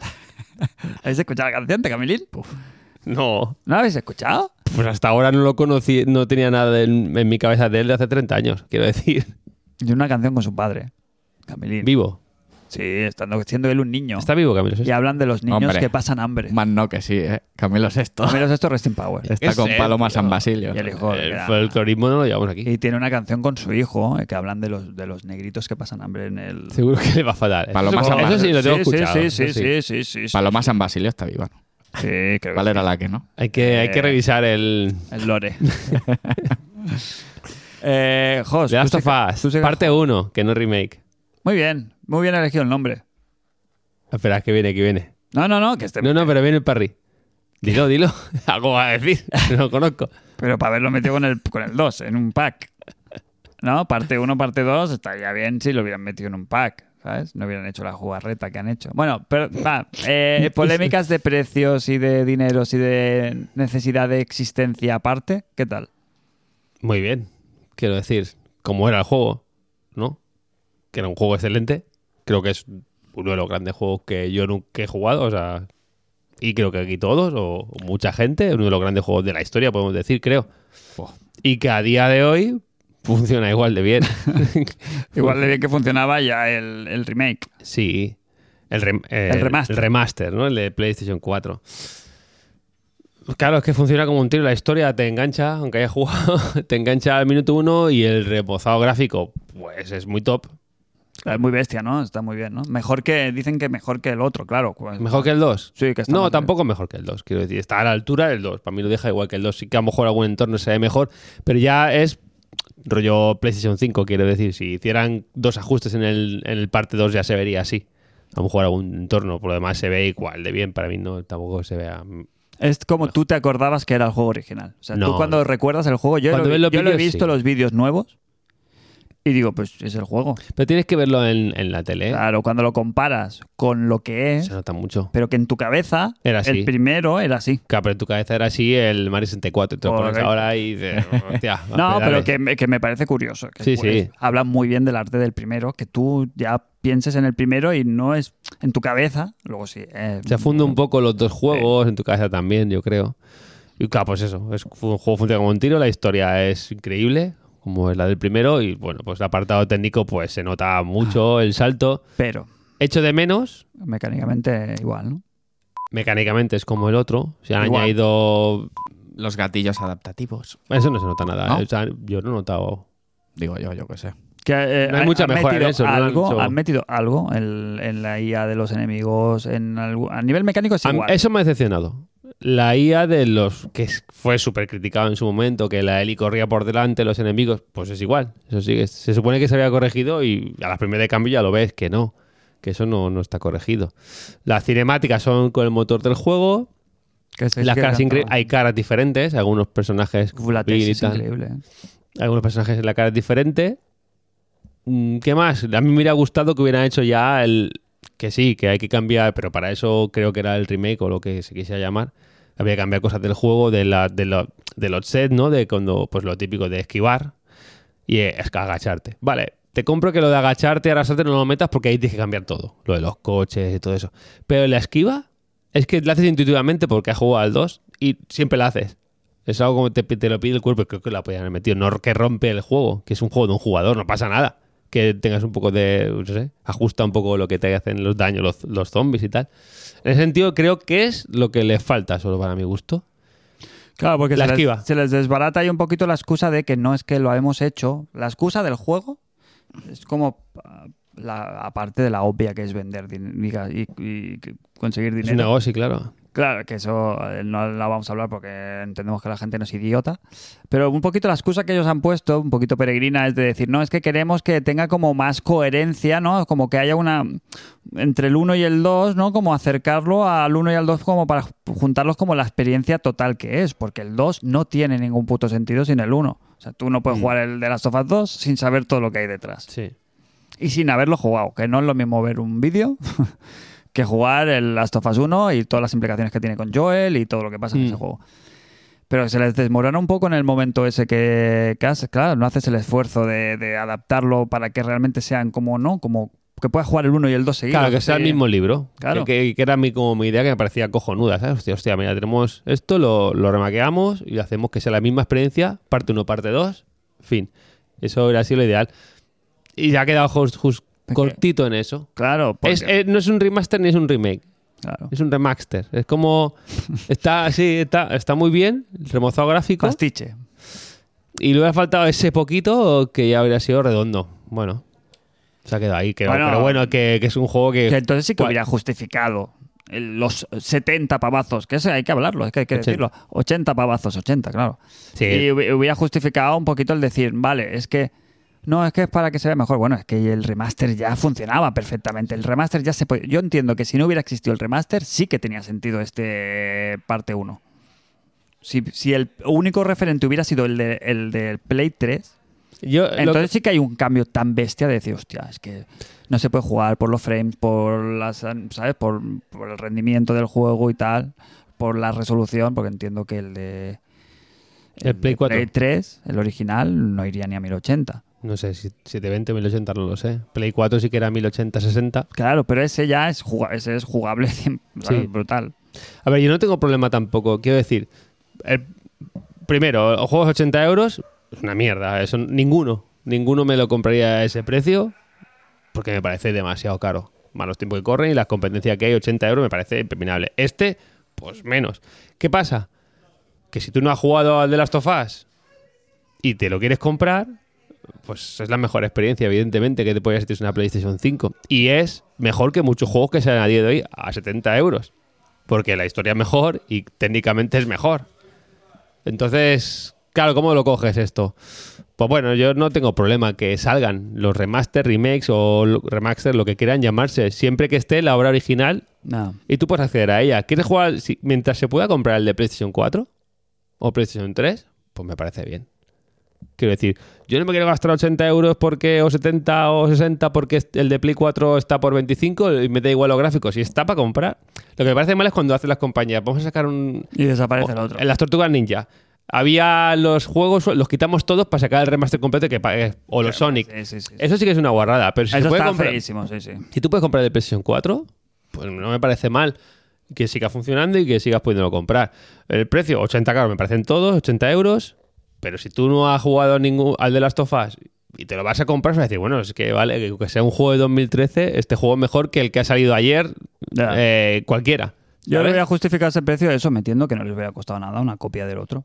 Speaker 1: ¿Habéis escuchado la canción de Camilín?
Speaker 2: No.
Speaker 1: ¿No la habéis escuchado?
Speaker 2: Pues hasta ahora no lo conocí, no tenía nada en, en mi cabeza de él de hace 30 años, quiero decir.
Speaker 1: Y una canción con su padre. Camilín.
Speaker 2: Vivo.
Speaker 1: Sí, estando siendo él un niño.
Speaker 2: Está vivo, Camilo.
Speaker 1: Y hablan de los niños
Speaker 3: Hombre.
Speaker 1: que pasan hambre.
Speaker 3: Más no que sí, ¿eh? Camilo Sexto.
Speaker 1: Camilo Sexto Resting Power.
Speaker 3: Está
Speaker 2: qué
Speaker 3: con
Speaker 2: sé,
Speaker 3: Paloma
Speaker 2: tío.
Speaker 3: San Basilio.
Speaker 1: Y el hijo. que
Speaker 2: El
Speaker 1: era-
Speaker 2: folclorismo no lo llevamos aquí.
Speaker 1: Y tiene una canción con su hijo eh, que hablan de los, de los negritos que pasan hambre en el.
Speaker 2: Seguro que le va a fatal. Eso
Speaker 3: Paloma
Speaker 2: seguro-
Speaker 3: San
Speaker 2: Eso sí lo tengo
Speaker 1: sí,
Speaker 2: escuchado.
Speaker 1: Sí, sí,
Speaker 2: eso sí.
Speaker 1: sí, sí, sí, sí.
Speaker 3: Paloma San Basilio está viva. ¿no?
Speaker 1: Sí, creo
Speaker 3: ¿Cuál
Speaker 1: que
Speaker 3: era la que no?
Speaker 2: Hay que, hay que
Speaker 1: Eh,
Speaker 2: revisar el...
Speaker 1: sí. El lore. eh, Jos,
Speaker 2: The
Speaker 1: tú
Speaker 2: Last
Speaker 1: sí
Speaker 2: of
Speaker 1: que-
Speaker 2: Us,
Speaker 1: tú sí que-
Speaker 2: parte 1, que no es remake.
Speaker 1: Muy bien, muy bien elegido el nombre.
Speaker 2: Espera, que viene, que viene.
Speaker 1: No, no, no, que este,
Speaker 2: No, no, pero viene el parry. Dilo, dilo. Algo va a decir. No lo conozco.
Speaker 1: Pero para haberlo metido con el, con el 2, en un pack. ¿No? Parte 1, parte 2, estaría bien si lo hubieran metido en un pack, ¿sabes? No hubieran hecho la jugarreta que han hecho. Bueno, pero va, eh, polémicas de precios y de dineros y de necesidad de existencia aparte, ¿qué tal?
Speaker 2: Muy bien. Quiero decir, como era el juego, ¿no? Que era un juego excelente. Creo que es uno de los grandes juegos que yo nunca he jugado, o sea, y creo que aquí todos, o o mucha gente, uno de los grandes juegos de la historia, podemos decir, creo. Y que a día de hoy funciona igual de bien.
Speaker 1: Igual de bien que funcionaba ya el, el remake.
Speaker 2: Sí. El, rem- eh,
Speaker 1: El remaster.
Speaker 2: el remaster, ¿no? El de PlayStation 4. Claro, es que funciona como un tiro. La historia te engancha, aunque hayas jugado, te engancha al minuto uno y el reposado gráfico, pues es muy top.
Speaker 1: Es muy bestia, ¿no? Está muy bien, ¿no? Mejor que, dicen que mejor que el otro, claro. Pues-
Speaker 2: ¿Mejor que el 2?
Speaker 1: Sí, que está
Speaker 2: No,
Speaker 1: más-
Speaker 2: tampoco mejor que el 2. Quiero decir, está a la altura del 2. Para mí lo deja igual que el 2. Sí que a lo mejor algún entorno se ve mejor, pero ya es rollo PlayStation 5, quiero decir. Si hicieran dos ajustes en el, en el parte 2 ya se vería así. A lo mejor algún entorno, por lo demás se ve igual de bien. Para mí no, tampoco se vea... mm.
Speaker 1: Es como tú te acordabas que era el juego original. O sea, tú
Speaker 2: No.
Speaker 1: cuando recuerdas el juego, yo,
Speaker 2: Cuando
Speaker 1: lo,
Speaker 2: ves los
Speaker 1: yo lo he
Speaker 2: vídeos,
Speaker 1: visto
Speaker 2: sí.
Speaker 1: los vídeos nuevos y digo, pues es el juego.
Speaker 2: Pero tienes que verlo en, en la tele. ¿eh?
Speaker 1: Claro, cuando lo comparas con lo que es,
Speaker 2: Se nota mucho.
Speaker 1: pero que en tu cabeza
Speaker 2: Era así.
Speaker 1: el primero era así.
Speaker 2: Claro, pero en tu cabeza era así el Mario 64. Te lo pones
Speaker 1: Correcto.
Speaker 2: ahora y dices, hostia, a
Speaker 1: No, pero
Speaker 2: Ah, pedales.
Speaker 1: que, me- que me parece curioso. Que
Speaker 2: Sí,
Speaker 1: pues,
Speaker 2: sí.
Speaker 1: Hablan muy bien del arte del primero, que tú ya pienses en el primero y no es en tu cabeza. Luego sí. eh,
Speaker 2: Se funde un poco los dos juegos, en tu cabeza también, yo creo. Y claro, pues eso, es un juego funciona como un tiro, la historia es increíble, como es la del primero, y bueno, pues el apartado técnico pues se nota mucho el salto.
Speaker 1: Pero
Speaker 2: Hecho de menos,
Speaker 1: mecánicamente igual, ¿no?
Speaker 2: mecánicamente es como el otro, se han
Speaker 1: Igual.
Speaker 2: añadido...
Speaker 3: Los gatillos adaptativos.
Speaker 2: Eso no se nota nada,
Speaker 3: ¿No?
Speaker 2: eh. O sea, yo no he notado...
Speaker 3: Digo yo, yo qué sé.
Speaker 1: Que, eh,
Speaker 2: No hay
Speaker 1: han-
Speaker 2: mucha
Speaker 1: han
Speaker 2: mejora en
Speaker 1: metido
Speaker 2: eso, ¿no?
Speaker 1: Algo,
Speaker 2: Han hecho-
Speaker 1: Han metido algo en, en la IA de los enemigos. En algo- a nivel mecánico es
Speaker 2: A mí-
Speaker 1: igual.
Speaker 2: Eso me ha decepcionado. La IA de los que es- fue súper criticado en su momento, que la Eli corría por delante, los enemigos, pues es igual. Eso sí, que se supone que se había corregido y a la primera de cambio ya lo ves que no, que eso no, no está corregido. Las cinemáticas son con el motor del juego,
Speaker 1: Que se-
Speaker 2: las
Speaker 1: que
Speaker 2: caras
Speaker 1: han
Speaker 2: incre-
Speaker 1: trabajado.
Speaker 2: hay caras diferentes, algunos personajes
Speaker 1: Uf, la tesis es
Speaker 2: gritan,
Speaker 1: increíble. ¿eh?
Speaker 2: algunos personajes en la cara es diferente. Mm, ¿Qué más? A mí me hubiera gustado que hubieran hecho ya el. Que sí, que hay que cambiar, pero para eso creo que era el remake o lo que se quisiera llamar. Había que cambiar cosas del juego, de la, de la- del offset, ¿no? De cuando, pues lo típico de esquivar y eh, es que agacharte. Vale, te compro que lo de agacharte y arrasarte no lo metas porque ahí tienes que cambiar todo. Lo de los coches y todo eso. Pero la esquiva es que la haces intuitivamente porque has jugado al 2 y siempre la haces. Es algo como te, te lo pide el cuerpo y creo que la podían haber metido. No que rompe el juego, que es un juego de un jugador, no pasa nada. Que tengas un poco de, no sé, ajusta un poco lo que te hacen los daños, los, los zombies y tal. En ese sentido, creo que es lo que le falta, solo para mi gusto.
Speaker 1: Claro, porque
Speaker 2: La
Speaker 1: se,
Speaker 2: esquiva.
Speaker 1: Les, se les desbarata ahí un poquito la excusa de que no es que lo hemos hecho. La excusa del juego es como ah, la aparte de la obvia que es vender din- diga, y, y conseguir
Speaker 2: Es un
Speaker 1: dinero.
Speaker 2: negocio, claro.
Speaker 1: Claro, que eso eh, no la vamos a hablar porque entendemos que la gente no es idiota. Pero un poquito la excusa que ellos han puesto, un poquito peregrina, es de decir, no, es que queremos que tenga como más coherencia, ¿no? Como que haya una. entre el 1 y el 2, ¿no? Como acercarlo al 1 y al 2 como para juntarlos como la experiencia total que es. Porque el 2 no tiene ningún puto sentido sin el 1. O sea, tú no puedes jugar el de las of Us 2 sin saber todo lo que hay detrás
Speaker 2: Sí.
Speaker 1: y sin haberlo jugado, que no es lo mismo ver un vídeo que jugar el Last of Us 1 y todas las implicaciones que tiene con Joel y todo lo que pasa en
Speaker 2: Mm.
Speaker 1: ese juego. Pero se les desmorona un poco en el momento ese que, que haces. Claro, no haces el esfuerzo de, de adaptarlo para que realmente sean como, ¿no? Como que puedas jugar el 1 y el 2 seguidos.
Speaker 2: Claro, que sea el
Speaker 1: Sí.
Speaker 2: mismo libro.
Speaker 1: Claro.
Speaker 2: Que, que- que era mi, como mi idea que me parecía cojonuda, ¿sabes? Hostia, hostia, mira, tenemos esto, lo, lo remaqueamos y hacemos que sea la misma experiencia, parte 1, parte 2, fin. Eso hubiera sido lo ideal. Y ya ha quedado just- just cortito en eso.
Speaker 1: Claro, porque-
Speaker 2: Es- eh, no es un remaster ni es un remake,
Speaker 1: claro.
Speaker 2: es un remaster. Es como... Está, sí, está, está muy bien, remozado gráfico.
Speaker 1: pastiche.
Speaker 2: Y le hubiera faltado ese poquito que ya hubiera sido redondo. Bueno, se ha quedado ahí. que-
Speaker 1: Bueno,
Speaker 2: pero bueno, que, que es un juego que...
Speaker 1: Que entonces sí que
Speaker 2: Eh, ¿Cuál?
Speaker 1: hubiera justificado el- los 70 pavazos, que eso hay que hablarlo, es que hay que
Speaker 2: 80.
Speaker 1: decirlo. 80 pavazos, 80, claro.
Speaker 2: Sí.
Speaker 1: Y hubi- hubiera justificado un poquito el decir, vale, es que. No, es que es para que se vea mejor. Bueno, es que el remaster ya funcionaba perfectamente. El remaster ya se podía. Yo entiendo que si no hubiera existido el remaster, sí que tenía sentido este parte 1. Si, si el único referente hubiera sido el, de- el del Play 3,
Speaker 2: Yo, Eh, lo que-
Speaker 1: entonces sí que hay un cambio tan bestia de decir, hostia, es que no se puede jugar por los frames, por las ¿sabes? Por, por el rendimiento del juego y tal, por la resolución, porque entiendo que el de
Speaker 2: El Play
Speaker 1: de
Speaker 2: 4.
Speaker 1: 3, el original, no iría ni a 1080.
Speaker 2: No sé, si 720, 1080, no lo sé. Play 4 sí que era 1080, 60.
Speaker 1: Claro, pero ese ya es, juga- ese es jugable ¿sabes?
Speaker 2: Sí.
Speaker 1: brutal.
Speaker 2: A ver, yo no tengo problema tampoco. Quiero decir, el- primero, los juegos 80 euros es una mierda. Eso, ninguno. Ninguno me lo compraría a ese precio porque me parece demasiado caro. Más los tiempos que corren y las competencias que hay, 80 euros me parece imperminable. Este, pues menos. ¿Qué pasa? Que si tú no has jugado al The Last of Us y te lo quieres comprar, pues es la mejor experiencia, evidentemente, que te puedes hacer si tienes una PlayStation 5. Y es mejor que muchos juegos que se han añadido hoy a 70 euros porque la historia es mejor y técnicamente es mejor. Entonces, Claro, ¿cómo lo coges esto? Pues bueno, yo no tengo problema que salgan los remaster, remakes o lo- remaster, lo que quieran llamarse, siempre que esté la obra original
Speaker 1: Nada.
Speaker 2: y tú puedes acceder a ella. ¿Quieres jugar si- mientras se pueda comprar el de PlayStation 4 o PlayStation 3? Pues me parece bien. Quiero decir, yo no me quiero gastar 80 euros porque, o 70 o 60 porque est- el de Play 4 está por 25 y me da igual los gráficos. Si está para comprar. Lo que me parece mal es cuando hacen las compañías. Vamos a sacar un,
Speaker 1: Y desaparece el otro.
Speaker 2: en las Tortugas Ninja. Había los juegos, los quitamos todos para sacar el remaster completo que pagues. O los Sonic.
Speaker 1: Sí, sí, sí, sí.
Speaker 2: Eso sí que es una guarrada. Pero si, se
Speaker 1: Eso
Speaker 2: puede
Speaker 1: está
Speaker 2: comprar-
Speaker 1: feísimo, sí, sí.
Speaker 2: si tú puedes comprar el PlayStation 4, pues no me parece mal que siga funcionando y que sigas pudiéndolo comprar. El precio, 80 caros, me parecen todos, 80 euros. Pero si tú no has jugado ningún, al de Last of Us y te lo vas a comprar, vas a decir, bueno, es que vale, que aunque sea un juego de 2013, este juego es mejor que el que ha salido ayer,
Speaker 1: Ya.
Speaker 2: eh, cualquiera.
Speaker 1: Yo le
Speaker 2: ¿Sabes?
Speaker 1: voy a justificar ese precio de eso metiendo que no les hubiera costado nada una copia del otro.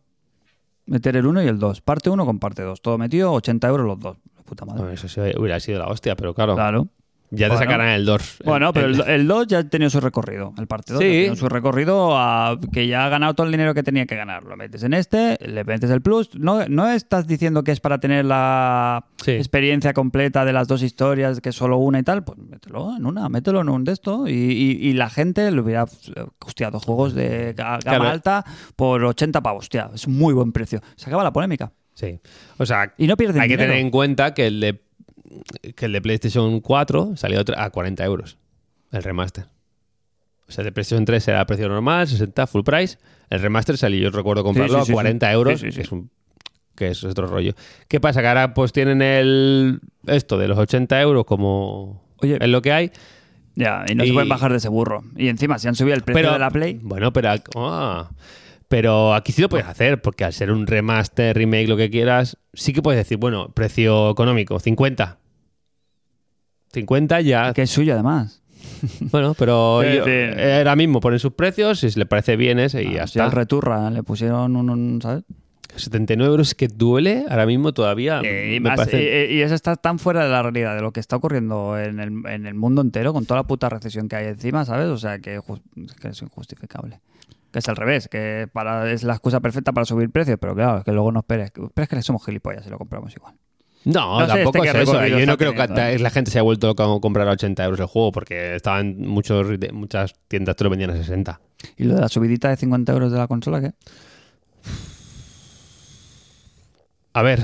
Speaker 1: Meter el uno y el dos. Parte uno con parte dos. Todo metido, 80 euros los dos. Puta madre.
Speaker 2: Bueno, eso sí hubiera sido la hostia, pero claro.
Speaker 1: Claro.
Speaker 2: Ya
Speaker 1: Bueno.
Speaker 2: te sacarán el DORS.
Speaker 1: Bueno,
Speaker 2: El-
Speaker 1: pero
Speaker 2: el-
Speaker 1: el, el 2 ya ha tenido su recorrido. El parte 2
Speaker 2: Sí.
Speaker 1: ya ha tenido su recorrido a- que ya ha ganado todo el dinero que tenía que ganar. Lo metes en este, le metes el plus. No, no estás diciendo que es para tener la
Speaker 2: Sí.
Speaker 1: experiencia completa de las dos historias, que es solo una y tal. Pues mételo en una, mételo en un de esto. Y, y- y la gente le hubiera eh, costeado juegos de ga- gama
Speaker 2: Claro.
Speaker 1: alta por 80 pavos. Hostia, es un muy buen precio. Se acaba la polémica.
Speaker 2: Sí. O sea,
Speaker 1: Y no pierden
Speaker 2: hay que
Speaker 1: dinero.
Speaker 2: tener en cuenta que el de, que el de PlayStation 4 salió otra- a 40 euros. El remaster. O sea, el de PlayStation 3 era a precio normal, 60 full price. El remaster salió, yo recuerdo comprarlo
Speaker 1: Sí, sí, sí,
Speaker 2: a 40 euros,
Speaker 1: Sí, sí, sí.
Speaker 2: que es un- que es otro rollo. ¿Qué pasa? Que ahora pues tienen el esto de los 80 euros como
Speaker 1: Oye.
Speaker 2: es lo que hay.
Speaker 1: Ya, y no se
Speaker 2: Y-
Speaker 1: pueden bajar de ese burro. Y encima, si han subido el precio de la Play.
Speaker 2: Bueno, pero, ac- ah, pero aquí sí lo puedes hacer, porque al ser un remaster, remake, lo que quieras, sí que puedes decir, bueno, precio económico, 50. 50 ya.
Speaker 1: Que es suyo además.
Speaker 2: Bueno, pero
Speaker 1: Es
Speaker 2: yo-
Speaker 1: decir-
Speaker 2: eh, ahora mismo ponen sus precios, si le parece bien ese y ya
Speaker 1: Si Ah, al
Speaker 2: está.
Speaker 1: Returra ¿eh? le pusieron un- un ¿sabes?
Speaker 2: 79 euros que duele ahora mismo todavía.
Speaker 1: Eh, y,
Speaker 2: Ah, me
Speaker 1: más-
Speaker 2: parece-
Speaker 1: eh, eh, y eso está tan fuera de la realidad de lo que está ocurriendo en el, en el mundo entero, con toda la puta recesión que hay encima, ¿sabes? O sea, que, ju- que es injustificable. Que es al revés, que para, es la excusa perfecta para subir precios, pero claro, es que luego no esperes. Pero es que somos gilipollas y lo compramos igual.
Speaker 2: No,
Speaker 1: No sé
Speaker 2: tampoco
Speaker 1: este
Speaker 2: es
Speaker 1: qué
Speaker 2: eso.
Speaker 1: recorrido
Speaker 2: Yo no
Speaker 1: está
Speaker 2: creo que
Speaker 1: teniendo, ¿eh?
Speaker 2: la gente se haya vuelto loca con comprar a 80 euros el juego, porque estaban muchos, rite- muchas tiendas te lo vendían a 60.
Speaker 1: ¿Y lo de la subidita de 50 euros de la consola qué?
Speaker 2: A ver.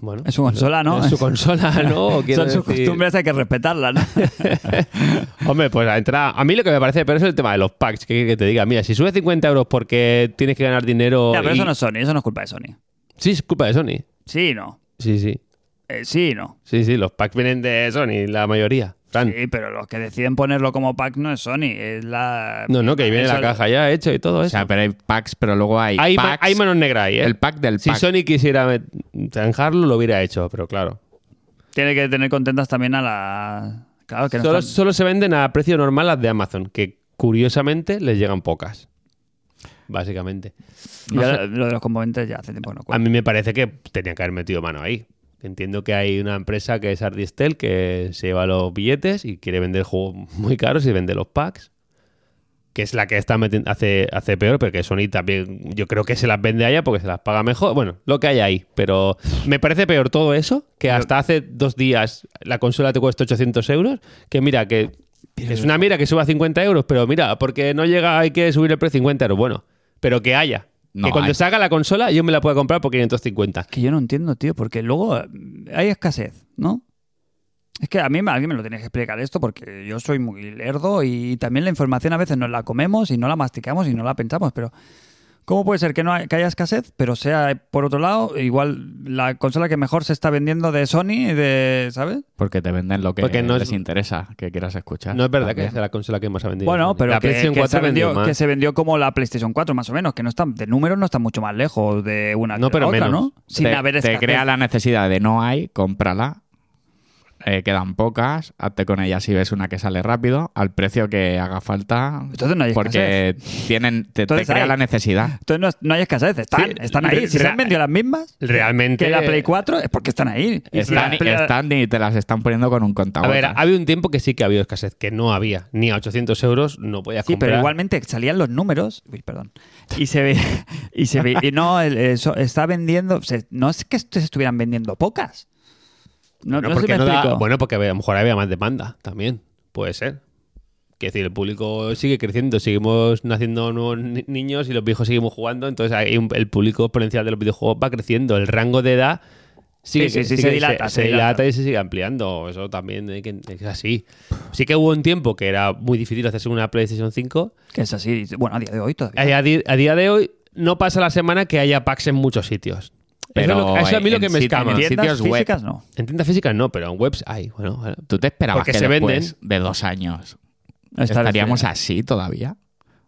Speaker 2: Bueno.
Speaker 1: Es su consola, ¿no?
Speaker 2: Es su consola, ¿no? Quiero
Speaker 1: Son sus
Speaker 2: decir-
Speaker 1: costumbres, hay que respetarlas, ¿no?
Speaker 2: Hombre, pues a entrar. A mí lo que me parece, pero es el tema de los packs. Que, que te diga, mira, si subes 50 euros porque tienes que ganar dinero.
Speaker 1: Ya, pero
Speaker 2: y-
Speaker 1: eso no es Sony, eso no es culpa de Sony.
Speaker 2: Sí, es culpa de Sony.
Speaker 1: Sí y no.
Speaker 2: Sí, sí.
Speaker 1: Eh, sí y no.
Speaker 2: Sí, sí, los packs vienen de Sony, la mayoría. Fran.
Speaker 1: Sí, pero los que deciden ponerlo como pack no es Sony, es la...
Speaker 2: No, no, que ahí viene
Speaker 1: Eso-
Speaker 2: la caja ya hecho y todo
Speaker 3: O
Speaker 2: eso.
Speaker 3: sea, pero hay packs, pero luego hay,
Speaker 2: hay, ma-
Speaker 3: packs.
Speaker 2: hay manos negras ahí, ¿eh?
Speaker 3: El pack del
Speaker 2: si
Speaker 3: pack.
Speaker 2: Sony quisiera met- zanjarlo, lo hubiera hecho, pero claro.
Speaker 1: Tiene que tener contentas también a la. Claro, que no
Speaker 2: Solo,
Speaker 1: están-
Speaker 2: solo se venden a precio normal las de Amazon, que curiosamente les llegan pocas. Básicamente.
Speaker 1: ya Lo de los componentes ya hace tiempo que no
Speaker 2: A
Speaker 1: cuento.
Speaker 2: mí me parece que tenían que haber metido mano ahí. Entiendo que hay una empresa que es Ardistel que se lleva los billetes y quiere vender juegos muy caros y vende los packs. Que es la que está metiendo, hace, hace peor, pero que Sony también, yo creo que se las vende allá porque se las paga mejor. Bueno, lo que hay ahí, pero me parece peor todo eso, que hasta hace dos días la consola te cuesta 800 euros, que mira, que es una mira que suba a 50 euros, pero mira, porque no llega, hay que subir el precio 50 euros. Bueno, pero que haya.
Speaker 3: No
Speaker 2: que cuando
Speaker 3: hay.
Speaker 2: salga la consola, yo me la pueda comprar por 550.
Speaker 1: Que yo no entiendo, tío, porque luego eh, hay escasez, ¿no? Es que a mí alguien me lo tiene que explicar esto porque yo soy muy lerdo y también la información a veces nos la comemos y no la masticamos y no la pensamos, pero ¿cómo puede ser que no hay- que haya escasez, pero sea, eh, por otro lado, igual la consola que mejor se está vendiendo de Sony, de, ¿sabes?
Speaker 3: Porque te venden lo que
Speaker 2: Porque no es-
Speaker 3: les interesa que quieras escuchar.
Speaker 2: No es verdad que
Speaker 3: También.
Speaker 2: sea la consola que más ha vendido.
Speaker 1: Bueno, pero
Speaker 2: la
Speaker 1: que,
Speaker 2: PlayStation
Speaker 1: que
Speaker 2: 4
Speaker 1: se vendió,
Speaker 2: más.
Speaker 1: que se vendió como la PlayStation 4, más o menos, que no está, de números no está mucho más lejos de una
Speaker 2: No,
Speaker 1: que la
Speaker 2: pero
Speaker 1: otra,
Speaker 2: menos.
Speaker 1: ¿no? Sin
Speaker 3: te,
Speaker 1: haber
Speaker 3: te
Speaker 1: escasez.
Speaker 3: crea la necesidad de no hay, cómprala. eh, quedan pocas, hazte con ellas si ves una que sale rápido, al precio que haga falta,
Speaker 1: Entonces no hay
Speaker 3: porque tienen, te, te
Speaker 1: Entonces
Speaker 3: crea
Speaker 1: hay.
Speaker 3: la necesidad.
Speaker 1: Entonces no, no hay escasez, están,
Speaker 2: Sí,
Speaker 1: están ahí. Si se
Speaker 2: rea-
Speaker 1: han vendido las mismas
Speaker 2: Realmente.
Speaker 1: que la Play 4, es porque están ahí. Y si
Speaker 3: Están,
Speaker 1: la Play-
Speaker 3: están y te las están poniendo con un
Speaker 2: A
Speaker 3: contador.
Speaker 2: ver, había un tiempo que sí que había escasez, que no había. Ni a 800 euros no podías
Speaker 1: Sí,
Speaker 2: comprar.
Speaker 1: pero igualmente salían los números. Uy, perdón. Y se ve. Y se ve. Y no, el- eso está vendiendo. se- no es que est- se estuvieran vendiendo pocas. No,
Speaker 2: Bueno,
Speaker 1: no se
Speaker 2: porque
Speaker 1: me
Speaker 2: no da-
Speaker 1: explico.
Speaker 2: bueno, porque a lo mejor había más demanda también. Puede ser. Quiero decir, el público sigue creciendo, seguimos naciendo nuevos ni- niños y los viejos seguimos jugando, entonces hay un- el público exponencial de los videojuegos va creciendo, el rango de edad sigue,
Speaker 1: Sí, sí, sí,
Speaker 2: sigue-
Speaker 1: se dilata,
Speaker 2: se,
Speaker 1: se
Speaker 2: dilata
Speaker 1: dilata.
Speaker 2: y se sigue ampliando, eso también hay que- es así. Sí que hubo un tiempo que era muy difícil hacerse una PlayStation 5,
Speaker 1: Que es así. Bueno, a día de hoy todavía.
Speaker 2: a, di- a día de hoy no pasa la semana que haya packs en muchos sitios.
Speaker 3: Pero
Speaker 2: eso, es lo que- eso a mí lo
Speaker 3: en
Speaker 2: que me
Speaker 3: sit-
Speaker 2: escama.
Speaker 3: en
Speaker 2: En,
Speaker 3: sit-
Speaker 1: Tiendas
Speaker 3: sitios web.
Speaker 1: físicas no.
Speaker 2: tiendas físicas no, pero en webs hay. Bueno, bueno.
Speaker 3: ¿Tú te esperabas
Speaker 2: Porque
Speaker 3: que
Speaker 2: se
Speaker 3: después de dos años
Speaker 1: Está
Speaker 3: estaríamos
Speaker 1: bien.
Speaker 3: así todavía?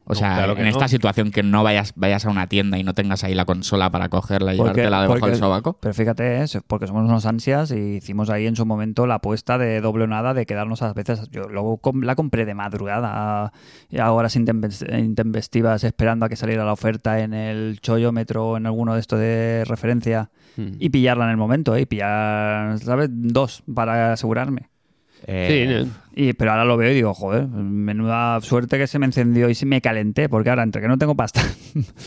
Speaker 3: O
Speaker 2: No,
Speaker 3: sea,
Speaker 2: claro que
Speaker 3: en
Speaker 2: no.
Speaker 3: esta situación que no vayas, vayas a una tienda y no tengas ahí la consola para cogerla y
Speaker 1: Porque-
Speaker 3: llevártela debajo
Speaker 1: porque-
Speaker 3: del sobaco.
Speaker 1: Pero fíjate, es porque somos unos ansias y hicimos ahí en su momento la apuesta de doble o nada de quedarnos a veces. Yo luego com- la compré de madrugada y a horas intempes- intempestivas esperando a que saliera la oferta en el chollómetro o en alguno de estos de referencia
Speaker 2: Hmm.
Speaker 1: y pillarla en el momento, ¿eh? y pillar, ¿sabes? Dos para asegurarme.
Speaker 2: Sí,
Speaker 3: Eh,
Speaker 2: no.
Speaker 1: Y, pero ahora lo veo y digo, joder, menuda suerte que se me encendió y se me calenté, porque ahora entre que no tengo pasta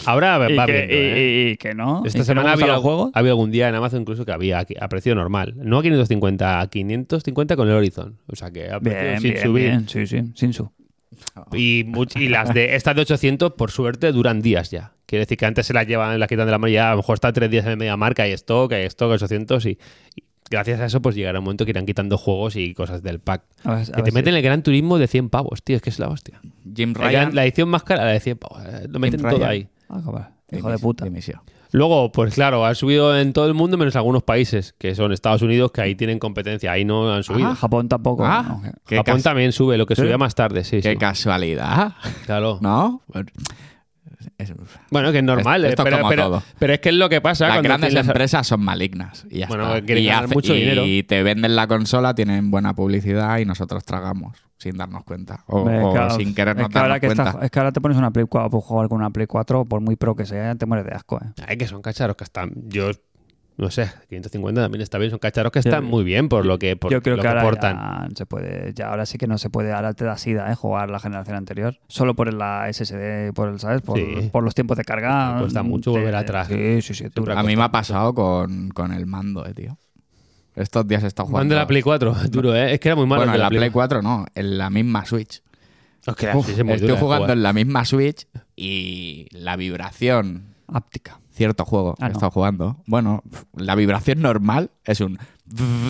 Speaker 2: Ahora va
Speaker 1: y,
Speaker 2: va
Speaker 1: que,
Speaker 2: viendo, ¿eh?
Speaker 1: y- y que no. y que
Speaker 2: Esta
Speaker 1: no
Speaker 2: semana
Speaker 1: me
Speaker 2: ha
Speaker 1: gustan
Speaker 2: habido,
Speaker 1: los juegos.
Speaker 2: ha habido algún día en Amazon incluso que había aquí- a precio normal. No a 550, a 550 con el Horizon. O sea que a precio
Speaker 1: Bien,
Speaker 2: sin
Speaker 1: bien,
Speaker 2: subir.
Speaker 1: bien, sí, sí, sin su.
Speaker 2: Y, much- y las de estas de 800, por suerte, duran días ya. Quiere decir que antes se las llevan, las quitan de la mano y ya a lo mejor está tres días en el media marca, hay stock, hay stock 800 y, y gracias a eso pues llegará un momento que irán quitando juegos y cosas del pack.
Speaker 1: A ver- a
Speaker 2: que
Speaker 1: ver
Speaker 2: te
Speaker 1: si-
Speaker 2: meten el gran turismo de 100 pavos, tío, es que es la hostia.
Speaker 3: Jim
Speaker 2: La,
Speaker 3: Ryan.
Speaker 2: gran- la edición más cara, la de 100 pavos, eh, lo meten todo
Speaker 3: Ryan.
Speaker 2: ahí.
Speaker 1: Ah, joder, hijo de puta.
Speaker 3: Dimisión.
Speaker 2: Luego, pues claro, ha subido en todo el mundo menos algunos países, que son Estados Unidos, que ahí tienen competencia, ahí no han subido.
Speaker 1: Ah, Japón tampoco.
Speaker 3: Ah,
Speaker 1: no.
Speaker 3: qué,
Speaker 2: Japón
Speaker 3: cas-
Speaker 2: también sube, lo que
Speaker 1: ¿Sí?
Speaker 2: subía más tarde, sí,
Speaker 3: qué
Speaker 2: sí.
Speaker 3: casualidad,
Speaker 2: Claro.
Speaker 3: ¿no? Es-
Speaker 2: Bueno, que es normal,
Speaker 3: Esto- esto
Speaker 2: eh, pero,
Speaker 3: como
Speaker 2: pero-
Speaker 3: todo.
Speaker 2: pero es que es lo que pasa
Speaker 3: Las
Speaker 2: cuando
Speaker 3: grandes
Speaker 2: tienes-
Speaker 3: empresas son malignas y ya
Speaker 2: Bueno,
Speaker 3: está.
Speaker 2: quieren
Speaker 3: y,
Speaker 2: ganar mucho
Speaker 3: y
Speaker 2: dinero.
Speaker 3: te venden la consola, tienen buena publicidad y nosotros tragamos sin darnos cuenta o,
Speaker 1: Hombre,
Speaker 3: o
Speaker 1: claro,
Speaker 3: sin querer
Speaker 1: es
Speaker 3: nos
Speaker 1: que, ahora
Speaker 3: darnos
Speaker 1: que
Speaker 3: cuenta.
Speaker 1: estás- es que ahora te pones una Play 4 por jugar con una Play 4, por muy pro que sea, te mueres de asco. ¿eh?
Speaker 2: Ay, que son cacharros que están. Yo no sé, 550 también está bien, son cacharros que
Speaker 1: Yo-
Speaker 2: están muy bien por lo que, por
Speaker 1: Yo creo
Speaker 2: lo
Speaker 1: que ahora
Speaker 2: aportan.
Speaker 1: ya se puede, ya ahora sí que no se puede, ahora te da sida ¿eh? jugar la generación anterior, solo por la SSD, por el, ¿sabes? Por,
Speaker 2: Sí.
Speaker 1: por los tiempos de carga.
Speaker 2: Me cuesta mucho
Speaker 1: te-
Speaker 2: volver atrás.
Speaker 1: Sí, sí, sí. tú-
Speaker 2: Siempre
Speaker 3: A mí me ha pasado con, con el mando, eh, tío. Estos días he estado jugando.
Speaker 2: Mando de la Play 4, duro, ¿eh? Es que era muy malo.
Speaker 3: bueno,
Speaker 2: el
Speaker 3: en
Speaker 2: de
Speaker 3: la Play 4 no, en la misma Switch.
Speaker 2: Es que la Switch es muy
Speaker 3: Estoy
Speaker 2: dura de
Speaker 3: jugando
Speaker 2: jugar.
Speaker 3: en la misma Switch y la vibración
Speaker 1: Áptica.
Speaker 3: cierto juego
Speaker 1: Ah,
Speaker 3: que he
Speaker 1: no.
Speaker 3: estado jugando. Bueno, la vibración normal es un.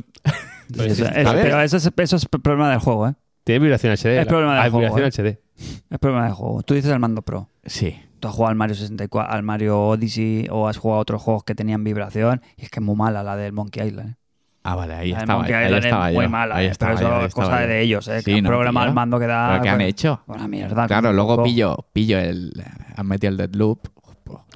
Speaker 2: Pero
Speaker 1: Eso-
Speaker 2: Pues sí,
Speaker 1: eso-
Speaker 3: ¿sabes?
Speaker 1: pero eso es, eso es problema del juego, ¿eh?
Speaker 2: Tiene vibración HD.
Speaker 1: Es problema del
Speaker 2: Ah,
Speaker 1: juego,
Speaker 2: vibración
Speaker 1: ¿eh?
Speaker 2: HD.
Speaker 1: Es problema del juego. Tú dices el mando pro.
Speaker 3: Sí.
Speaker 1: Tú has jugado al Mario 64, al Mario Odyssey o has jugado a otros juegos que tenían vibración y es que es muy mala la del Monkey Island. ¿eh?
Speaker 3: Ah, vale, ahí
Speaker 1: la del
Speaker 3: estaba.
Speaker 1: Monkey
Speaker 3: ahí
Speaker 1: Island
Speaker 3: estaba
Speaker 1: es
Speaker 3: yo,
Speaker 1: muy mala,
Speaker 3: ahí
Speaker 1: eh,
Speaker 3: estaba
Speaker 1: pero
Speaker 3: yo,
Speaker 1: eso
Speaker 3: ahí
Speaker 1: es
Speaker 3: estaba
Speaker 1: cosa
Speaker 3: yo.
Speaker 1: de ellos, ¿eh?
Speaker 3: Sí,
Speaker 1: que han
Speaker 3: no,
Speaker 1: programado
Speaker 3: tío.
Speaker 1: el mando que da...
Speaker 3: ¿Pero qué han
Speaker 1: bueno,
Speaker 3: hecho?
Speaker 1: Una mierda.
Speaker 3: Claro,
Speaker 1: como
Speaker 3: luego
Speaker 1: un
Speaker 3: pillo, pillo el. Han metido el Deadloop.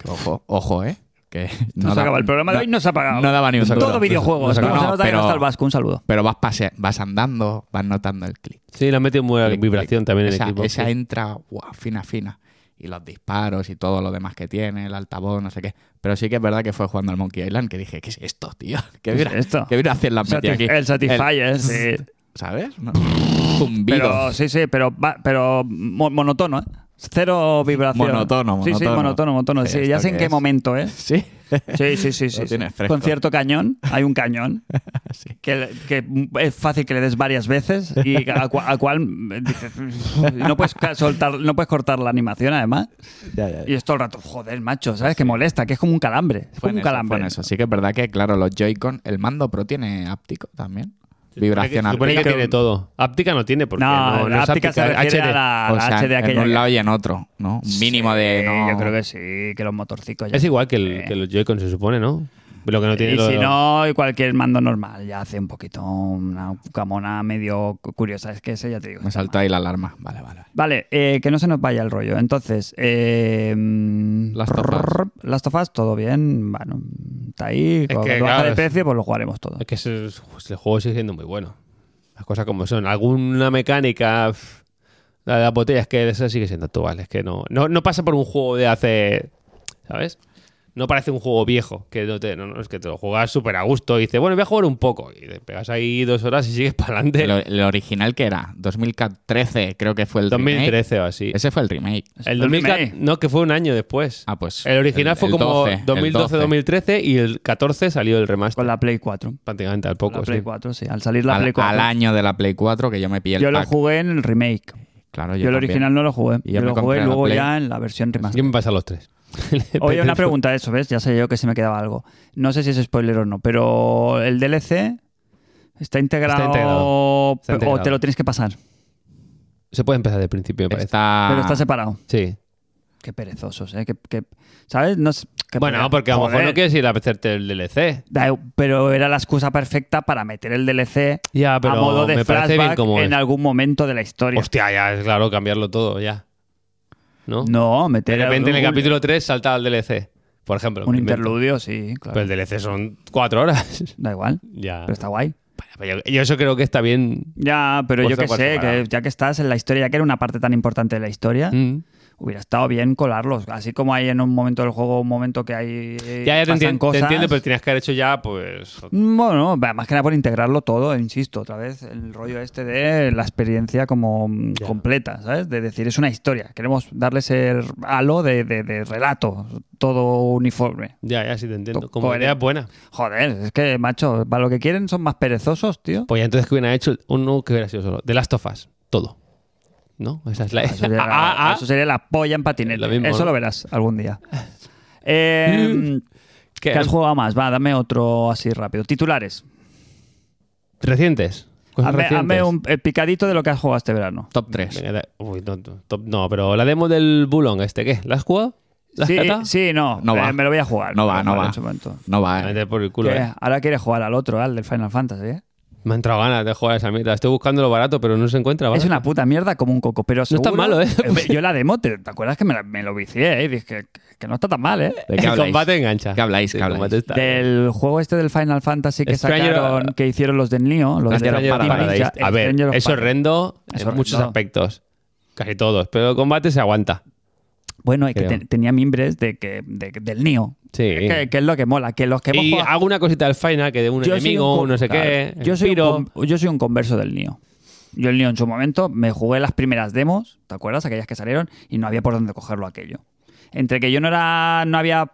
Speaker 3: Ojo, ojo, eh. Que
Speaker 1: No se
Speaker 3: da-
Speaker 1: acaba el programa de
Speaker 3: no-
Speaker 1: hoy, no se ha apagado.
Speaker 3: No daba ni un
Speaker 1: Todo
Speaker 3: duro.
Speaker 1: videojuegos.
Speaker 3: No se
Speaker 1: Como
Speaker 3: acaba.
Speaker 1: se nota que no
Speaker 3: pero-
Speaker 1: está el Vasco. Un saludo.
Speaker 3: Pero vas, pase- vas andando, vas notando el clic.
Speaker 2: Sí, le han metido muy buena
Speaker 3: Clic,
Speaker 2: vibración
Speaker 3: clic.
Speaker 2: también en
Speaker 3: esa,
Speaker 2: el equipo.
Speaker 3: Esa entra guau, fina, fina. Y los disparos y todo lo demás que tiene, el altavoz, no sé qué. Pero sí que es verdad que fue jugando al Monkey Island que dije, ¿qué es esto, tío? ¿Qué
Speaker 1: ¿Qué es
Speaker 3: vibra,
Speaker 1: Pues esto?
Speaker 3: ¿Qué vibración la han metido aquí?
Speaker 1: Satis- El Satisfyer,
Speaker 3: El-
Speaker 1: sí.
Speaker 3: ¿Sabes? Un Zumbido.
Speaker 1: Pero, sí, sí, pero, va- pero mo- monotono, ¿eh? Cero vibración.
Speaker 3: Monotono,
Speaker 1: Sí, sí,
Speaker 3: monotono.
Speaker 1: monotono, monotono. Sí,
Speaker 3: ¿Esto
Speaker 1: ya sé en
Speaker 3: qué
Speaker 1: qué
Speaker 3: es?
Speaker 1: momento, ¿eh?
Speaker 3: Sí.
Speaker 1: Sí, sí, sí. sí,
Speaker 3: Lo
Speaker 1: sí.
Speaker 3: tienes fresco.
Speaker 1: Con cierto cañón, hay un cañón
Speaker 3: Sí.
Speaker 1: que, que es fácil que le des varias veces y a, cua- a cual mm, dices, no puedes, ca- soltar, no puedes cortar la animación además.
Speaker 3: Ya, ya, ya.
Speaker 1: Y es todo el rato, joder, macho, ¿sabes? Que molesta, que es como un calambre. Es
Speaker 3: Fue
Speaker 1: como
Speaker 3: en
Speaker 1: un
Speaker 3: eso,
Speaker 1: calambre.
Speaker 3: fue en eso. Sí que es verdad que, claro, los Joy-Con, el mando Pro tiene áptico también. Vibración
Speaker 2: Se supone que
Speaker 3: áptica.
Speaker 2: tiene todo. Áptica no tiene porque
Speaker 1: No,
Speaker 2: no, no
Speaker 1: la
Speaker 2: es
Speaker 1: áptica se refiere
Speaker 2: HD.
Speaker 1: a la,
Speaker 3: O
Speaker 1: la
Speaker 3: sea,
Speaker 1: HD
Speaker 3: en
Speaker 1: aquella.
Speaker 3: un
Speaker 1: que-
Speaker 3: lado y en otro, ¿no? Un mínimo de...
Speaker 1: Sí,
Speaker 3: No,
Speaker 1: Yo creo que sí, que los motorcicos ya.
Speaker 2: Es igual que, el-
Speaker 1: Sí.
Speaker 2: que los Joy-Con, se supone, ¿no? Lo que no tiene
Speaker 1: Eh. y
Speaker 2: lo-
Speaker 1: si no, y cualquier mando normal ya hace un poquito una camona medio cu- curiosa. Es que ese ya te digo.
Speaker 3: Me
Speaker 1: está mal.
Speaker 3: saltó ahí la alarma. Vale, vale.
Speaker 1: Vale, eh, que no se nos vaya el rollo. Entonces, eh, mm,
Speaker 3: Last of Us.
Speaker 1: prrr, Last of Us, todo bien. Bueno, está ahí.
Speaker 2: Es
Speaker 1: Cuando
Speaker 2: que,
Speaker 1: baja
Speaker 2: claro,
Speaker 1: de
Speaker 2: es-
Speaker 1: precio, pues lo jugaremos todo.
Speaker 2: Es que ese- el juego sigue siendo muy bueno. Las cosas como son. Alguna mecánica. pf, La de las botellas, que esa sigue siendo actual. Es que no, no, no pasa por un juego de hace. ¿Sabes? No parece un juego viejo. Que no te, no, no, es que te lo juegas súper a gusto. Y dices, bueno, voy a jugar un poco. Y te pegas ahí dos horas y sigues para adelante.
Speaker 3: El, el original que era 2013, creo que fue el remake.
Speaker 2: 2013 o así.
Speaker 3: Ese fue el remake.
Speaker 2: El 2014. No, que fue un año después.
Speaker 3: Ah, pues.
Speaker 2: El original fue
Speaker 3: el
Speaker 2: como
Speaker 3: 12, el
Speaker 2: 2012-2013 y el 14 salió el remaster.
Speaker 1: Con la Play 4.
Speaker 2: Prácticamente al
Speaker 1: la
Speaker 2: poco.
Speaker 1: Play
Speaker 2: sí.
Speaker 1: 4, sí. Al salir la
Speaker 3: al,
Speaker 1: Play 4.
Speaker 3: al año de la Play 4 que yo me pillé el
Speaker 1: yo lo
Speaker 3: pack.
Speaker 1: jugué en el remake.
Speaker 3: Claro,
Speaker 1: Yo,
Speaker 3: yo
Speaker 1: el
Speaker 3: también.
Speaker 1: original no lo jugué.
Speaker 3: Y
Speaker 1: Yo,
Speaker 3: yo me
Speaker 1: lo jugué
Speaker 3: compré la
Speaker 1: luego
Speaker 3: Play.
Speaker 1: ya en la versión remaster.
Speaker 2: Yo me pasa los tres.
Speaker 1: Oye, una pregunta, eso, ¿ves? Ya sé yo que se me quedaba algo. No sé si es spoiler o no, pero el DLC está integrado,
Speaker 2: integrado. Está
Speaker 1: pe- o
Speaker 2: integrado.
Speaker 1: te lo tienes que pasar,
Speaker 2: Se puede empezar del principio, me parece.
Speaker 3: Está...
Speaker 1: pero está separado.
Speaker 2: Sí.
Speaker 1: Qué perezosos, ¿eh? Qué- qué- ¿Sabes? No sé- qué
Speaker 2: Bueno,
Speaker 1: pereza.
Speaker 2: porque a lo mejor
Speaker 1: Joder.
Speaker 2: no quieres ir a hacerte el DLC.
Speaker 1: Da- Pero era la excusa perfecta para meter el DLC
Speaker 2: Ya, pero
Speaker 1: a modo de
Speaker 2: me parece bien
Speaker 1: flashback
Speaker 2: como
Speaker 1: en
Speaker 2: es.
Speaker 1: algún momento de la historia.
Speaker 2: Hostia, ya es claro cambiarlo todo, ya. ¿No?
Speaker 1: No, meter
Speaker 2: de repente en el
Speaker 1: algún-
Speaker 2: capítulo 3 saltaba el DLC. Por ejemplo.
Speaker 1: Un
Speaker 2: me invento.
Speaker 1: interludio, sí, claro.
Speaker 2: Pero el DLC son cuatro horas.
Speaker 1: Da igual,
Speaker 2: ya.
Speaker 1: pero está guay.
Speaker 2: Pero yo- yo eso creo que está bien.
Speaker 1: Ya, pero yo
Speaker 2: Puesto
Speaker 1: que
Speaker 2: por
Speaker 1: sé,
Speaker 2: separado.
Speaker 1: que ya que estás en la historia, ya que era una parte tan importante de la historia,
Speaker 2: Mm.
Speaker 1: hubiera estado bien colarlos. Así como hay en un momento del juego, un momento que hay. eh,
Speaker 2: Ya, ya te,
Speaker 1: pasan
Speaker 2: entien- te
Speaker 1: cosas.
Speaker 2: entiendo, pero tenías que haber hecho ya, pues.
Speaker 1: Bueno, va, más que nada por integrarlo todo, insisto, otra vez, el rollo este de la experiencia como mm,
Speaker 2: Ya.
Speaker 1: completa, ¿sabes? De decir, es una historia. Queremos darle ese halo de, de- de relato, todo uniforme.
Speaker 2: Ya, ya, sí te entiendo.
Speaker 1: To-
Speaker 2: Como
Speaker 1: coherente.
Speaker 2: idea buena.
Speaker 1: Joder, es que, macho, para lo que quieren son más perezosos, tío.
Speaker 2: Pues ya entonces que hubiera hecho uno que hubiera sido solo. The Last of Us, todo. ¿No? Esa es la.
Speaker 1: Eso sería,
Speaker 2: Ah, ah, ah.
Speaker 1: eso sería la polla en patinete.
Speaker 2: Lo mismo,
Speaker 1: eso
Speaker 2: ¿no?
Speaker 1: lo verás algún día. Eh,
Speaker 2: ¿Qué?
Speaker 1: ¿Qué has jugado más? Va, dame otro así rápido. Titulares.
Speaker 2: Recientes. Cosas
Speaker 1: Hazme,
Speaker 2: recientes.
Speaker 1: hazme un eh, picadito de lo que has jugado este verano.
Speaker 3: Top 3.
Speaker 2: Venga, da- Uy, no, no, top- no, pero la demo del Bulon, este, ¿qué? ¿La has jugado? ¿La has
Speaker 1: Sí,
Speaker 2: catado?
Speaker 1: sí, no.
Speaker 3: No
Speaker 1: eh,
Speaker 3: va.
Speaker 1: me lo voy a jugar.
Speaker 3: No va, no
Speaker 1: Vale,
Speaker 3: va.
Speaker 1: en su momento.
Speaker 3: No
Speaker 2: Me
Speaker 3: va, eh.
Speaker 2: mete Ah, por el culo,
Speaker 1: ¿Qué?
Speaker 2: eh.
Speaker 1: Ahora quieres jugar al otro, al del Final Fantasy, ¿eh?
Speaker 2: Me han entrado ganas de jugar a esa mierda. Estoy buscando lo barato, pero no se encuentra.
Speaker 1: Es
Speaker 2: barato.
Speaker 1: una puta mierda como un coco, pero
Speaker 2: está
Speaker 1: seguro-
Speaker 2: malo, ¿eh?
Speaker 1: Yo la demo, ¿te, te acuerdas que me, la- me lo vicié, ¿eh? Y dije que, que no está tan mal, ¿eh?
Speaker 3: ¿De qué
Speaker 2: El
Speaker 3: habláis?
Speaker 2: combate engancha.
Speaker 3: ¿Qué habláis? ¿Qué
Speaker 2: El
Speaker 3: habláis?
Speaker 2: combate está-
Speaker 1: Del juego este del Final Fantasy que
Speaker 2: Stranger-
Speaker 1: sacaron, que hicieron los de Neo, los de los Este
Speaker 2: Stranger
Speaker 1: Paradise,
Speaker 2: Paradise.
Speaker 1: ya-
Speaker 2: A ver,
Speaker 1: Stranger of
Speaker 2: es
Speaker 1: Paradise.
Speaker 2: horrendo
Speaker 1: Es
Speaker 2: en
Speaker 1: horrendo.
Speaker 2: muchos aspectos. Casi todos. Pero el combate se aguanta.
Speaker 1: Bueno, es que
Speaker 2: creo.
Speaker 1: te- tenía mimbres de que, de- del Neo,
Speaker 2: Sí.
Speaker 1: que, que es lo que mola, que los que hemos
Speaker 2: y
Speaker 1: jugado-
Speaker 2: hago una cosita al final que de un
Speaker 1: Yo soy
Speaker 2: enemigo,
Speaker 1: un
Speaker 2: un
Speaker 1: con-
Speaker 2: no sé
Speaker 1: claro,
Speaker 2: qué.
Speaker 1: Yo soy, un
Speaker 2: piro.
Speaker 1: con- yo soy un converso del Nio. Yo el Nio en su momento me jugué las primeras demos, ¿te acuerdas? Aquellas que salieron y no había por dónde cogerlo aquello. Entre que yo no era no había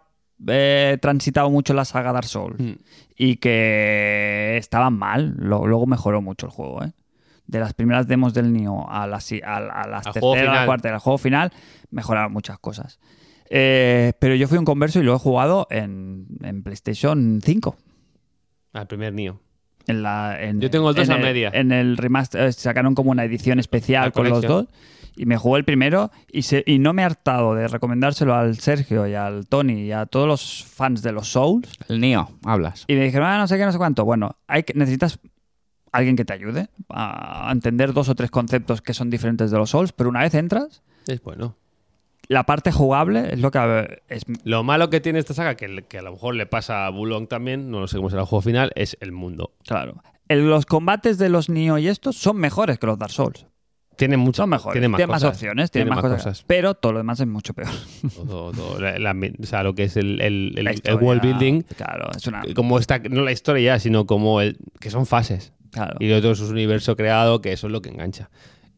Speaker 1: eh, transitado mucho la saga Dark Souls
Speaker 2: Mm.
Speaker 1: y que estaban mal, lo- luego mejoró mucho el juego, ¿eh? De las primeras demos del Nio a las, si- a, a las
Speaker 2: Al juego
Speaker 1: tercera, a la
Speaker 2: final.
Speaker 1: cuarta, al juego final, mejoraron muchas cosas. Eh, pero yo fui un converso y lo he jugado en, en PlayStation 5.
Speaker 2: Al Ah, primer Nio.
Speaker 1: En la, en-
Speaker 2: Yo tengo el dos
Speaker 1: en
Speaker 2: a media.
Speaker 1: En el remaster eh, sacaron como una edición especial
Speaker 2: La
Speaker 1: con los dos.
Speaker 2: colección.
Speaker 1: Y me jugó el primero y, se- y no me he hartado de recomendárselo al Sergio y al Tony y a todos los fans de los Souls.
Speaker 3: El Neo, hablas.
Speaker 1: Y me dijeron, ah, no sé qué, no sé cuánto. Bueno, hay que, necesitas alguien que te ayude a entender dos o tres conceptos que son diferentes de los Souls, pero una vez entras,
Speaker 2: Es bueno.
Speaker 1: la parte jugable es lo que eh, es
Speaker 2: Lo malo que tiene esta saga, que, que a lo mejor le pasa a Bulong también, no lo sé cómo será el juego final, es el mundo.
Speaker 1: claro. El- los combates de los Nioh y estos son mejores que los Dark Souls.
Speaker 2: Tiene mucho.
Speaker 1: Son mejores.
Speaker 2: Tiene más, cosas.
Speaker 1: opciones, tiene, más, cosas. Pero todo lo demás es mucho peor.
Speaker 2: Todo, todo. La- la- o sea, lo que es el, el- el-
Speaker 1: La
Speaker 2: el
Speaker 1: historia, Ah.
Speaker 2: world building, eh,
Speaker 1: Claro, es una.
Speaker 2: como está, no la historia ya, sino como el. que son fases.
Speaker 1: Claro.
Speaker 2: Y otro es un universo creado, que eso es lo que engancha.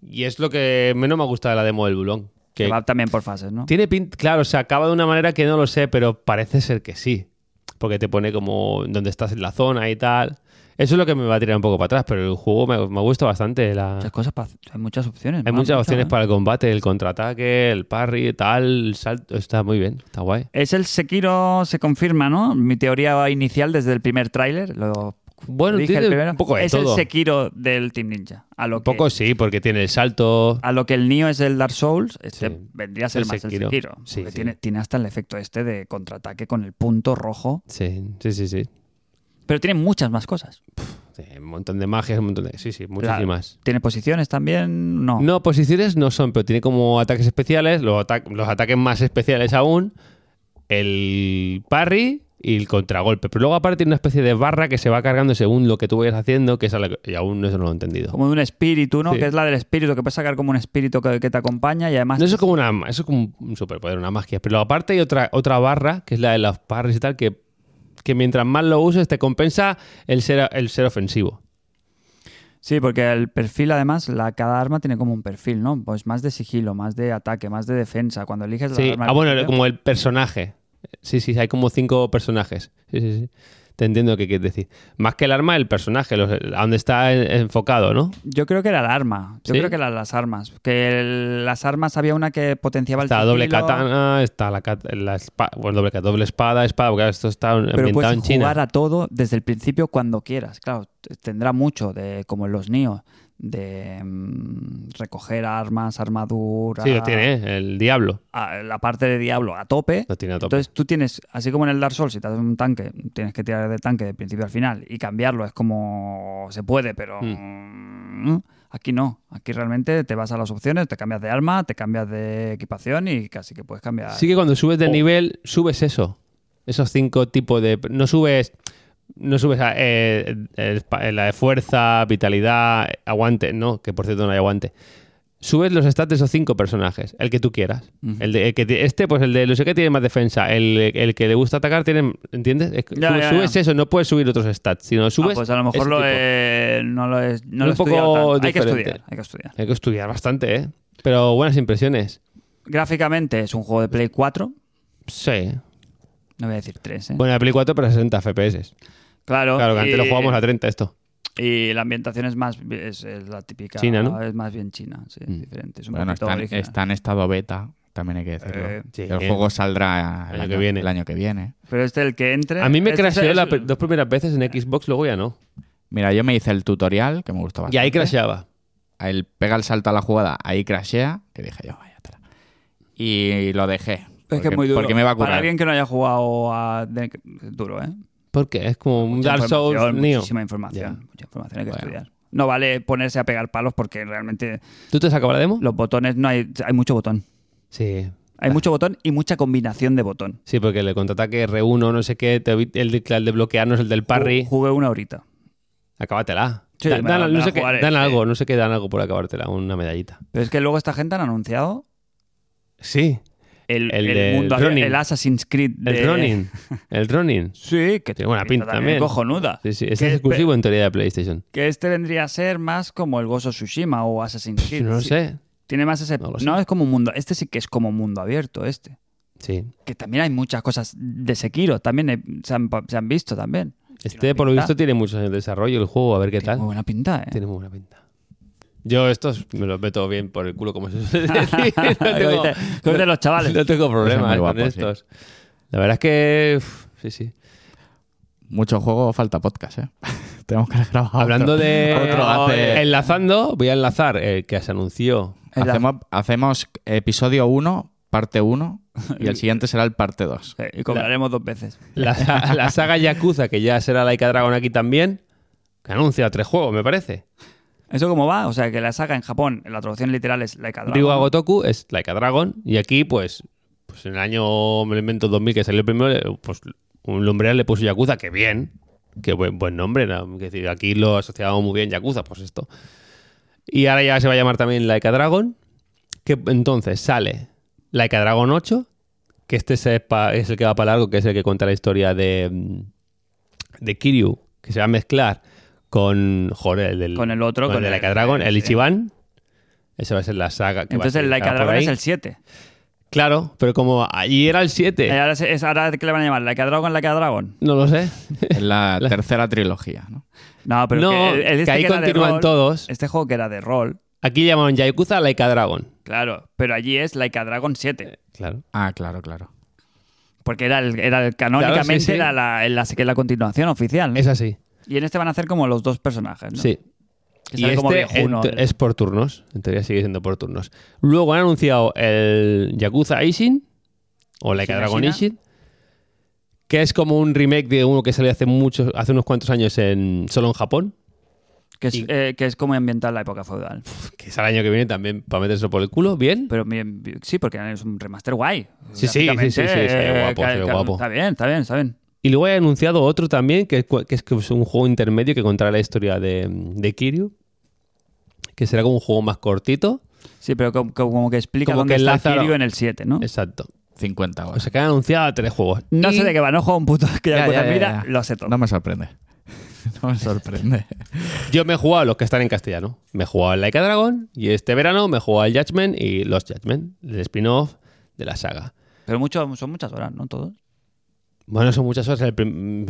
Speaker 2: Y es lo que menos me gusta de la demo del Bulong.
Speaker 1: Que
Speaker 2: Que
Speaker 1: va también por fases, ¿no?
Speaker 2: Tiene pinta, claro, se acaba de una manera que no lo sé, pero parece ser que sí. Porque te pone como donde estás en la zona y tal. Eso es lo que me va a tirar un poco para atrás, pero el juego me, me gusta bastante. La...
Speaker 1: Muchas cosas pa- hay muchas opciones.
Speaker 2: Hay
Speaker 1: mola
Speaker 2: muchas
Speaker 1: mucho,
Speaker 2: opciones
Speaker 1: ¿eh?
Speaker 2: para el combate, el contraataque, el parry, tal, el salto. Está muy bien, está guay.
Speaker 1: Es el Sekiro, se confirma, ¿no? Mi teoría inicial desde el primer tráiler. Lo
Speaker 2: Bueno,
Speaker 1: dije el
Speaker 2: tiene
Speaker 1: primero.
Speaker 2: un poco de
Speaker 1: es
Speaker 2: todo.
Speaker 1: el Sekiro del Team Ninja. A lo,
Speaker 2: Un poco
Speaker 1: que,
Speaker 2: sí, porque tiene el salto.
Speaker 1: a lo que el Nioh es el Dark Souls, este
Speaker 2: Sí.
Speaker 1: vendría a ser
Speaker 2: El
Speaker 1: más
Speaker 2: Sekiro.
Speaker 1: el Sekiro.
Speaker 2: Sí,
Speaker 1: porque
Speaker 2: sí.
Speaker 1: Tiene, tiene hasta el efecto este de contraataque con el punto rojo.
Speaker 2: Sí, sí, sí, sí.
Speaker 1: Pero tiene muchas más cosas.
Speaker 2: Sí, un montón de magias, un montón de. Sí, sí, muchísimas.
Speaker 1: ¿Tiene posiciones también? No.
Speaker 2: No, posiciones no son, pero tiene como ataques especiales, los, ata- los ataques más especiales aún, el parry y el contragolpe. Pero luego aparte tiene una especie de barra que se va cargando según lo que tú vayas haciendo, que es a la que- y aún eso no lo he entendido.
Speaker 1: Como de un espíritu, ¿no?
Speaker 2: Sí.
Speaker 1: Que es la del espíritu, que puedes sacar como un espíritu que, que te acompaña y además...
Speaker 2: No, eso es como una eso es como un superpoder, una magia. Pero aparte hay otra, otra barra, que es la de las parries y tal, que, que mientras más lo uses te compensa el ser, el ser ofensivo.
Speaker 1: Sí, porque el perfil además, la, cada arma tiene como un perfil, ¿no? Pues más de sigilo, más de ataque, más de defensa. Cuando eliges la
Speaker 2: Sí.
Speaker 1: arma...
Speaker 2: Ah, bueno, como el personaje. Sí, sí, hay como cinco personajes. Sí, sí, sí. Te entiendo qué quieres decir. Más que el arma, el personaje, los- a dónde está en- enfocado, ¿no?
Speaker 1: Yo creo que era el arma. Yo
Speaker 2: ¿Sí?
Speaker 1: creo que eran las armas. Que el- las armas había una que potenciaba el
Speaker 2: Está
Speaker 1: sigilo,
Speaker 2: doble katana, está la, kat- la espada, bueno, doble, kat- doble espada, espada, porque esto está
Speaker 1: Pero
Speaker 2: ambientado
Speaker 1: puedes
Speaker 2: en China.
Speaker 1: jugar a todo desde el principio cuando quieras. Claro, t- tendrá mucho de como en los niños de mm, recoger armas, armadura.
Speaker 2: Sí, lo tiene, ¿eh? el diablo.
Speaker 1: a- la parte de Diablo a tope.
Speaker 2: Lo tiene a tope.
Speaker 1: Entonces tú tienes, así como en el Dark Souls, si te haces un tanque, tienes que tirar de tanque de principio al final y cambiarlo. Es como se puede, pero
Speaker 2: Hmm.
Speaker 1: mm, aquí no. Aquí realmente te vas a las opciones, te cambias de arma, te cambias de equipación y casi que puedes cambiar.
Speaker 2: Sí que cuando subes de
Speaker 1: Oh.
Speaker 2: nivel, subes eso. Esos cinco tipos de... No subes... No subes a, eh, el pa- eh, la de fuerza, vitalidad, aguante. No, que por cierto no hay aguante. Subes los stats de esos cinco personajes, el que tú quieras. el, de, el que te- Este, pues el de no sé qué tiene más defensa. El, el que le gusta atacar tiene... ¿Entiendes? Es que
Speaker 1: Ya,
Speaker 2: tú
Speaker 1: ya,
Speaker 2: subes
Speaker 1: ya.
Speaker 2: eso, no puedes subir otros stats. Sino
Speaker 1: Ah,
Speaker 2: subes
Speaker 1: pues a lo mejor
Speaker 2: ese
Speaker 1: lo
Speaker 2: tipo.
Speaker 1: he- no lo he, no
Speaker 2: Un
Speaker 1: lo he
Speaker 2: poco
Speaker 1: estudiado tanto. Hay que
Speaker 2: diferente.
Speaker 1: estudiar, hay que estudiar.
Speaker 2: Hay que estudiar bastante, ¿eh? Pero buenas impresiones.
Speaker 1: Gráficamente es un juego de Play 4,
Speaker 2: Sí.
Speaker 1: no voy a decir 3, ¿eh?
Speaker 2: Bueno, la Play 4 para 60 FPS.
Speaker 1: claro,
Speaker 2: Claro, que antes
Speaker 1: Oh, y-
Speaker 2: lo jugábamos a 30 esto.
Speaker 1: Y la ambientación es más bi- es, es la típica
Speaker 2: China, ¿no? Hmm.
Speaker 1: Es más bien china, sí, es diferente. Es un
Speaker 3: Bueno,
Speaker 1: poquito
Speaker 3: está, en-
Speaker 1: original.
Speaker 3: está en estado beta, también hay que decirlo.
Speaker 1: Eh,
Speaker 2: sí.
Speaker 3: el juego saldrá
Speaker 2: El año que viene.
Speaker 3: el año que viene.
Speaker 1: Pero este el que entre.
Speaker 2: A mí me
Speaker 1: este es-
Speaker 2: crasheó
Speaker 1: es-
Speaker 2: las pe- dos primeras veces en Xbox, luego ya no.
Speaker 3: Mira, yo me hice el tutorial, que me gustó
Speaker 2: Y
Speaker 3: bastante.
Speaker 2: ahí crasheaba.
Speaker 3: Él pega el salto a la jugada, ahí crashea, que dije yo, vaya tela. Y lo dejé.
Speaker 1: Es que
Speaker 3: porque-
Speaker 1: es muy duro.
Speaker 3: Porque me va a
Speaker 1: Para
Speaker 3: curar.
Speaker 1: alguien que no haya jugado a. de- Es duro, ¿eh?
Speaker 2: Porque es como un
Speaker 1: Mucha
Speaker 2: Dark Souls
Speaker 1: información,
Speaker 2: Neo.
Speaker 1: Muchísima información. Mucha información hay que
Speaker 3: Bueno.
Speaker 1: estudiar. No vale ponerse a pegar palos porque realmente
Speaker 2: ¿Tú te sacabas la demo?
Speaker 1: los botones no hay. Hay mucho botón.
Speaker 2: Sí.
Speaker 1: Hay mucho botón y mucha combinación de botón.
Speaker 2: Sí, porque el contraataque R1, no sé qué, te vi- el, de, el de bloquearnos, el del parry.
Speaker 1: Jugué una horita.
Speaker 2: Acábatela.
Speaker 1: Uh, Sí,
Speaker 2: Dan-
Speaker 1: me la-
Speaker 2: dan-
Speaker 1: me
Speaker 2: no
Speaker 1: la
Speaker 2: sé qué,
Speaker 1: jugaré,
Speaker 2: dan
Speaker 1: sí.
Speaker 2: algo, no sé qué dan algo por acabártela, una medallita.
Speaker 1: Pero es que luego esta gente han anunciado
Speaker 2: Sí.
Speaker 1: el,
Speaker 2: El
Speaker 1: el
Speaker 2: del
Speaker 1: mundo
Speaker 2: Ronin.
Speaker 1: el Assassin's Creed
Speaker 2: El
Speaker 1: de-
Speaker 2: Ronin. El Ronin.
Speaker 1: Sí, que
Speaker 2: Tiene buena pinta también.
Speaker 1: Cojonuda.
Speaker 2: Sí, sí. Ese
Speaker 1: Que-
Speaker 2: es exclusivo en teoría de PlayStation.
Speaker 1: Que este vendría a ser más como el Gozo Tsushima o Assassin's Creed.
Speaker 2: Pues no lo
Speaker 1: Sí.
Speaker 2: sé.
Speaker 1: Tiene más ese.
Speaker 2: No
Speaker 1: No,
Speaker 2: lo sé.
Speaker 1: es como un mundo. Este sí que es como mundo abierto, este.
Speaker 2: Sí.
Speaker 1: Que también hay muchas cosas de Sekiro. También he- se, han, se han visto también.
Speaker 2: Este, por lo
Speaker 1: pinta.
Speaker 2: visto, tiene muchos años de desarrollo el juego, a ver qué
Speaker 1: Tiene
Speaker 2: tal.
Speaker 1: muy buena pinta, ¿eh?
Speaker 2: Tiene muy buena pinta. Yo estos me los meto bien por el culo, como se suele decir. No tengo,
Speaker 1: Como dice- como dicen los chavales.
Speaker 2: no tengo problemas
Speaker 3: Son muy
Speaker 2: con
Speaker 3: guapos, sí.
Speaker 2: estos. La verdad es que... uf, sí, sí.
Speaker 3: Mucho juego, falta podcast, ¿eh? Tenemos que grabar. otro.
Speaker 2: Hablando de... Oh, eh,
Speaker 3: Otro
Speaker 1: Oh,
Speaker 3: hace-
Speaker 2: Enlazando, voy a enlazar el que se anunció.
Speaker 1: Es la-
Speaker 3: Hacemos, hacemos episodio 1, parte 1, y el siguiente será el parte 2.
Speaker 1: Sí, y cobraremos dos veces.
Speaker 2: La, sa- la saga Yakuza, que ya será Laika Dragon aquí también, que anuncia tres juegos, me parece.
Speaker 1: ¿Eso cómo va? O sea, que la saga en Japón, la traducción literal es Laika Dragon.
Speaker 2: Ryu Gotoku es Laika Dragon y aquí pues, pues en el año me lo invento 2000 que salió el primero, eh, pues un lumbreal le puso Yakuza, que bien, que buen, buen nombre, ¿no? Es decir, aquí lo asociábamos muy bien Yakuza, pues esto. Y ahora ya se va a llamar también Laika Dragon, que entonces sale Laika Dragon 8, que este es, pa- es el que va para largo, que es el que cuenta la historia de, mm, de Kiryu, que se va a mezclar con, joder, el del-
Speaker 1: Con el otro,
Speaker 2: con
Speaker 1: con
Speaker 2: el de
Speaker 1: el-
Speaker 2: Laika Dragon, el
Speaker 1: sí.
Speaker 2: Ichiban. Esa va a ser la saga. que va a
Speaker 1: Entonces, el
Speaker 2: ser
Speaker 1: Laika
Speaker 2: Ah, por
Speaker 1: Dragon
Speaker 2: ahí.
Speaker 1: es el 7.
Speaker 2: Claro, pero como allí era el 7.
Speaker 1: Eh, Ahora, se- es, ahora, ¿qué le van a llamar? ¿Laika Dragon, Laika Dragon?
Speaker 2: No lo sé.
Speaker 3: Es la tercera trilogía, ¿no?
Speaker 1: No, pero
Speaker 2: No,
Speaker 1: que, el- el este
Speaker 2: que ahí
Speaker 1: era de
Speaker 2: continúan
Speaker 1: rol-
Speaker 2: todos.
Speaker 1: Este juego que era de rol,
Speaker 2: Aquí llamaban Yakuza Laika Dragon.
Speaker 1: claro, pero allí es Laika Dragon 7,
Speaker 2: Claro.
Speaker 3: Ah, claro, claro.
Speaker 1: porque era el, era el- canónicamente
Speaker 2: Claro, sí, sí.
Speaker 1: era la, la- que es la continuación oficial. ¿no?
Speaker 2: Es así.
Speaker 1: Y en este van a hacer como los dos personajes, ¿no?
Speaker 2: Sí.
Speaker 1: Que
Speaker 2: y
Speaker 1: sale
Speaker 2: este
Speaker 1: como ¿eh? viejuno.
Speaker 2: ent- es por turnos. En teoría sigue siendo por turnos. Luego han anunciado el Yakuza Ishin. O Laika
Speaker 1: Ishin,
Speaker 2: Dragon
Speaker 1: Ishin.
Speaker 2: Ishin. Que es como un remake de uno que salió hace muchos, hace unos cuantos años en solo en Japón.
Speaker 1: que, es,
Speaker 2: y-
Speaker 1: eh, que es como ambiental la época feudal.
Speaker 2: Que es el año que viene también para meterse por el culo. Bien.
Speaker 1: Pero bien, bien- sí, porque es un remaster guay.
Speaker 2: Sí, sí, sí, sí, sí, se ve
Speaker 1: Gráficamente,
Speaker 2: guapo, se ve
Speaker 1: ca- ca-
Speaker 2: guapo.
Speaker 1: Está bien, está bien, está bien.
Speaker 2: Y luego he anunciado otro también, que, cu- que es, que es un juego intermedio que contará la historia de, de Kiryu, que será como un juego más cortito.
Speaker 1: Sí, pero como, como que explica
Speaker 2: Como
Speaker 1: dónde
Speaker 2: que
Speaker 1: está
Speaker 2: Lázaro-
Speaker 1: Kiryu en el 7, ¿no?
Speaker 2: Exacto.
Speaker 3: 50 horas.
Speaker 2: O sea que han anunciado tres juegos.
Speaker 1: No
Speaker 2: Y-
Speaker 1: sé de qué va, no juego un puto que
Speaker 3: Ya,
Speaker 1: ya,
Speaker 3: ya, ya,
Speaker 1: mira,
Speaker 3: ya.
Speaker 1: lo sé todo.
Speaker 3: No me sorprende. No me sorprende.
Speaker 2: Yo me he jugado los que están en castellano. Me he jugado el Like a Dragon y este verano me he jugado el Judgment y los Judgment, el spin-off de la saga.
Speaker 1: Pero mucho, son muchas horas, ¿no? Todos.
Speaker 2: Bueno, son muchas horas. El, prim-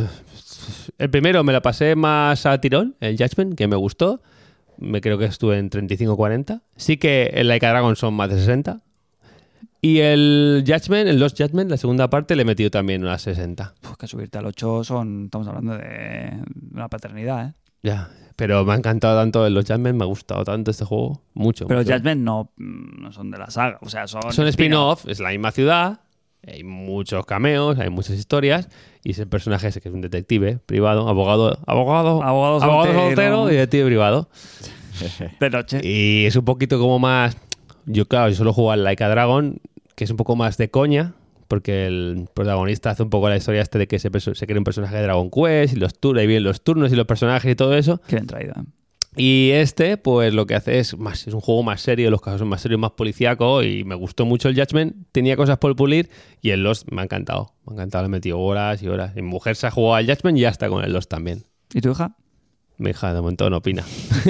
Speaker 2: el primero me la pasé más a tirón, el Judgment, que me gustó. Me creo que estuve en 35 o 40. Sí que el Like a Dragon son más de 60. Y el Judgment, el Lost Judgment, la segunda parte, le he metido también unas 60.
Speaker 1: Uf, Pues que subirte al 8 son. Estamos hablando de una paternidad, ¿eh?
Speaker 2: Ya. Pero me ha encantado tanto el Lost Judgment, me ha gustado tanto este juego. Mucho.
Speaker 1: Pero
Speaker 2: mucho.
Speaker 1: Judgment no, mm, no son de la saga, o sea, son.
Speaker 2: Son spin-off, es la misma ciudad, hay muchos cameos, hay muchas historias, y ese personaje ese que es un detective privado, abogado, abogado,
Speaker 1: Abogado soltero.
Speaker 2: soltero y detective privado.
Speaker 1: De noche.
Speaker 2: Y es un poquito como más. Yo, claro, yo solo juego al Like a Dragon, que es un poco más de coña, porque el protagonista hace un poco la historia este de que se, perso- se crea un personaje de Dragon Quest, y los turnos, y bien los turnos y los personajes y todo eso.
Speaker 1: Qué bien traído. ¿eh?
Speaker 2: Y este, pues lo que hace es más, es un juego más serio, los casos son más serios, más policíaco y me gustó mucho el Judgment, tenía cosas por pulir y el Lost me ha encantado, me ha encantado, le he metido horas y horas. Mi mujer se ha jugado al Judgment y ya está con el Lost también.
Speaker 1: ¿Y tu hija?
Speaker 2: Mi hija de momento no opina,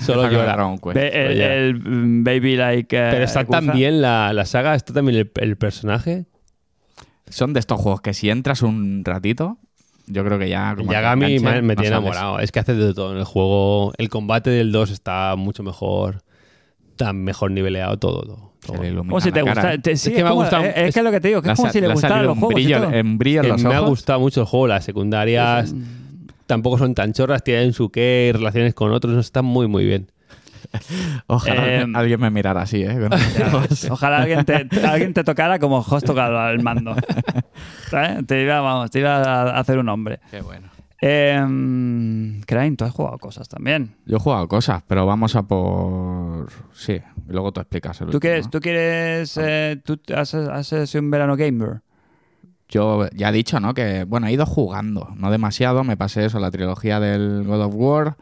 Speaker 2: solo
Speaker 3: Saca
Speaker 2: llora.
Speaker 3: Dragon Quest.
Speaker 1: Ve el,
Speaker 2: ya.
Speaker 1: el, mm, Baby Like. eh,
Speaker 2: Pero está
Speaker 1: Yakuza.
Speaker 2: tan bien la, la saga, está también el, el personaje.
Speaker 3: Son de estos juegos que si entras un ratito, yo creo que ya. como te
Speaker 2: Yagami
Speaker 3: enganche,
Speaker 2: me, me
Speaker 3: no
Speaker 2: tiene
Speaker 3: sales.
Speaker 2: enamorado, es que hace de todo en el juego. El combate del 2 está mucho mejor, tan mejor niveleado todo. todo,
Speaker 3: Se
Speaker 2: todo.
Speaker 3: le ilumina
Speaker 1: Como Oh, si
Speaker 3: la
Speaker 1: te
Speaker 3: cara. ¿eh?
Speaker 1: gusta. te- sí,
Speaker 2: Es que me ha
Speaker 1: como-
Speaker 2: gustado-
Speaker 1: Es, es que es lo que te digo, que
Speaker 3: Le ha
Speaker 1: es como
Speaker 3: sa-
Speaker 1: si le
Speaker 3: le ha
Speaker 1: gustaran
Speaker 3: salido
Speaker 1: los
Speaker 3: un
Speaker 1: juegos. y
Speaker 3: brillo,
Speaker 1: todo.
Speaker 3: en brillo en
Speaker 2: Que
Speaker 3: los
Speaker 2: Eh, me ha
Speaker 3: ojos.
Speaker 2: gustado mucho el juego. Las secundarias tampoco son tan chorras, tienen su qué, relaciones con otros, están muy, muy bien.
Speaker 3: Ojalá
Speaker 1: Eh,
Speaker 3: alguien me mirara así, ¿eh? Con estos ojos.
Speaker 1: Ojalá alguien te, alguien te tocara como host tocaba al mando. ¿Sabes? Te iba, vamos, te iba a hacer un hombre.
Speaker 3: Qué bueno.
Speaker 1: Eh, Crane, tú has jugado cosas también.
Speaker 3: Yo he jugado cosas, pero vamos a por. Sí, y luego tú explicas. el
Speaker 1: ¿Tú
Speaker 3: último,
Speaker 1: quieres,
Speaker 3: Pues ¿no?
Speaker 1: tú quieres, eh, tú has, has sido un verano gamer?
Speaker 3: Yo ya he dicho, ¿no? Que, bueno, he ido jugando, no demasiado. Me pasé eso, la trilogía del God of War.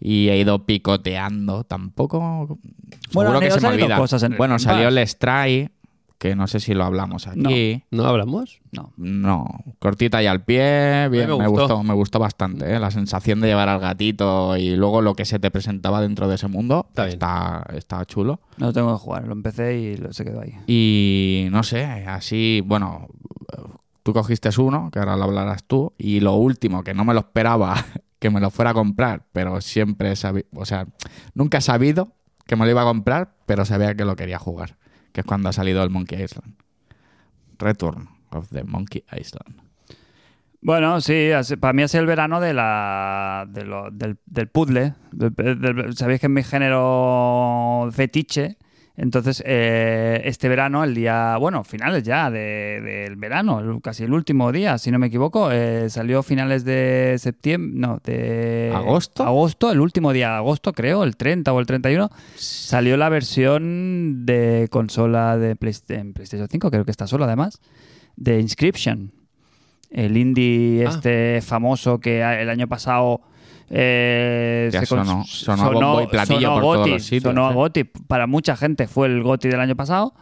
Speaker 3: Y he ido picoteando tampoco.
Speaker 1: Bueno,
Speaker 3: seguro que
Speaker 1: Neo
Speaker 3: se me
Speaker 1: salieron
Speaker 3: olvida.
Speaker 1: cosas en el-
Speaker 3: bueno, salió
Speaker 1: vas.
Speaker 3: el Stray, que no sé si lo hablamos aquí.
Speaker 2: ¿No hablamos?
Speaker 1: No.
Speaker 3: No, cortita y al pie. Bien,
Speaker 2: me
Speaker 3: me,
Speaker 2: gustó.
Speaker 3: gustó. me gustó bastante. ¿eh? La sensación de llevar al gatito y luego lo que se te presentaba dentro de ese mundo
Speaker 2: Está bien.
Speaker 3: está, está chulo.
Speaker 1: No tengo que jugar, lo empecé y lo- se quedó ahí.
Speaker 3: Y no sé, así, bueno, tú cogiste uno, que ahora lo hablarás tú, y lo último, que no me lo esperaba que me lo fuera a comprar, pero siempre he sabido, o sea, nunca he sabido que me lo iba a comprar, pero sabía que lo quería jugar, que es cuando ha salido el Monkey Island. Return of the Monkey Island.
Speaker 1: Bueno, sí, así- para mí ha sido el verano de la, de lo- del, del puzzle. Del- del- Sabéis que es mi género fetiche. Entonces, eh, este verano, el día, bueno, finales ya de- del verano, el- casi el último día, si no me equivoco, eh, salió finales de septiembre, no, de...
Speaker 3: ¿Agosto?
Speaker 1: Agosto, el último día de agosto, creo, el 30 o el 31, salió la versión de consola de Playst- en PlayStation 5, creo que está solo además, de Inscription. El indie
Speaker 2: Ah.
Speaker 1: este famoso que a- el año pasado eh,
Speaker 3: Ya
Speaker 1: cons-
Speaker 3: sonó- sonó a bombo y platillo
Speaker 1: sonó a
Speaker 3: por todos
Speaker 1: Goti,
Speaker 3: los sitios,
Speaker 1: sonó a
Speaker 3: sí.
Speaker 1: Goti. Para mucha gente fue el Goti del año pasado.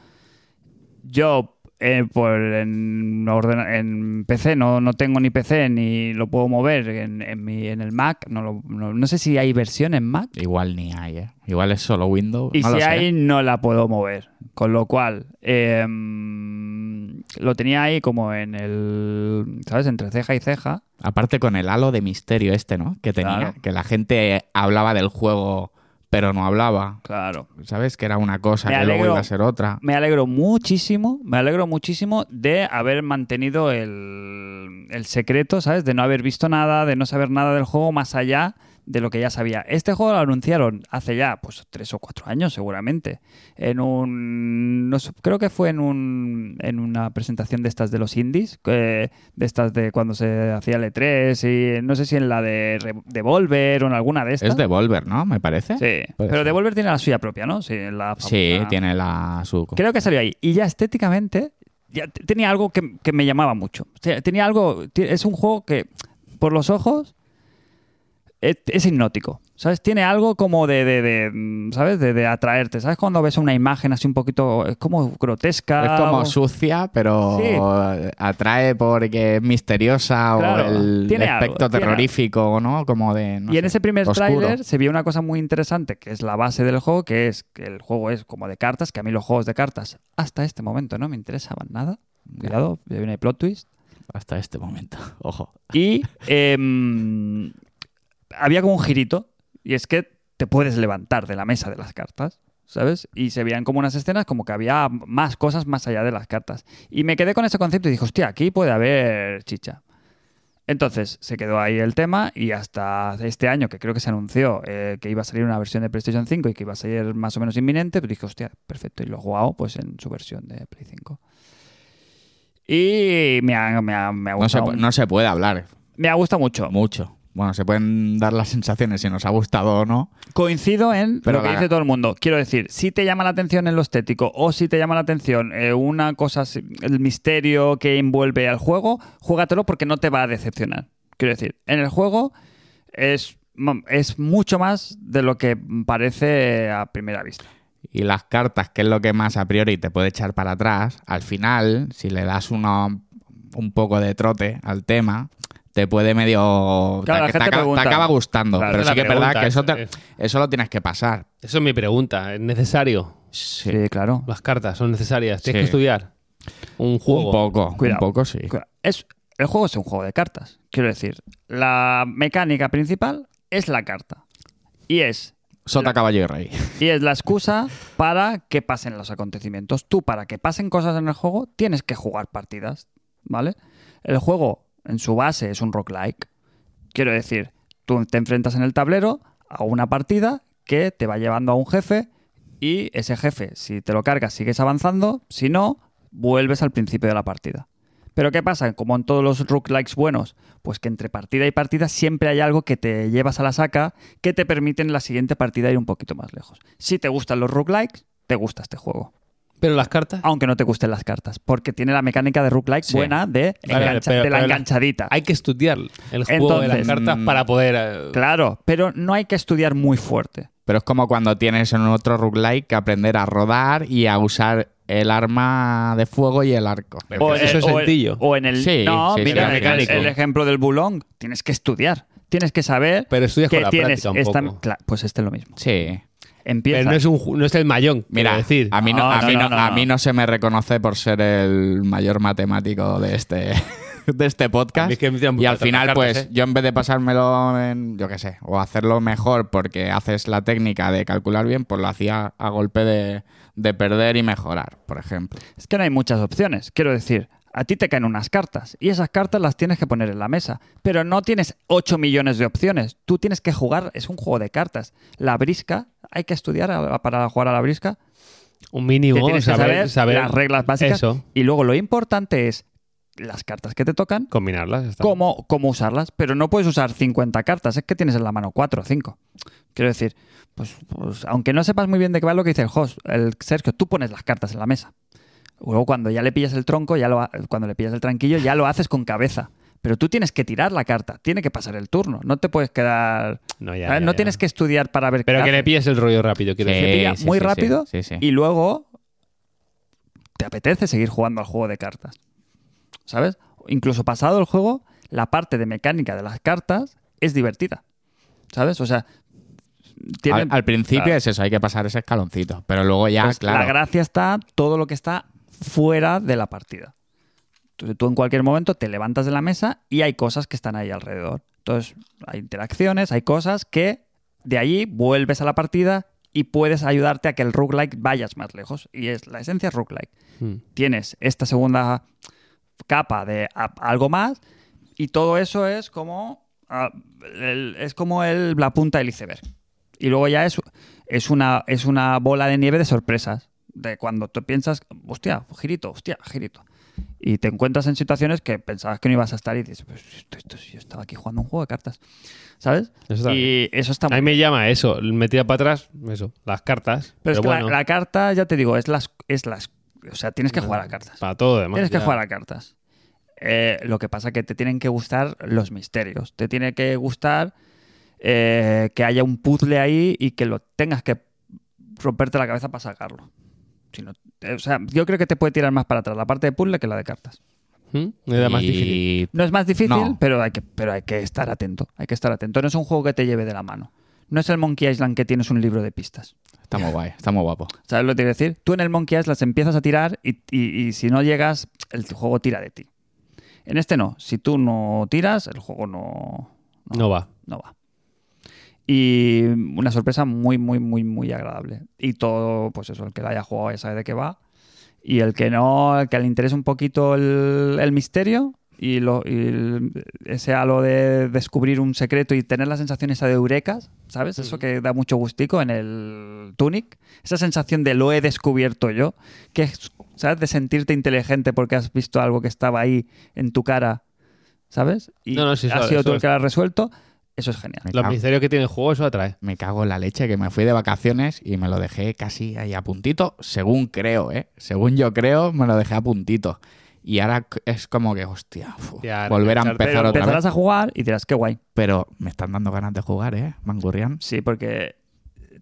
Speaker 1: Yo eh, por en, ordena- en PC no, no tengo ni PC ni lo puedo mover en, en mi- en el Mac. No, lo- no- no sé si hay versión en Mac.
Speaker 3: Igual ni hay, ¿eh? Igual es solo Windows.
Speaker 1: Y
Speaker 3: Pues no lo
Speaker 1: si
Speaker 3: sé. ¿eh?
Speaker 1: hay, no la puedo mover. Con lo cual, em, lo tenía ahí como en el, ¿sabes? Entre ceja y ceja.
Speaker 3: Aparte con el halo de misterio este, ¿no? Que tenía,
Speaker 1: Claro.
Speaker 3: que la gente hablaba del juego, pero no hablaba.
Speaker 1: Claro.
Speaker 3: ¿Sabes? Que era una cosa,
Speaker 1: Me
Speaker 3: que luego
Speaker 1: alegro.
Speaker 3: iba a ser otra.
Speaker 1: Me alegro muchísimo, me alegro muchísimo de haber mantenido el, el secreto, ¿sabes? De no haber visto nada, de no saber nada del juego más allá de lo que ya sabía. Este juego lo anunciaron hace ya, pues, tres o cuatro años seguramente. En un... no sé, creo que fue en, un, en una presentación de estas de los indies, eh, de estas de cuando se hacía el E3 y no sé si en la de Re- Devolver o en alguna de estas.
Speaker 3: Es Devolver, ¿no? Me parece.
Speaker 1: Sí, Ah, pues
Speaker 3: Puede
Speaker 1: pero
Speaker 3: ser.
Speaker 1: Devolver tiene la suya propia, ¿no? Sí, la
Speaker 3: Sí,
Speaker 1: famosa-
Speaker 3: tiene la su.
Speaker 1: Creo que salió ahí. Y ya estéticamente ya te- tenía algo que, que me llamaba mucho. O sea, Tenía algo. ti- Es un juego que, por los ojos, es, es hipnótico. ¿Sabes? Tiene algo como de, de- de, mm, ¿sabes? De, de atraerte. ¿Sabes? Cuando ves una imagen así un poquito, es como grotesca.
Speaker 3: Es como
Speaker 1: o-
Speaker 3: sucia, pero
Speaker 1: Sí.
Speaker 3: atrae porque es misteriosa
Speaker 1: Claro,
Speaker 3: o el
Speaker 1: tiene algo,
Speaker 3: aspecto
Speaker 1: tiene
Speaker 3: terrorífico, ¿no? Como de. no
Speaker 1: y en
Speaker 3: sé,
Speaker 1: ese primer
Speaker 3: oscuro.
Speaker 1: tráiler se vio una cosa muy interesante, que es la base del juego, que es que el juego es como de cartas, que a mí los juegos de cartas hasta este momento no me interesaban nada. Cuidado, ya viene plot twist.
Speaker 3: Hasta este momento, ojo.
Speaker 1: Y eh, había como un girito, y es que te puedes levantar de la mesa de las cartas, ¿sabes? Y se veían como unas escenas como que había más cosas más allá de las cartas. Y me quedé con ese concepto y dije, hostia, aquí puede haber chicha. Entonces se quedó ahí el tema y hasta este año que creo que se anunció eh, que iba a salir una versión de PlayStation 5 y que iba a ser más o menos inminente, pues dije, hostia, perfecto, y lo he jugado pues en su versión de Play 5. Y me ha, me ha- me ha
Speaker 3: No se,
Speaker 1: gustado
Speaker 3: pu-
Speaker 1: un-
Speaker 3: no se puede hablar
Speaker 1: me ha gustado mucho.
Speaker 3: mucho. Bueno, se pueden dar las sensaciones si nos ha gustado o no.
Speaker 1: Coincido en
Speaker 3: Pero
Speaker 1: lo que
Speaker 3: la-
Speaker 1: dice todo el mundo. Quiero decir, si te llama la atención en lo estético o si te llama la atención eh, una cosa, así, el misterio que envuelve al juego, júgatelo porque no te va a decepcionar. Quiero decir, en el juego es, mm, es mucho más de lo que parece a primera vista.
Speaker 3: y las cartas, que es lo que más a priori te puede echar para atrás, al final, si le das uno, un poco de trote al tema, te puede medio...
Speaker 1: Claro, la
Speaker 3: te,
Speaker 1: gente
Speaker 3: acaba,
Speaker 1: pregunta.
Speaker 3: te acaba gustando.
Speaker 1: Claro,
Speaker 3: pero
Speaker 2: esa
Speaker 3: sí
Speaker 2: es
Speaker 3: que
Speaker 2: la
Speaker 3: es verdad
Speaker 2: pregunta,
Speaker 3: que eso,
Speaker 2: eso
Speaker 3: te-
Speaker 2: es.
Speaker 3: eso lo tienes que pasar.
Speaker 2: Eso es mi pregunta. ¿Es necesario?
Speaker 1: Sí, claro.
Speaker 2: Las cartas son necesarias. Tienes
Speaker 3: Sí.
Speaker 2: que estudiar un juego.
Speaker 3: Un poco,
Speaker 1: Cuidado.
Speaker 3: un poco sí.
Speaker 1: Es, el juego es un juego de cartas. Quiero decir, la mecánica principal es la carta. Y es
Speaker 3: Sota, caballo y rey.
Speaker 1: Y es la excusa para que pasen los acontecimientos. Tú, para que pasen cosas en el juego, tienes que jugar partidas, ¿vale? El juego, en su base, es un roguelike. Quiero decir, tú te enfrentas en el tablero a una partida que te va llevando a un jefe y ese jefe, si te lo cargas, sigues avanzando, si no, vuelves al principio de la partida. Pero ¿qué pasa? Como en todos los roguelikes buenos, pues que entre partida y partida siempre hay algo que te llevas a la saca que te permite en la siguiente partida ir un poquito más lejos. Si te gustan los roguelikes, te gusta este juego.
Speaker 2: Pero las cartas.
Speaker 1: Aunque no te gusten las cartas, porque tiene la mecánica de roguelike
Speaker 3: Sí.
Speaker 1: buena de,
Speaker 2: Vale, vale,
Speaker 1: engancha-
Speaker 2: pero-
Speaker 1: de la
Speaker 2: pero la-
Speaker 1: enganchadita.
Speaker 2: Hay que estudiar el juego de las
Speaker 1: Entonces,
Speaker 2: cartas
Speaker 3: mm,
Speaker 2: para poder. eh,
Speaker 1: Claro, pero no hay que estudiar muy fuerte.
Speaker 3: Pero es como cuando tienes en otro roguelike que aprender a rodar y a usar el arma de fuego y el arco.
Speaker 2: Pero que eso es
Speaker 1: o
Speaker 2: sencillo.
Speaker 1: o en el.
Speaker 3: Sí,
Speaker 1: no,
Speaker 3: sí, sí,
Speaker 1: mira,
Speaker 2: sí,
Speaker 1: el,
Speaker 2: mecánico.
Speaker 1: el ejemplo del bulón, tienes que estudiar. Tienes que saber
Speaker 2: Pero estudias
Speaker 1: que
Speaker 2: con la
Speaker 1: tienes.
Speaker 2: práctica un
Speaker 1: esta-
Speaker 2: poco.
Speaker 1: cla- pues este es lo mismo.
Speaker 3: Sí.
Speaker 1: Empieza.
Speaker 2: Pero no es, un, ju- no es el mayón.
Speaker 3: Mira,
Speaker 2: quiero decir.
Speaker 3: a mí no,
Speaker 1: No,
Speaker 3: a
Speaker 1: no,
Speaker 3: mí
Speaker 1: no,
Speaker 3: no-
Speaker 1: no,
Speaker 3: a
Speaker 1: no.
Speaker 3: mí no se me reconoce por ser el mayor matemático de este de este
Speaker 2: A
Speaker 3: podcast.
Speaker 2: mí es que me tiran
Speaker 3: y al
Speaker 2: muchas
Speaker 3: final,
Speaker 2: cartas,
Speaker 3: pues,
Speaker 2: ¿eh?
Speaker 3: yo en vez de pasármelo en, yo qué sé, o hacerlo mejor porque haces la técnica de calcular bien, pues lo hacía a golpe de, de perder y mejorar, por ejemplo.
Speaker 1: Es que no hay muchas opciones. Quiero decir, a ti te caen unas cartas y esas cartas las tienes que poner en la mesa. Pero no tienes 8 millones de opciones. Tú tienes que jugar, es un juego de cartas. La brisca, hay que estudiar a- para jugar a la brisca.
Speaker 2: un
Speaker 1: Te
Speaker 2: mínimo.
Speaker 1: tienes que
Speaker 2: saber,
Speaker 1: saber,
Speaker 2: saber
Speaker 1: las reglas básicas.
Speaker 2: Eso.
Speaker 1: Y luego lo importante es las cartas que te tocan,
Speaker 2: Combinarlas. ya está.
Speaker 1: cómo, cómo usarlas. Pero no puedes usar 50 cartas, es que tienes en la mano 4 o 5. Quiero decir, pues, pues, aunque no sepas muy bien de qué va lo que dice el host, el Sergio, tú pones las cartas en la mesa. Luego cuando ya le pillas el tronco, ya lo ha- cuando le pillas el tranquillo, ya lo haces con cabeza. Pero tú tienes que tirar la carta, tiene que pasar el turno, no te puedes quedar...
Speaker 2: No, ya,
Speaker 1: ¿sabes?
Speaker 2: ya,
Speaker 1: Ah, no
Speaker 2: ya.
Speaker 1: tienes que estudiar para ver
Speaker 2: Pero
Speaker 1: qué
Speaker 2: que le
Speaker 1: haces.
Speaker 2: pilles el rollo rápido. Quiero
Speaker 3: Sí.
Speaker 1: Te
Speaker 2: decir.
Speaker 1: pilla muy
Speaker 3: sí, sí,
Speaker 1: rápido
Speaker 3: sí, sí.
Speaker 1: y luego te apetece seguir jugando al juego de cartas. ¿Sabes? Incluso pasado el juego, la parte de mecánica de las cartas es divertida. ¿Sabes? O sea, tiene,
Speaker 3: Al, al principio
Speaker 2: claro.
Speaker 3: es eso, hay que pasar ese escaloncito, pero luego ya,
Speaker 1: pues,
Speaker 3: claro.
Speaker 1: la gracia está todo lo que está fuera de la partida. Entonces tú en cualquier momento te levantas de la mesa y hay cosas que están ahí alrededor. Entonces hay interacciones, hay cosas que de allí vuelves a la partida y puedes ayudarte a que el roguelike vayas más lejos. Y es la esencia es roguelike.
Speaker 2: Mm.
Speaker 1: Tienes esta segunda capa de a- algo más y todo eso es como, ah, el- es como el, la punta del iceberg. Y luego ya es, es, una, es una bola de nieve de sorpresas. De cuando tú piensas, hostia, girito, hostia, girito. Y te encuentras en situaciones que pensabas que no ibas a estar y dices, pues esto, esto- yo estaba aquí jugando un juego de cartas. ¿Sabes?
Speaker 2: Eso está
Speaker 1: y eso está
Speaker 2: A mí
Speaker 1: muy
Speaker 2: me llama eso. Metida para atrás, eso. Las cartas.
Speaker 1: Pero,
Speaker 2: Pero,
Speaker 1: es que la-
Speaker 2: bueno.
Speaker 1: la, carta, ya te digo, es la, es la, o sea, tienes que jugar a cartas.
Speaker 2: Para todo, además.
Speaker 1: Tienes que
Speaker 2: ya.
Speaker 1: jugar a cartas. Eh, lo que pasa que te tienen que gustar los misterios. Te tiene que gustar eh, que haya un puzzle ahí y que lo tengas que romperte la cabeza para sacarlo. Si no- eh, o sea, yo creo que te puede tirar más para atrás la parte de puzzle que la de cartas.
Speaker 2: ¿Mm? Era más
Speaker 3: Y-
Speaker 2: difícil.
Speaker 1: No es más difícil,
Speaker 3: No.
Speaker 1: pero, hay que, pero hay que estar atento. Hay que estar atento. No es un juego que te lleve de la mano. No es el Monkey Island que tienes un libro de pistas.
Speaker 3: Está muy guay, está muy guapo.
Speaker 1: ¿Sabes lo que te quiero decir? Tú en el Monkey Island las empiezas a tirar y, y- y si no llegas, el juego tira de ti. En este no. Si tú no tiras, el juego no,
Speaker 2: No va.
Speaker 1: no va. Y una sorpresa muy, muy, muy, muy agradable. Y todo, pues eso, el que la haya jugado ya sabe de qué va. Y el que no, el que le interese un poquito el, el misterio y, lo, y el- ese halo de descubrir un secreto y tener la sensación esa de eurecas, ¿sabes? Eso que da mucho gustico en el Tunic. Esa sensación de lo he descubierto yo, que es, ¿sabes? De sentirte inteligente porque has visto algo que estaba ahí en tu cara, ¿sabes? Y
Speaker 2: No, no, sí,
Speaker 1: has
Speaker 2: eso-
Speaker 1: sido tú
Speaker 2: eso
Speaker 1: el que lo has resuelto. Eso es genial.
Speaker 3: Me
Speaker 2: Los
Speaker 3: cago-
Speaker 2: misterios que tiene el juego, eso atrae.
Speaker 3: me cago en la leche que me fui de vacaciones y me lo dejé casi ahí a puntito, según creo, ¿eh? Según yo creo, me lo dejé a puntito. Y ahora c- es como que, hostia, fu,
Speaker 2: Ya,
Speaker 3: volver a
Speaker 2: engancharte,
Speaker 3: empezar
Speaker 2: pero
Speaker 3: otra
Speaker 1: Empezarás
Speaker 3: vez.
Speaker 1: a jugar y dirás, qué guay.
Speaker 3: Pero me están dando ganas de jugar, ¿eh? Mangurrián.
Speaker 1: Sí, porque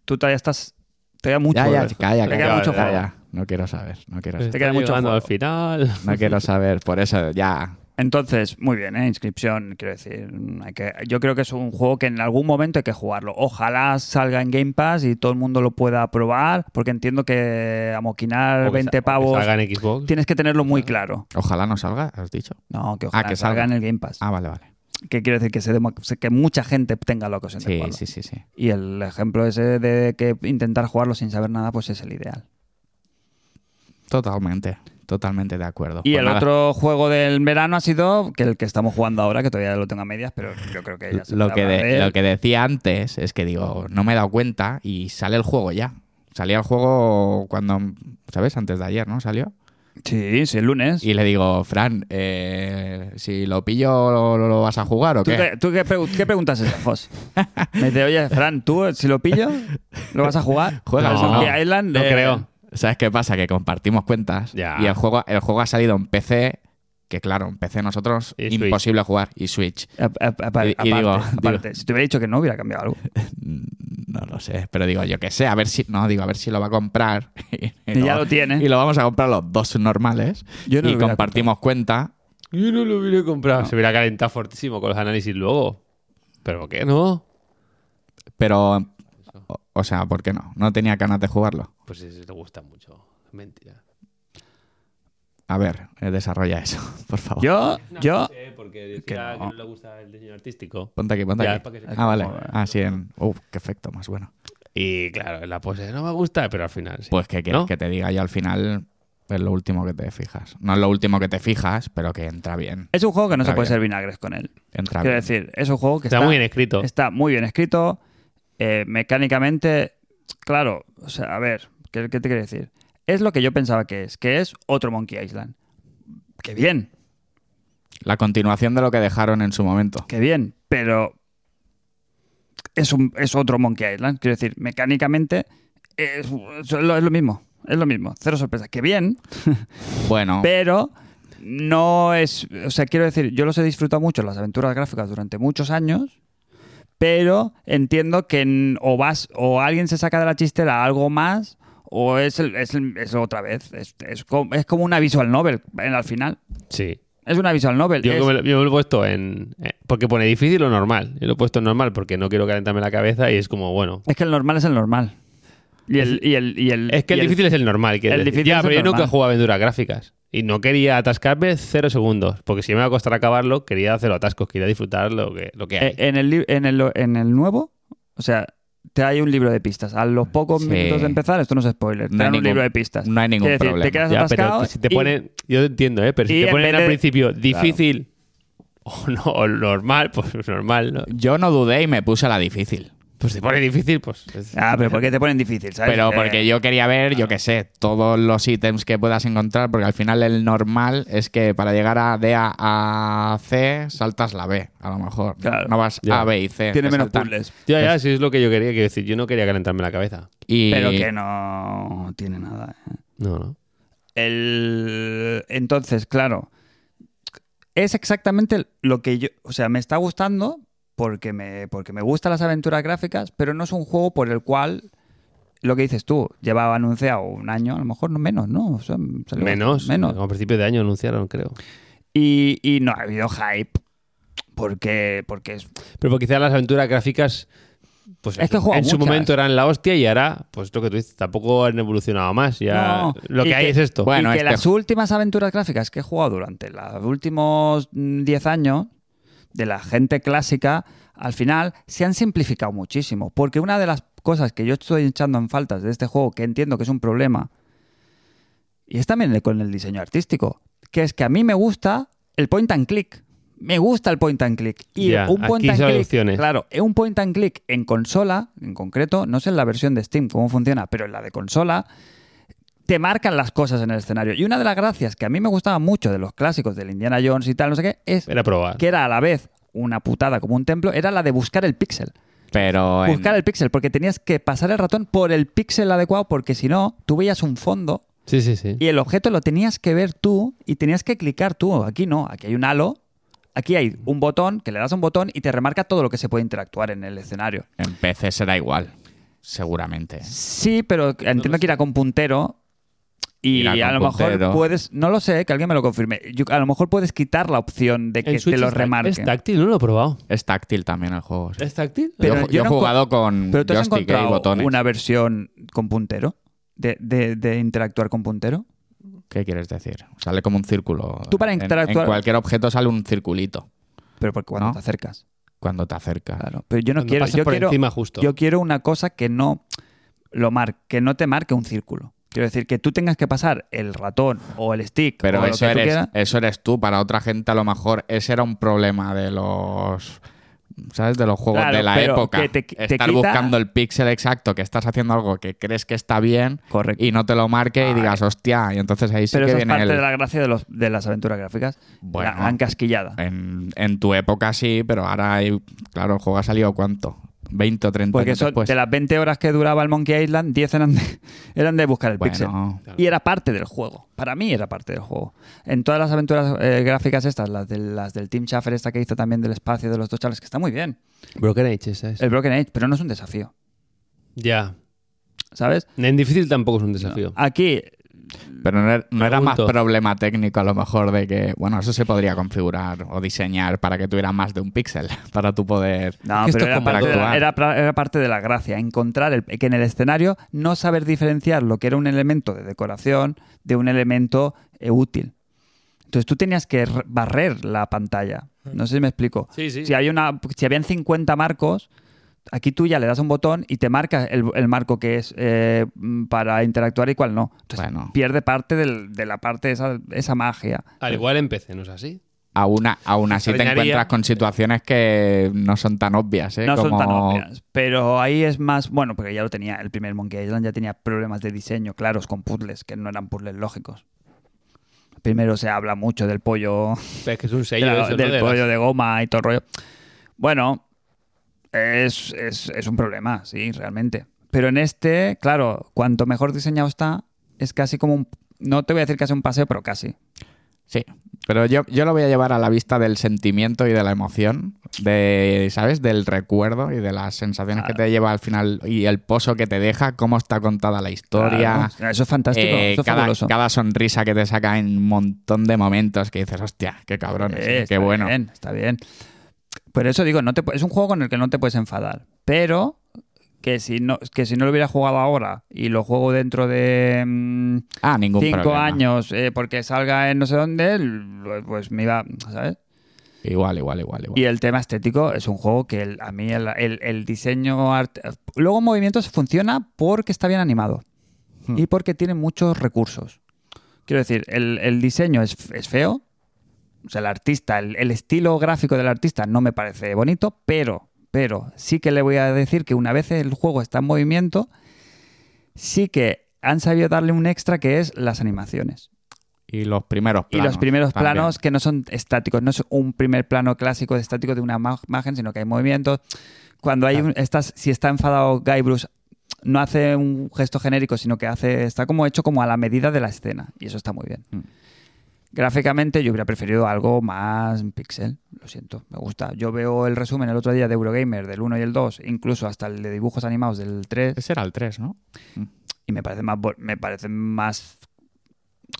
Speaker 1: tú todavía estás. Te queda mucho.
Speaker 3: Ya, ya,
Speaker 1: ¿eh?
Speaker 3: calla,
Speaker 1: Te
Speaker 3: calla,
Speaker 1: queda
Speaker 3: calla,
Speaker 1: mucho
Speaker 3: calla.
Speaker 1: juego.
Speaker 3: No quiero saber, no quiero
Speaker 2: Está
Speaker 3: saber.
Speaker 1: queda mucho
Speaker 2: llegando
Speaker 1: juego.
Speaker 2: al final.
Speaker 3: No quiero saber, por eso ya.
Speaker 1: Entonces, muy bien, ¿eh? inscripción, quiero decir. hay que- yo creo que es un juego que en algún momento hay que jugarlo. Ojalá salga en Game Pass y todo el mundo lo pueda probar, porque entiendo que amoquinar
Speaker 2: O que sa-
Speaker 1: 20
Speaker 2: o que
Speaker 1: pavos
Speaker 2: salga en Xbox.
Speaker 1: tienes que tenerlo muy claro.
Speaker 3: Ojalá no salga, has dicho.
Speaker 1: No, que ojalá
Speaker 3: que
Speaker 1: salga.
Speaker 3: salga.
Speaker 1: en el Game Pass.
Speaker 3: Ah, vale, vale.
Speaker 1: Que quiero decir que, se demo- que mucha gente tenga la ocasión de
Speaker 3: Sí,
Speaker 1: jugarlo.
Speaker 3: sí, sí, sí.
Speaker 1: Y el ejemplo ese de que intentar jugarlo sin saber nada, pues es el ideal.
Speaker 3: Totalmente, totalmente de acuerdo.
Speaker 1: Y
Speaker 3: Pues
Speaker 1: el
Speaker 3: nada,
Speaker 1: otro juego del verano ha sido que el que estamos jugando ahora, que todavía lo tengo a medias, pero yo creo que ya se
Speaker 3: lo
Speaker 1: podrá
Speaker 3: que, de-
Speaker 1: hablar de él.
Speaker 3: lo que decía antes es que digo, no me he dado cuenta y sale el juego ya. Salía el juego cuando, ¿sabes? Antes de ayer, ¿no? Salió.
Speaker 1: Sí, sí, el lunes.
Speaker 3: Y le digo, Fran, eh, si lo pillo, lo, lo- lo vas a jugar o
Speaker 1: ¿Tú,
Speaker 3: qué?
Speaker 1: qué, tú qué pregu- qué preguntas es, Jos? Me dice, oye, Fran, tú, si lo pillo, ¿lo vas a jugar?
Speaker 3: Juegas,
Speaker 1: Al
Speaker 2: no,
Speaker 1: Monkey
Speaker 3: no,
Speaker 1: Island,
Speaker 2: no
Speaker 1: eh,
Speaker 2: creo.
Speaker 3: ¿Sabes qué pasa? Que compartimos cuentas
Speaker 2: Ya.
Speaker 3: y el juego, el juego ha salido en PC, que claro, en PC nosotros
Speaker 2: Y Switch.
Speaker 3: imposible jugar y Switch.
Speaker 1: a- a- a- aparte,
Speaker 3: Y- y digo-
Speaker 1: aparte, si te hubiera dicho que no, hubiera cambiado algo.
Speaker 3: No lo sé, pero digo, yo qué sé, a ver si, no, digo, a ver si lo va a comprar. Y,
Speaker 1: Y ya lo tiene.
Speaker 3: Y lo vamos a comprar los dos normales
Speaker 1: ¿Eh? Yo no
Speaker 3: y
Speaker 1: lo hubiera
Speaker 3: compartimos cuenta
Speaker 2: Yo no lo hubiera comprado. Se hubiera calentado fortísimo con los análisis luego. ¿Pero por qué no?
Speaker 3: Pero, o, o sea, ¿por qué no? No tenía ganas de jugarlo.
Speaker 2: Pues eso te gusta mucho. Mentira.
Speaker 3: A ver, eh, desarrolla eso, por favor.
Speaker 1: Yo, yo,
Speaker 2: sé, porque decía
Speaker 1: que no.
Speaker 2: le gusta el diseño artístico.
Speaker 3: Ponte aquí, ponte
Speaker 2: Ya,
Speaker 3: aquí.
Speaker 2: para que se-
Speaker 3: Ah, vale. Ah, sí, en... Uh, qué efecto más bueno.
Speaker 2: Y claro, la pose no me gusta, pero al final sí.
Speaker 3: Pues, ¿qué quieres
Speaker 2: ¿No?
Speaker 3: que te diga? Yo al final es lo último que te fijas. No es lo último que te fijas, pero que entra bien.
Speaker 1: es un juego que no se
Speaker 3: Está
Speaker 1: puede
Speaker 3: bien.
Speaker 1: ser vinagres con él.
Speaker 3: Entra
Speaker 1: Quiero
Speaker 3: bien.
Speaker 1: decir, es un juego que
Speaker 2: está,
Speaker 1: está,
Speaker 2: muy bien escrito.
Speaker 1: Está muy bien escrito. eh, mecánicamente, claro, o sea, a ver, ¿qué, qué te quiero decir? Es lo que yo pensaba que es, que es otro Monkey Island. Qué bien,
Speaker 3: La continuación de lo que dejaron en su momento.
Speaker 1: qué bien, pero es, un, es otro Monkey Island. Quiero decir, mecánicamente es, es lo, es lo mismo, es lo mismo. Cero sorpresa. Qué bien,
Speaker 3: Bueno,
Speaker 1: pero no es. O sea, quiero decir, yo los he disfrutado mucho las aventuras gráficas durante muchos años, pero entiendo que n- o vas, o alguien se saca de la chistera algo más, o es, el- es, el- es otra vez. Es, es co- es como una visual novel en, al final.
Speaker 2: Sí.
Speaker 1: Es una visual novel.
Speaker 2: Yo,
Speaker 1: es-
Speaker 2: me lo, yo me lo he puesto en. eh, porque pone difícil o normal. Yo lo he puesto en normal porque no quiero calentarme la cabeza y es como, bueno.
Speaker 1: es que el normal es el normal. Y el, y el, y el-
Speaker 2: Es que el
Speaker 1: y el-
Speaker 2: difícil es el normal. quiero
Speaker 1: el
Speaker 2: decir.
Speaker 1: difícil
Speaker 2: ya,
Speaker 1: es el
Speaker 2: pero yo nunca
Speaker 1: normal.
Speaker 2: he jugado aventuras gráficas. Y no quería atascarme cero segundos. Porque si me va a costar acabarlo, quería hacer atascos, quería disfrutar lo que, lo que hay.
Speaker 1: eh, en, el, li- en, el, en el nuevo, o sea. Te hay un libro de pistas. A los pocos
Speaker 3: Sí.
Speaker 1: minutos de empezar, esto no es spoiler, te
Speaker 3: No
Speaker 1: dan
Speaker 3: hay
Speaker 1: un
Speaker 3: ningún-
Speaker 1: libro de pistas.
Speaker 3: no hay ningún
Speaker 1: Quiero decir,
Speaker 3: problema.
Speaker 1: Te quedas
Speaker 2: Ya,
Speaker 1: atascado
Speaker 2: pero si te
Speaker 1: y-
Speaker 2: ponen, yo te entiendo, ¿eh? pero
Speaker 1: y
Speaker 2: si
Speaker 1: en
Speaker 2: te ponen
Speaker 1: vez
Speaker 2: al
Speaker 1: de-
Speaker 2: principio difícil o no, o normal, pues normal, ¿no?
Speaker 3: yo no dudé y me puse la difícil.
Speaker 2: Pues si te pone difícil, pues es-
Speaker 1: Ah, pero ¿por qué te ponen difícil? ¿sabes? Eh,
Speaker 3: Pero porque yo quería ver, yo qué sé, todos los ítems que puedas encontrar, porque al final el normal es que para llegar a D a, a C saltas la B, a lo mejor.
Speaker 1: Claro.
Speaker 3: No vas
Speaker 2: Ya.
Speaker 3: A, B y C.
Speaker 1: Tiene
Speaker 3: te
Speaker 1: menos
Speaker 3: saltan.
Speaker 1: puzzles.
Speaker 2: ya, ya, si es lo que yo quería, quiero decir, yo no quería calentarme la cabeza.
Speaker 3: Y
Speaker 1: Pero que no tiene nada. ¿eh?
Speaker 2: No, no.
Speaker 1: El... Entonces, claro, es exactamente lo que yo, o sea, me está gustando porque me, porque me gustan las aventuras gráficas, pero no es un juego por el cual, lo que dices tú, llevaba anunciado un año, a lo mejor menos, ¿no? O sea, salió-
Speaker 2: Menos,
Speaker 1: Menos.
Speaker 2: Como a principios de año anunciaron, creo.
Speaker 1: Y, y no ha habido hype. Porque, porque es.
Speaker 2: Pero porque quizás las aventuras gráficas, pues
Speaker 1: Es que he jugado
Speaker 2: en su
Speaker 1: muchas.
Speaker 2: momento eran la hostia y ahora, pues lo que tú dices, tampoco han evolucionado más. Ya
Speaker 1: No,
Speaker 2: lo
Speaker 1: y
Speaker 2: que hay
Speaker 1: que-
Speaker 2: es esto.
Speaker 3: Bueno,
Speaker 1: y que
Speaker 3: este-
Speaker 1: las últimas aventuras gráficas que he jugado durante los últimos mm, 10 años, de la gente clásica, al final se han simplificado muchísimo. Porque una de las cosas que yo estoy echando en faltas de este juego, que entiendo que es un problema, y es también de- con el diseño artístico, que es que a mí me gusta el point and click. Me gusta el point and click. Y
Speaker 2: Ya,
Speaker 1: un point
Speaker 2: aquí
Speaker 1: and
Speaker 2: son
Speaker 1: click.
Speaker 2: opciones.
Speaker 1: Claro, un point and click en consola, en concreto, no sé en la versión de Steam cómo funciona, pero en la de consola, te marcan las cosas en el escenario. Y una de las gracias que a mí me gustaba mucho de los clásicos del Indiana Jones y tal, no sé qué, es
Speaker 2: Era probar.
Speaker 1: que era a la vez una putada como un templo, era la de buscar el píxel.
Speaker 3: Pero. en-
Speaker 1: Buscar el píxel, porque tenías que pasar el ratón por el píxel adecuado, porque si no, tú veías un fondo
Speaker 2: Sí, sí, sí.
Speaker 1: y el objeto lo tenías que ver tú y tenías que clicar tú. Aquí no, aquí hay un halo, aquí hay un botón, que le das a un botón y te remarca todo lo que se puede interactuar en el escenario.
Speaker 3: En PC será igual, seguramente.
Speaker 1: Sí, pero entiendo que irá con puntero. Y
Speaker 3: Irá
Speaker 1: a
Speaker 3: con
Speaker 1: lo mejor
Speaker 3: puntero.
Speaker 1: puedes, no lo sé, que alguien me lo confirme. Yo- a lo mejor puedes quitar la opción de que
Speaker 2: En Switch
Speaker 1: te lo
Speaker 2: es tac-
Speaker 1: remarque.
Speaker 2: Es táctil, no lo he probado.
Speaker 3: Es táctil también el juego. sí.
Speaker 2: ¿Es táctil?
Speaker 1: Pero
Speaker 3: yo,
Speaker 1: yo
Speaker 3: yo he
Speaker 1: no
Speaker 3: jugado con
Speaker 1: Pero tú has
Speaker 3: joystick y
Speaker 1: encontrado
Speaker 3: botones.
Speaker 1: una versión con puntero, de, de- de interactuar con puntero.
Speaker 3: ¿Qué quieres decir? Sale como un círculo.
Speaker 1: Tú para
Speaker 3: En- En,
Speaker 1: interactuar-
Speaker 3: cualquier objeto sale un circulito
Speaker 1: Pero porque cuando
Speaker 3: ¿No?
Speaker 1: te acercas.
Speaker 3: cuando te acercas.
Speaker 1: Claro. Pero yo no
Speaker 2: Cuando
Speaker 1: quiero.
Speaker 2: pasas
Speaker 1: Yo
Speaker 2: por
Speaker 1: quiero,
Speaker 2: encima justo.
Speaker 1: yo quiero una cosa que no lo mar, que no te marque un círculo. Quiero decir, que tú tengas que pasar el ratón o el stick o
Speaker 3: Pero
Speaker 1: lo
Speaker 3: eso
Speaker 1: que tú
Speaker 3: eres,
Speaker 1: quieras.
Speaker 3: eso eres tú. Para otra gente, a lo mejor, ese era un problema de los. ¿Sabes? De los juegos
Speaker 1: Claro,
Speaker 3: de la
Speaker 1: pero
Speaker 3: época.
Speaker 1: que te- te
Speaker 3: Estar
Speaker 1: quita-
Speaker 3: buscando el píxel exacto, que estás haciendo algo que crees que está bien
Speaker 1: Correcto.
Speaker 3: y no te lo marque y digas, hostia, y entonces ahí sí
Speaker 1: pero
Speaker 3: que
Speaker 1: eso es
Speaker 3: viene
Speaker 1: parte
Speaker 3: el.
Speaker 1: de la gracia de, los, de las aventuras gráficas.
Speaker 3: Bueno. Eh,
Speaker 1: la gran casquillada.
Speaker 3: En, en tu época sí, pero ahora, hay- claro, el juego ha salido cuánto? 20 o 30
Speaker 1: Porque
Speaker 3: años
Speaker 1: eso,
Speaker 3: después.
Speaker 1: de las 20 horas que duraba el Monkey Island, 10 eran de, eran de buscar el
Speaker 3: Bueno,
Speaker 1: pixel. Y era parte del juego. Para mí era parte del juego. En todas las aventuras eh, gráficas estas, las, de, las del Team Schaffer, esta que hizo también del espacio de los dos chavales, que está muy bien.
Speaker 2: Broken Age, esa es.
Speaker 1: El Broken Age, pero no es un desafío.
Speaker 2: Ya.
Speaker 1: ¿Sabes?
Speaker 2: En difícil tampoco es un desafío.
Speaker 1: Aquí,
Speaker 3: Pero no era, no era más
Speaker 2: Pregunto.
Speaker 3: problema técnico a lo mejor de que, bueno, eso se podría configurar o diseñar para que tuviera más de un píxel, para tu poder...
Speaker 1: no,
Speaker 2: Es que esto
Speaker 1: pero
Speaker 2: es
Speaker 1: era
Speaker 2: como
Speaker 1: parte, de la,
Speaker 3: actuar.
Speaker 1: era pra- era parte de la gracia. Encontrar el- que en el escenario no saber diferenciar lo que era un elemento de decoración de un elemento eh, útil. Entonces tú tenías que r- barrer la pantalla. No sé si me explico.
Speaker 2: Sí, sí.
Speaker 1: Si, hay una, si habían 50 marcos, aquí tú ya le das un botón y te marca el, el marco que es eh, mm, para interactuar y cuál no. Entonces
Speaker 3: Bueno.
Speaker 1: pierde parte del- de la parte de esa, esa magia.
Speaker 2: Al igual empecé, ¿no es así?
Speaker 3: Aún, a- aún así te
Speaker 2: Extrañaría.
Speaker 3: encuentras con situaciones que no son tan obvias, ¿eh?
Speaker 1: No son
Speaker 3: Como-
Speaker 1: tan obvias, pero ahí es más, bueno, porque ya lo tenía, el primer Monkey Island ya tenía problemas de diseño claros con puzzles, que no eran puzzles lógicos. Primero se habla mucho del pollo
Speaker 2: Pero es que es un sello
Speaker 1: Claro,
Speaker 2: eso, ¿no?
Speaker 1: del
Speaker 2: De las-
Speaker 1: pollo de goma y todo el rollo. Bueno, es, es- es un problema, sí, realmente. Pero en este, claro, cuanto mejor diseñado está, es casi como un... No te voy a decir casi un paseo, pero casi.
Speaker 3: Sí, pero yo, yo lo voy a llevar a la vista del sentimiento y de la emoción, de, ¿sabes? Del recuerdo y de las sensaciones que te lleva al final y el pozo que te deja, cómo está contada la historia.
Speaker 1: Claro, Eso es fantástico,
Speaker 3: eh,
Speaker 1: eso es
Speaker 3: cada,
Speaker 1: fabuloso.
Speaker 3: cada sonrisa que te saca en un montón de momentos que dices, hostia, qué cabrones,
Speaker 1: Eh,
Speaker 3: eh,
Speaker 1: está
Speaker 3: qué bueno.
Speaker 1: bien, está bien. Por eso digo, no te, pu- es un juego con el que no te puedes enfadar. Pero que si no, que si no lo hubiera jugado ahora y lo juego dentro de mm,
Speaker 3: Ah, ningún
Speaker 1: cinco
Speaker 3: problema.
Speaker 1: años eh, porque salga en no sé dónde, l- pues me iba, ¿sabes?
Speaker 3: Igual, igual, igual, igual.
Speaker 1: Y el tema estético es un juego que el- a mí el, el- el diseño... art- Luego en movimientos funciona porque está bien animado
Speaker 3: Hmm.
Speaker 1: y porque tiene muchos recursos. Quiero decir, el, el diseño es, es feo. O sea, el artista, el, el estilo gráfico del artista no me parece bonito, pero, pero sí que le voy a decir que una vez el juego está en movimiento, sí que han sabido darle un extra que es las animaciones.
Speaker 3: Y los primeros
Speaker 1: Y
Speaker 3: planos.
Speaker 1: los primeros
Speaker 3: también.
Speaker 1: planos que no son estáticos, no es un primer plano clásico de estático de una ma- imagen, sino que hay movimientos. Cuando hay un- estás, si está enfadado Guybrush, no hace un gesto genérico, sino que hace está como hecho como a la medida de la escena. Y eso está muy bien.
Speaker 3: Mm.
Speaker 1: Gráficamente yo hubiera preferido algo más pixel, lo siento, me gusta. Yo veo el resumen el otro día de Eurogamer del 1 y el 2, incluso hasta el de dibujos animados del 3
Speaker 3: Ese era el 3, ¿no?
Speaker 1: y me parece más bo- me parece más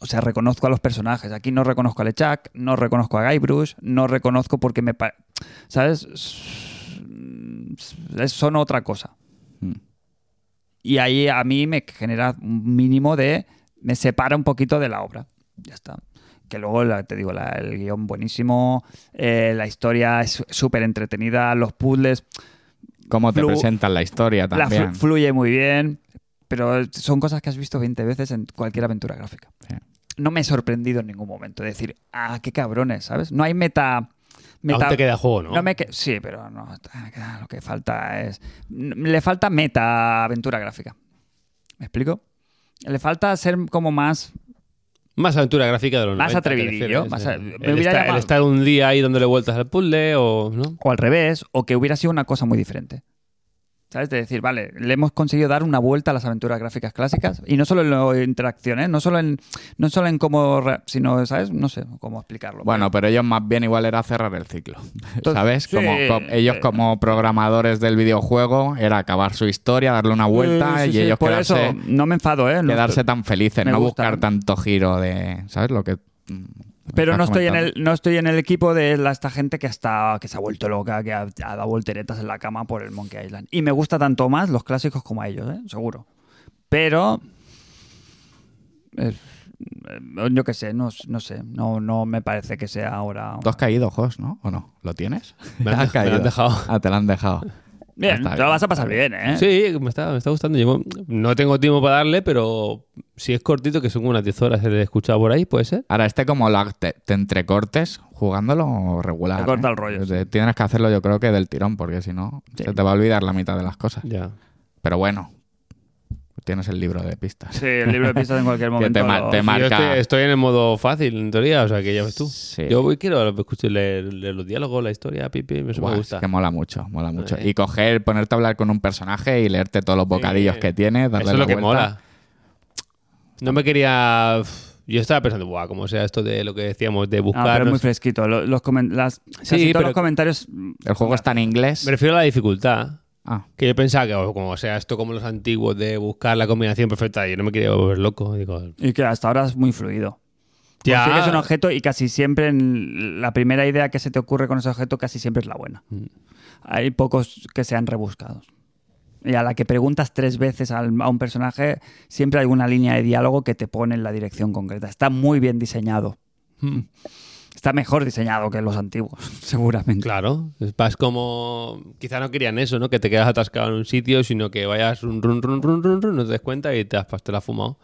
Speaker 1: o sea, reconozco a los personajes. Aquí no reconozco a Lechak, no reconozco a Guybrush, no reconozco porque me pa- ¿sabes? Es- son otra cosa.
Speaker 3: Mm.
Speaker 1: Y ahí a mí me genera un mínimo de me separa un poquito de la obra. Ya está. Que luego, la- te digo, la- el guión buenísimo, eh, la historia es súper entretenida, los puzzles,
Speaker 3: Cómo te
Speaker 1: Flu-
Speaker 3: presentan la historia
Speaker 1: la flu-
Speaker 3: también.
Speaker 1: fluye muy bien, pero son cosas que has visto 20 veces en cualquier aventura gráfica.
Speaker 3: Sí.
Speaker 1: No me he sorprendido en ningún momento de decir, ah, qué cabrones, ¿sabes? No hay meta... meta
Speaker 2: Aún te queda juego, ¿no?
Speaker 1: no me que- sí, pero no, lo que falta es... Le falta meta a aventura gráfica. ¿Me explico? Le falta ser como más...
Speaker 2: Más aventura gráfica de los
Speaker 1: Más
Speaker 2: 90, te
Speaker 1: atrevidillo,
Speaker 2: refieres,
Speaker 1: más
Speaker 2: eh.
Speaker 1: a- me
Speaker 2: El
Speaker 1: hubiera
Speaker 2: estar, el
Speaker 1: llamado-
Speaker 2: estar un día ahí dándole vueltas al puzzle o... ¿no?
Speaker 1: O al revés, o que hubiera sido una cosa muy diferente. ¿Sabes? De decir, vale, le hemos conseguido dar una vuelta a las aventuras gráficas clásicas, y no solo en las interacciones, no solo en, no solo en cómo, re- sino, ¿sabes? No sé cómo explicarlo.
Speaker 3: Bueno, pero ellos más bien igual era cerrar el ciclo.
Speaker 1: Entonces,
Speaker 3: ¿Sabes?
Speaker 1: sí,
Speaker 3: Como, co- ellos
Speaker 1: eh.
Speaker 3: como programadores del videojuego era acabar su historia, darle una vuelta
Speaker 1: Pues, Sí, sí,
Speaker 3: y
Speaker 1: sí,
Speaker 3: ellos
Speaker 1: por
Speaker 3: quedarse,
Speaker 1: eso no me enfado, ¿eh? No
Speaker 3: quedarse
Speaker 1: estoy-
Speaker 3: tan felices,
Speaker 1: me
Speaker 3: no
Speaker 1: gusta.
Speaker 3: buscar tanto giro de... ¿Sabes lo que...? mm,
Speaker 1: pero
Speaker 3: estás
Speaker 1: no estoy en
Speaker 3: comentando?
Speaker 1: el no estoy en el equipo de la- esta gente que está que se ha vuelto loca, que ha, ha dado volteretas en la cama por el Monkey Island. Y me gusta tanto más los clásicos como a ellos, ¿eh? Seguro. Pero eh, eh, yo qué sé, no, no sé, no, no me parece que sea ahora.
Speaker 3: Tú has caído, Jos, ¿no? ¿O no? ¿Lo tienes?
Speaker 2: Me lo
Speaker 3: Te
Speaker 2: han dej- me lo
Speaker 3: has
Speaker 2: han
Speaker 3: caído.
Speaker 2: dejado.
Speaker 3: Ah, te lo han dejado.
Speaker 1: Bien,
Speaker 3: está
Speaker 1: te
Speaker 3: bien.
Speaker 1: lo vas a pasar bien, ¿eh?
Speaker 2: Sí, me está, me está gustando. Yo no tengo tiempo para darle, pero si es cortito, que son como unas 10 horas el escuchado por ahí, puede ser.
Speaker 3: Ahora, este como lag te, te entrecortes jugándolo regular.
Speaker 1: Te corta
Speaker 3: ¿eh?
Speaker 1: el rollo,
Speaker 3: Es de- Tienes que hacerlo yo creo que del tirón, porque si no
Speaker 1: Sí.
Speaker 3: se te va a olvidar la mitad de las cosas.
Speaker 2: Ya.
Speaker 3: Pero bueno, tienes el libro de pistas.
Speaker 1: Sí, el libro de pistas en cualquier momento.
Speaker 3: ma-
Speaker 1: lo-
Speaker 3: te ma-
Speaker 2: Yo
Speaker 3: Marca.
Speaker 2: estoy, estoy en el modo fácil, en teoría, o sea que ya ves tú.
Speaker 3: Sí.
Speaker 2: Yo voy, quiero escuchar leer, leer los diálogos, la historia, pipi, eso
Speaker 3: Guau,
Speaker 2: me
Speaker 3: es
Speaker 2: gusta.
Speaker 3: que mola mucho, mola mucho.
Speaker 2: Eh.
Speaker 3: Y coger, ponerte a hablar con un personaje y leerte todos los bocadillos que tiene, darle
Speaker 2: Eso es lo
Speaker 3: la
Speaker 2: que
Speaker 3: vuelta.
Speaker 2: mola. No me quería. Yo estaba pensando, Buah, como sea esto de lo que decíamos, de
Speaker 1: Ah,
Speaker 2: buscar.
Speaker 1: pero
Speaker 2: no
Speaker 1: muy
Speaker 2: sé".
Speaker 1: fresquito. Lo- Los, comen- las, casi
Speaker 2: Sí,
Speaker 1: todos
Speaker 2: pero-
Speaker 1: los comentarios.
Speaker 3: El juego está en inglés.
Speaker 2: Me refiero a la dificultad.
Speaker 3: Ah,
Speaker 2: Que yo pensaba que, oh, como sea esto como los antiguos, de buscar la combinación perfecta, yo no me quería volver loco. Digo,
Speaker 1: Y que hasta ahora es muy fluido.
Speaker 2: ya.
Speaker 1: Consigues un objeto y casi siempre en la primera idea que se te ocurre con ese objeto casi siempre es la buena. Hay pocos que sean rebuscados. Y a la que preguntas tres veces al- a un personaje, siempre hay una línea de diálogo que te pone en la dirección concreta. Está muy bien diseñado.
Speaker 2: Mm.
Speaker 1: Está mejor diseñado que los antiguos, seguramente.
Speaker 2: Claro, vas como. Quizá no querían eso, ¿no? Que te quedas atascado en un sitio, sino que vayas un run, run, run, run, run, no te des cuenta y te has, te la has fumado.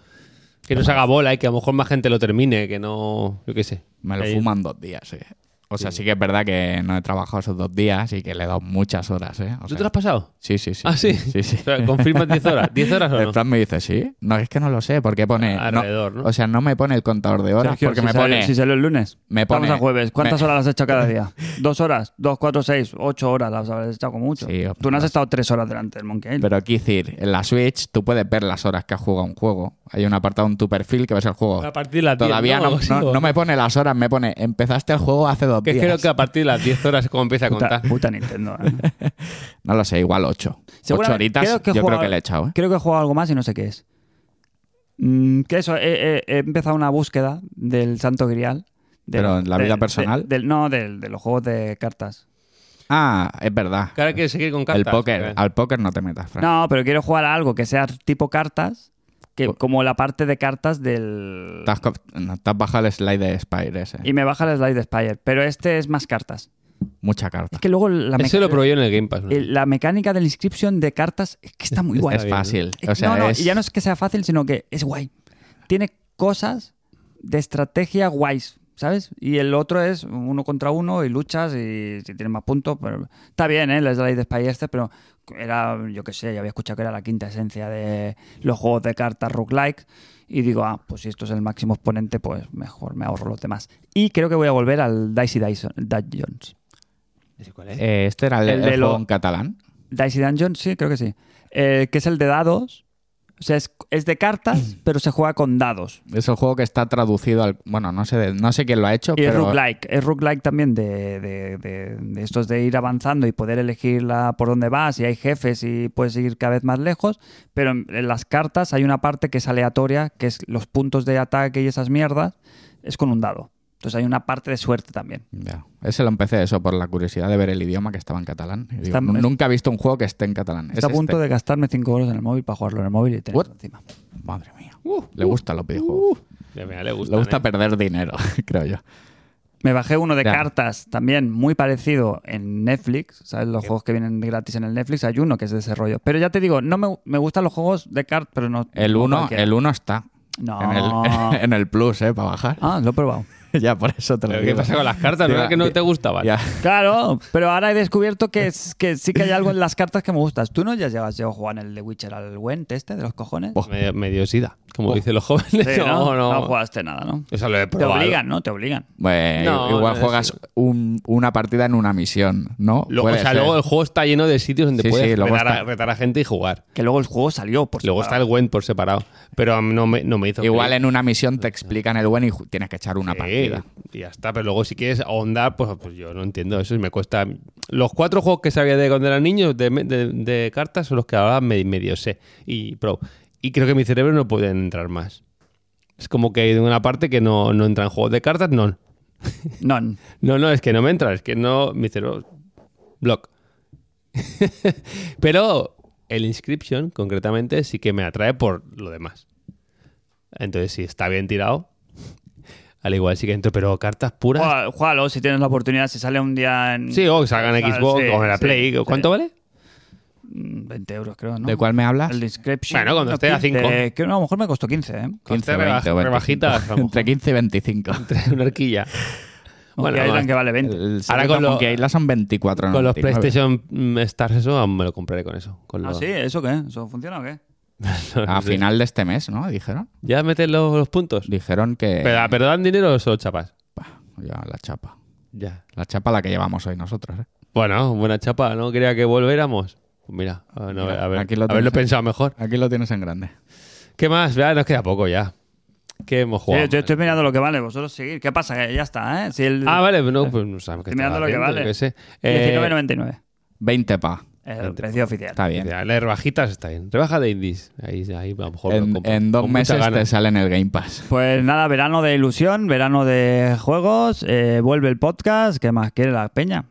Speaker 2: Que no se haga bola y que a lo mejor más gente lo termine, que no. Yo qué sé.
Speaker 3: me lo
Speaker 2: Ahí-
Speaker 3: fuman dos días, eh. O sea, sí. que es verdad que no he trabajado esos dos días y que le he dado muchas horas, ¿eh? O
Speaker 2: ¿Tú
Speaker 3: sea,
Speaker 2: te lo has pasado?
Speaker 3: Sí, sí, sí.
Speaker 2: Ah, sí.
Speaker 3: Sí, sí.
Speaker 2: O sea, Confirmas 10 horas. 10 horas o
Speaker 3: El
Speaker 2: no.
Speaker 3: Fran me dice, ¿sí? No, es que no lo sé, porque pone... no-
Speaker 2: Alrededor, ¿no?
Speaker 3: O sea, no me pone el contador de horas,
Speaker 1: Sergio,
Speaker 3: porque
Speaker 1: si
Speaker 3: me
Speaker 1: sale-
Speaker 3: pone...
Speaker 1: Si sale el lunes.
Speaker 3: me
Speaker 1: Estamos
Speaker 3: pone-
Speaker 1: a jueves. ¿Cuántas
Speaker 3: me-
Speaker 1: horas has hecho cada día? ¿Dos horas? ¿Dos, cuatro, seis? ¿Ocho horas las habrás echado como mucho?
Speaker 3: Sí, o-
Speaker 1: Tú no has estado tres horas delante del Monkey Island.
Speaker 3: Pero quiero decir, en la Switch tú puedes ver las horas que has jugado un juego. Hay un apartado en tu perfil que ves el juego.
Speaker 2: A partir de las 10,
Speaker 3: Todavía
Speaker 2: ¿no?
Speaker 3: no,
Speaker 2: Sí,
Speaker 3: no-
Speaker 2: o-
Speaker 3: no me pone las horas, me pone empezaste el juego hace dos
Speaker 2: Que
Speaker 3: días.
Speaker 2: creo que a partir de las 10 horas es como empieza a
Speaker 1: Puta,
Speaker 2: contar.
Speaker 1: puta Nintendo. ¿eh?
Speaker 3: No lo sé, igual ocho. Ocho
Speaker 1: Seguramente-
Speaker 3: horitas
Speaker 1: creo que he
Speaker 3: yo creo
Speaker 1: jugado-
Speaker 3: que le he echado, ¿eh?
Speaker 1: Creo que he jugado algo más y no sé qué es. Mm, que eso, he, he- he empezado una búsqueda del Santo Grial. de-
Speaker 3: Pero en la
Speaker 1: de-
Speaker 3: vida
Speaker 1: de-
Speaker 3: personal.
Speaker 1: del- no, del- de los juegos de cartas.
Speaker 3: Ah, es verdad.
Speaker 2: Claro que seguir con
Speaker 3: El
Speaker 2: cartas.
Speaker 3: póker.
Speaker 2: ¿eh?
Speaker 3: Al póker no te metas, Fran.
Speaker 1: No, pero quiero jugar a algo que sea tipo cartas, que,
Speaker 3: Pues-
Speaker 1: como la parte de cartas del...
Speaker 3: Te has, co- no, te has bajado el slide de Spire ese.
Speaker 1: Y me baja el Slide de Spire, pero este es más cartas.
Speaker 3: Mucha carta.
Speaker 1: Es que luego la, meca-
Speaker 2: Eso lo probé yo en el Game Pass. ¿no?
Speaker 1: el- la mecánica del inscription de cartas es que está muy guay.
Speaker 2: Está
Speaker 3: es
Speaker 2: bien,
Speaker 3: fácil.
Speaker 1: Eh,
Speaker 3: O sea,
Speaker 1: no, no,
Speaker 3: es...
Speaker 1: y ya no es que sea fácil, sino que es guay. Tiene cosas de estrategia guays, ¿sabes? Y el otro es uno contra uno y luchas y si tienes más puntos, pero está bien, ¿eh? El Slide de Spy este, pero era, yo qué sé, ya había escuchado que era la quinta esencia de los juegos de cartas roguelike y digo, ah, pues si esto es el máximo exponente, pues mejor me ahorro los demás. Y creo que voy a volver al Dicey Dyson, Dungeons.
Speaker 2: ¿Ese cuál es?
Speaker 3: Eh, este era el,
Speaker 1: El
Speaker 3: el
Speaker 1: de lo-
Speaker 3: juego en catalán.
Speaker 1: Dicey Dungeon, sí, creo que sí. Eh, que es el de dados. O sea, es, es de cartas,
Speaker 3: Mm.
Speaker 1: pero se juega con dados.
Speaker 3: Es el juego que está traducido al. Bueno, no sé, de- no sé quién lo ha hecho,
Speaker 1: Y es
Speaker 3: pero.
Speaker 1: roguelike. Es roguelike también de, de- de- de estos de ir avanzando y poder elegir la, por dónde vas, y hay jefes y puedes ir cada vez más lejos. Pero en, en las cartas hay una parte que es aleatoria, que es los puntos de ataque y esas mierdas, es con un dado. Entonces hay una parte de suerte también.
Speaker 3: Ya. Ese lo empecé eso por la curiosidad de ver el idioma que estaba en catalán. Y digo,
Speaker 1: Está-
Speaker 3: "Nu- nunca he visto un juego que esté en catalán.
Speaker 1: Está
Speaker 3: Es
Speaker 1: a punto
Speaker 3: este.
Speaker 1: de gastarme 5 euros en el móvil para jugarlo en el móvil y tenerlo
Speaker 3: What?
Speaker 1: encima.
Speaker 3: Madre mía.
Speaker 1: Uh,
Speaker 3: le gustan los videojuegos.
Speaker 2: Ya, mira, le gusta. ¿eh?
Speaker 3: le gusta perder dinero, creo yo.
Speaker 1: Me bajé uno de
Speaker 3: Ya.
Speaker 1: cartas también, muy parecido en Netflix. ¿Sabes? Los juegos que vienen gratis en el Netflix, hay uno que es de ese rollo. Pero ya te digo, no me, me gustan los juegos de cartas, pero no.
Speaker 3: El
Speaker 1: no
Speaker 3: 1
Speaker 1: cualquiera.
Speaker 3: el uno está.
Speaker 1: No.
Speaker 3: En, el, en el plus, ¿eh? Para bajar.
Speaker 1: Ah, lo he probado.
Speaker 3: ya, por eso te lo
Speaker 2: Pero
Speaker 3: digo.
Speaker 2: ¿Qué pasa con las cartas? ¿No
Speaker 3: Digo,
Speaker 2: era que no
Speaker 3: di-
Speaker 2: te gustaban?
Speaker 3: Ya.
Speaker 1: Claro, pero ahora he descubierto que, es- que sí que hay algo en las cartas que me gustas. ¿Tú no ya llevas yo a jugar en el de Witcher al Went este de los cojones?
Speaker 3: Buah.
Speaker 2: Medio, medio sida, como dicen los jóvenes.
Speaker 1: Sí,
Speaker 2: Pues, no, no.
Speaker 1: jugaste nada, ¿no?
Speaker 2: O sea, lo he
Speaker 1: Te
Speaker 2: probado.
Speaker 1: obligan, ¿no? Te obligan.
Speaker 3: Bueno,
Speaker 2: No,
Speaker 3: igual
Speaker 2: no,
Speaker 3: juegas
Speaker 2: sí.
Speaker 3: un- una partida en una misión, ¿no?
Speaker 2: Luego, o
Speaker 3: Puede
Speaker 2: sea,
Speaker 3: ser.
Speaker 2: luego el juego está lleno de sitios donde
Speaker 3: Sí, sí,
Speaker 2: puedes
Speaker 3: luego
Speaker 2: retar,
Speaker 3: está-
Speaker 2: a, retar a gente y jugar.
Speaker 1: Que luego el juego salió, por
Speaker 2: Luego está
Speaker 1: separado.
Speaker 2: el Gwen por separado. Pero a mí no me, no me hizo.
Speaker 3: Igual
Speaker 2: clic.
Speaker 3: en una misión te explican el buen y ju- tienes que echar una
Speaker 2: Sí,
Speaker 3: partida.
Speaker 2: Y ya está, pero luego si quieres ahondar, pues, pues yo no entiendo eso. y Me cuesta. Los cuatro juegos que sabía de cuando era niño de, de- de cartas son los que ahora me- medio sé. Y, pro. y creo que mi cerebro no puede entrar más. Es como que hay una parte que no, no entra en juegos de cartas, no.
Speaker 1: No,
Speaker 2: No, no, es que no me entra, es que no. Mi cerebro. Block. Pero el Inscription, concretamente, sí que me atrae por lo demás. Entonces, si está bien tirado, al igual sí que entro, pero cartas puras.
Speaker 1: Juega- Juégalo si tienes la oportunidad, si sale un día en
Speaker 2: Sí, o que salgan en
Speaker 1: Ah,
Speaker 2: Xbox
Speaker 1: sí,
Speaker 2: o en la
Speaker 1: sí,
Speaker 2: Play.
Speaker 1: sí.
Speaker 2: ¿Cuánto vale?
Speaker 1: mm, 20 euros, creo, ¿no?
Speaker 3: ¿De cuál me hablas?
Speaker 1: El description.
Speaker 2: Bueno, cuando esté a
Speaker 1: 15,
Speaker 2: cinco.
Speaker 1: Ah. Que no, a lo mejor me costó 15, ¿eh?
Speaker 2: Coste rebaja-
Speaker 3: 20,
Speaker 2: rebajitas, a lo mejor.
Speaker 3: Entre 15 y 25.
Speaker 2: Una horquilla.
Speaker 1: Bueno,
Speaker 2: Bueno,
Speaker 1: que vale 20.
Speaker 3: El
Speaker 2: Ahora
Speaker 3: Ahora
Speaker 2: con
Speaker 3: con
Speaker 2: lo-
Speaker 3: Monkey Island son 24.
Speaker 2: Con los PlayStation mm, Stars, eso aún me lo compraré con eso. Con
Speaker 1: Ah,
Speaker 2: los-
Speaker 1: sí, ¿eso qué? ¿Eso funciona o qué?
Speaker 2: no
Speaker 3: A
Speaker 2: sé.
Speaker 3: final de este mes, ¿no? Dijeron.
Speaker 2: Ya meten los, los puntos.
Speaker 3: Dijeron que.
Speaker 2: Pero, pero dan dinero o solo chapas.
Speaker 3: Bah, ya, la chapa.
Speaker 2: Ya.
Speaker 3: La chapa la que llevamos hoy nosotros. ¿eh?
Speaker 2: Bueno, buena chapa, ¿no? Quería que volviéramos. Pues mira, a no-
Speaker 3: Mira,
Speaker 2: a ver,
Speaker 3: aquí lo
Speaker 2: haberlo
Speaker 3: tienes.
Speaker 2: pensado mejor.
Speaker 3: Aquí lo tienes en grande.
Speaker 2: ¿Qué más? Ya nos queda poco ya. ¿Qué hemos
Speaker 1: Sí,
Speaker 2: jugado?
Speaker 1: yo estoy mirando lo que vale, vosotros seguir. ¿Qué pasa? Que ya está, ¿eh? Si el
Speaker 2: Ah, vale, no, pues no sabemos qué
Speaker 1: Estoy mirando lo
Speaker 2: estaba
Speaker 1: que
Speaker 2: haciendo,
Speaker 1: vale.
Speaker 2: yo qué sé. Eh,
Speaker 1: 19.99,
Speaker 3: 20 pa.
Speaker 1: el precio oficial.
Speaker 3: Está bien.
Speaker 2: Ya, las Eh, rebajitas está bien. Rebaja de indies. Ahí, ahí a lo mejor lo
Speaker 3: En,
Speaker 2: compro.
Speaker 3: en dos
Speaker 2: Con mucha
Speaker 3: meses
Speaker 2: gana.
Speaker 3: te sale en el Game Pass.
Speaker 1: Pues nada, verano de ilusión, verano de juegos, eh, vuelve el podcast, ¿qué más quiere la peña?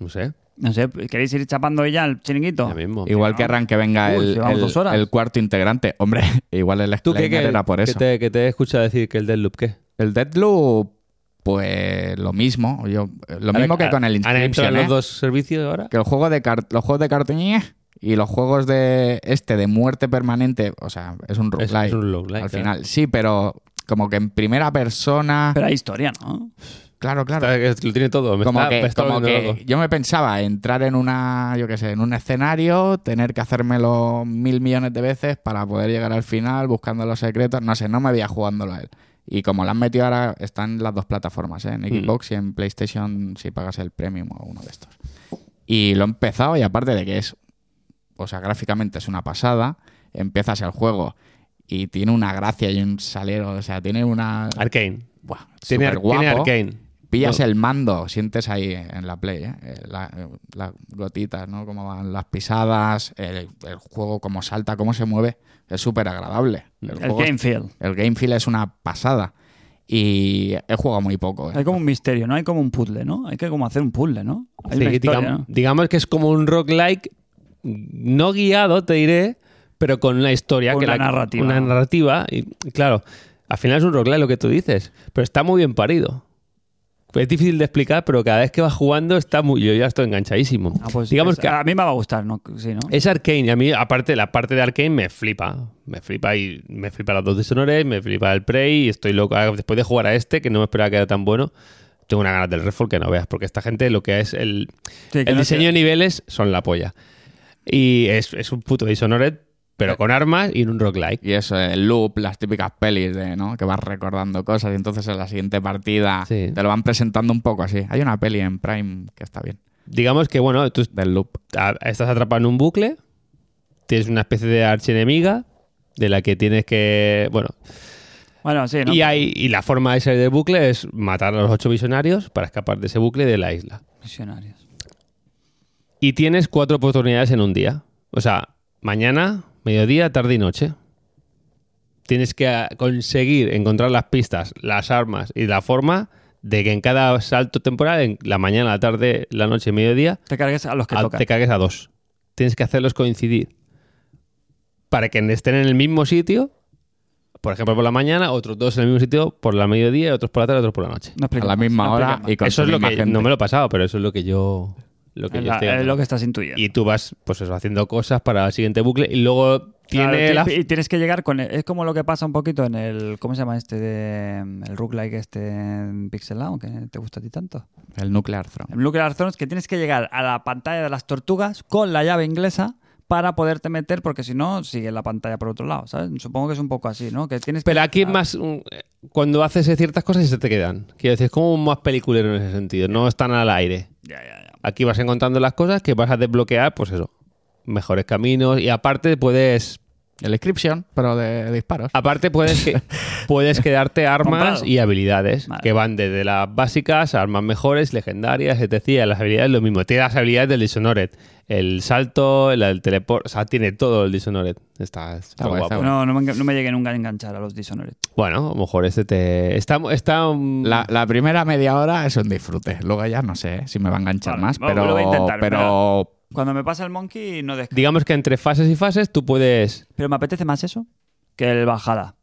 Speaker 2: No sé,
Speaker 1: No sé, ¿queréis ir chapando ya el chiringuito?
Speaker 2: ya mismo.
Speaker 3: Igual que arranque venga
Speaker 1: Uy,
Speaker 3: el,
Speaker 1: llevamos
Speaker 3: el-
Speaker 1: dos horas.
Speaker 3: el cuarto integrante. Hombre, igual el
Speaker 2: ¿Tú qué,
Speaker 3: Skylander
Speaker 2: qué-
Speaker 3: era por
Speaker 2: qué
Speaker 3: eso.
Speaker 2: te, que te escucha decir que el Deadloop qué?
Speaker 3: El Deadloop, pues lo mismo. Yo, lo mismo que con el
Speaker 2: ¿Han entrado
Speaker 3: Inscription,
Speaker 2: los
Speaker 3: ¿eh?
Speaker 2: dos servicios ahora?
Speaker 3: Que el juego de car- los juegos de cartón y los juegos de este de muerte permanente, o sea, es un
Speaker 2: Es-
Speaker 3: roguelike
Speaker 2: es un ¿eh? roguelike,
Speaker 3: al
Speaker 2: claro.
Speaker 3: final. Sí, pero como que en primera persona,
Speaker 1: Pero hay historia, ¿no?
Speaker 3: claro, claro.
Speaker 2: Está- que Lo tiene todo. Me
Speaker 3: como
Speaker 2: está,
Speaker 3: que,
Speaker 2: me está
Speaker 3: como
Speaker 2: volviendo
Speaker 3: que
Speaker 2: loco.
Speaker 3: yo me pensaba entrar en una, yo qué sé, en un escenario, tener que hacérmelo mil millones de veces para poder llegar al final buscando los secretos, no sé, no me veía jugándolo a él. Y como lo han metido ahora, están en las dos plataformas, ¿eh? en
Speaker 2: Mm.
Speaker 3: Xbox y en PlayStation si pagas el premium o uno de estos. Y lo he empezado y aparte de que es, o sea, gráficamente es una pasada, empiezas el juego y tiene una gracia y un salero, o sea, tiene una...
Speaker 2: Arcane.
Speaker 3: Buah,
Speaker 2: Tiene, ar- tiene
Speaker 3: superguapo.
Speaker 2: Arcane.
Speaker 3: Pillas
Speaker 2: No.
Speaker 3: el mando, sientes ahí en la play, ¿eh? Eh, la- eh, las gotitas, ¿no? Cómo van las pisadas, el, el juego, cómo salta, cómo se mueve. Es súper agradable. El,
Speaker 1: El
Speaker 3: juego es-
Speaker 1: game feel.
Speaker 3: el game feel es una pasada. Y he jugado muy poco. ¿eh?
Speaker 1: Hay como un misterio, ¿no? Hay como un puzzle, ¿no? Hay que como hacer un puzzle, ¿no? Hay
Speaker 2: Sí,
Speaker 1: una historia,
Speaker 2: digam-
Speaker 1: ¿no?
Speaker 2: Digamos que es como un roguelike, no guiado, te diré, pero con una historia.
Speaker 1: Con
Speaker 2: que
Speaker 1: una narrativa.
Speaker 2: Una narrativa. Y claro, al final es un roguelike lo que tú dices, pero está muy bien parido. Es difícil de explicar, pero cada vez que vas jugando está muy... Yo ya estoy enganchadísimo.
Speaker 1: Ah, pues
Speaker 2: digamos
Speaker 1: es-
Speaker 2: que
Speaker 1: a mí me va a gustar, ¿no? Sí, ¿no?
Speaker 2: es Arcane y a mí, aparte, la parte de Arcane me flipa. Me flipa y me flipa las dos deshonores, me flipa el Prey y estoy loco. Ah, Después de jugar a este, que no me esperaba que era tan bueno, tengo una ganas del Redfall que no veas, porque esta gente lo que es el,
Speaker 1: Sí, que
Speaker 2: el
Speaker 1: no
Speaker 2: diseño
Speaker 1: sea-
Speaker 2: de niveles son la polla. Y es, es un puto Dishonored, pero con armas y en un roguelike.
Speaker 3: Y eso, el loop, las típicas pelis de, ¿no? Que vas recordando cosas y entonces en la siguiente partida
Speaker 2: Sí.
Speaker 3: te lo van presentando un poco así. Hay una peli en Prime que está bien.
Speaker 2: Digamos que, bueno, tú
Speaker 3: del loop.
Speaker 2: a- estás atrapado en un bucle, tienes una especie de archienemiga de la que tienes que. Bueno,
Speaker 1: Bueno, sí, ¿no?
Speaker 2: y, hay, y la forma de salir del bucle es matar a los ocho visionarios para escapar de ese bucle de la isla.
Speaker 1: Visionarios.
Speaker 2: Y tienes cuatro oportunidades en un día. O sea, mañana, mediodía, tarde y noche. Tienes que ah, conseguir encontrar las pistas, las armas y la forma de que en cada salto temporal, en la mañana, la tarde, la noche y mediodía,
Speaker 1: Te cargues a los que
Speaker 2: a-
Speaker 1: tocan.
Speaker 2: Ah, te cargues a dos. Tienes que hacerlos coincidir. Para que estén en el mismo sitio, por ejemplo, por la mañana, otros dos en el mismo sitio por la mediodía, otros por la tarde, otros por la noche.
Speaker 1: No
Speaker 3: A
Speaker 1: expliques
Speaker 3: la
Speaker 1: más,
Speaker 3: misma
Speaker 1: no
Speaker 3: hora
Speaker 1: expliques
Speaker 3: y con
Speaker 2: eso es
Speaker 3: la
Speaker 2: lo
Speaker 3: misma
Speaker 2: que
Speaker 3: gente.
Speaker 2: no me lo he pasado, pero eso es lo que yo lo que
Speaker 1: más.
Speaker 2: yo
Speaker 1: Es la-
Speaker 2: estoy
Speaker 1: es
Speaker 2: haciendo.
Speaker 1: lo que estás intuyendo.
Speaker 2: y tú vas pues eso, haciendo cosas para el siguiente bucle y luego
Speaker 1: Claro,
Speaker 2: tiene
Speaker 1: ti-
Speaker 2: la-
Speaker 1: Y tienes que llegar con... el- es como lo que pasa un poquito en el... ¿Cómo se llama este? de- el roguelike este en Pixel Down, que te gusta a ti tanto.
Speaker 3: El Nuclear Throne.
Speaker 1: En Nuclear Thrones que tienes que llegar a la pantalla de las tortugas con la llave inglesa para poderte meter, porque si no, sigue la pantalla por otro lado, ¿sabes? Supongo que es un poco así, ¿no? Que tienes que-
Speaker 2: pero aquí es
Speaker 1: Ah,
Speaker 2: más mm, cuando haces ciertas cosas y se te quedan quiero decir es como más peliculero en ese sentido no están al aire
Speaker 1: ya, ya, ya.
Speaker 2: aquí vas encontrando las cosas que vas a desbloquear pues eso mejores caminos y aparte puedes
Speaker 3: El Inscription, pero de disparos.
Speaker 2: aparte puedes que- puedes quedarte armas
Speaker 1: Comprado.
Speaker 2: y habilidades
Speaker 1: Vale.
Speaker 2: que van desde las básicas a armas mejores legendarias etc las habilidades lo mismo tiene las habilidades del Dishonored el salto el, el teleport o sea tiene todo el Dishonored está, está
Speaker 3: guay,
Speaker 2: guapo.
Speaker 3: está guay.
Speaker 1: No, no me, engan- no me llegué nunca a enganchar a los Dishonored.
Speaker 2: Bueno, a lo mejor este te. Está. está mm,
Speaker 3: La, la primera media hora es un disfrute. Luego ya no sé eh, si me va a enganchar
Speaker 1: Vale,
Speaker 3: más,
Speaker 1: bueno,
Speaker 3: pero,
Speaker 1: lo voy a intentar,
Speaker 3: pero
Speaker 1: Cuando me pasa el Monkey no descanso.
Speaker 2: Digamos que entre fases y fases tú puedes.
Speaker 1: Pero me apetece más eso que el Bajada,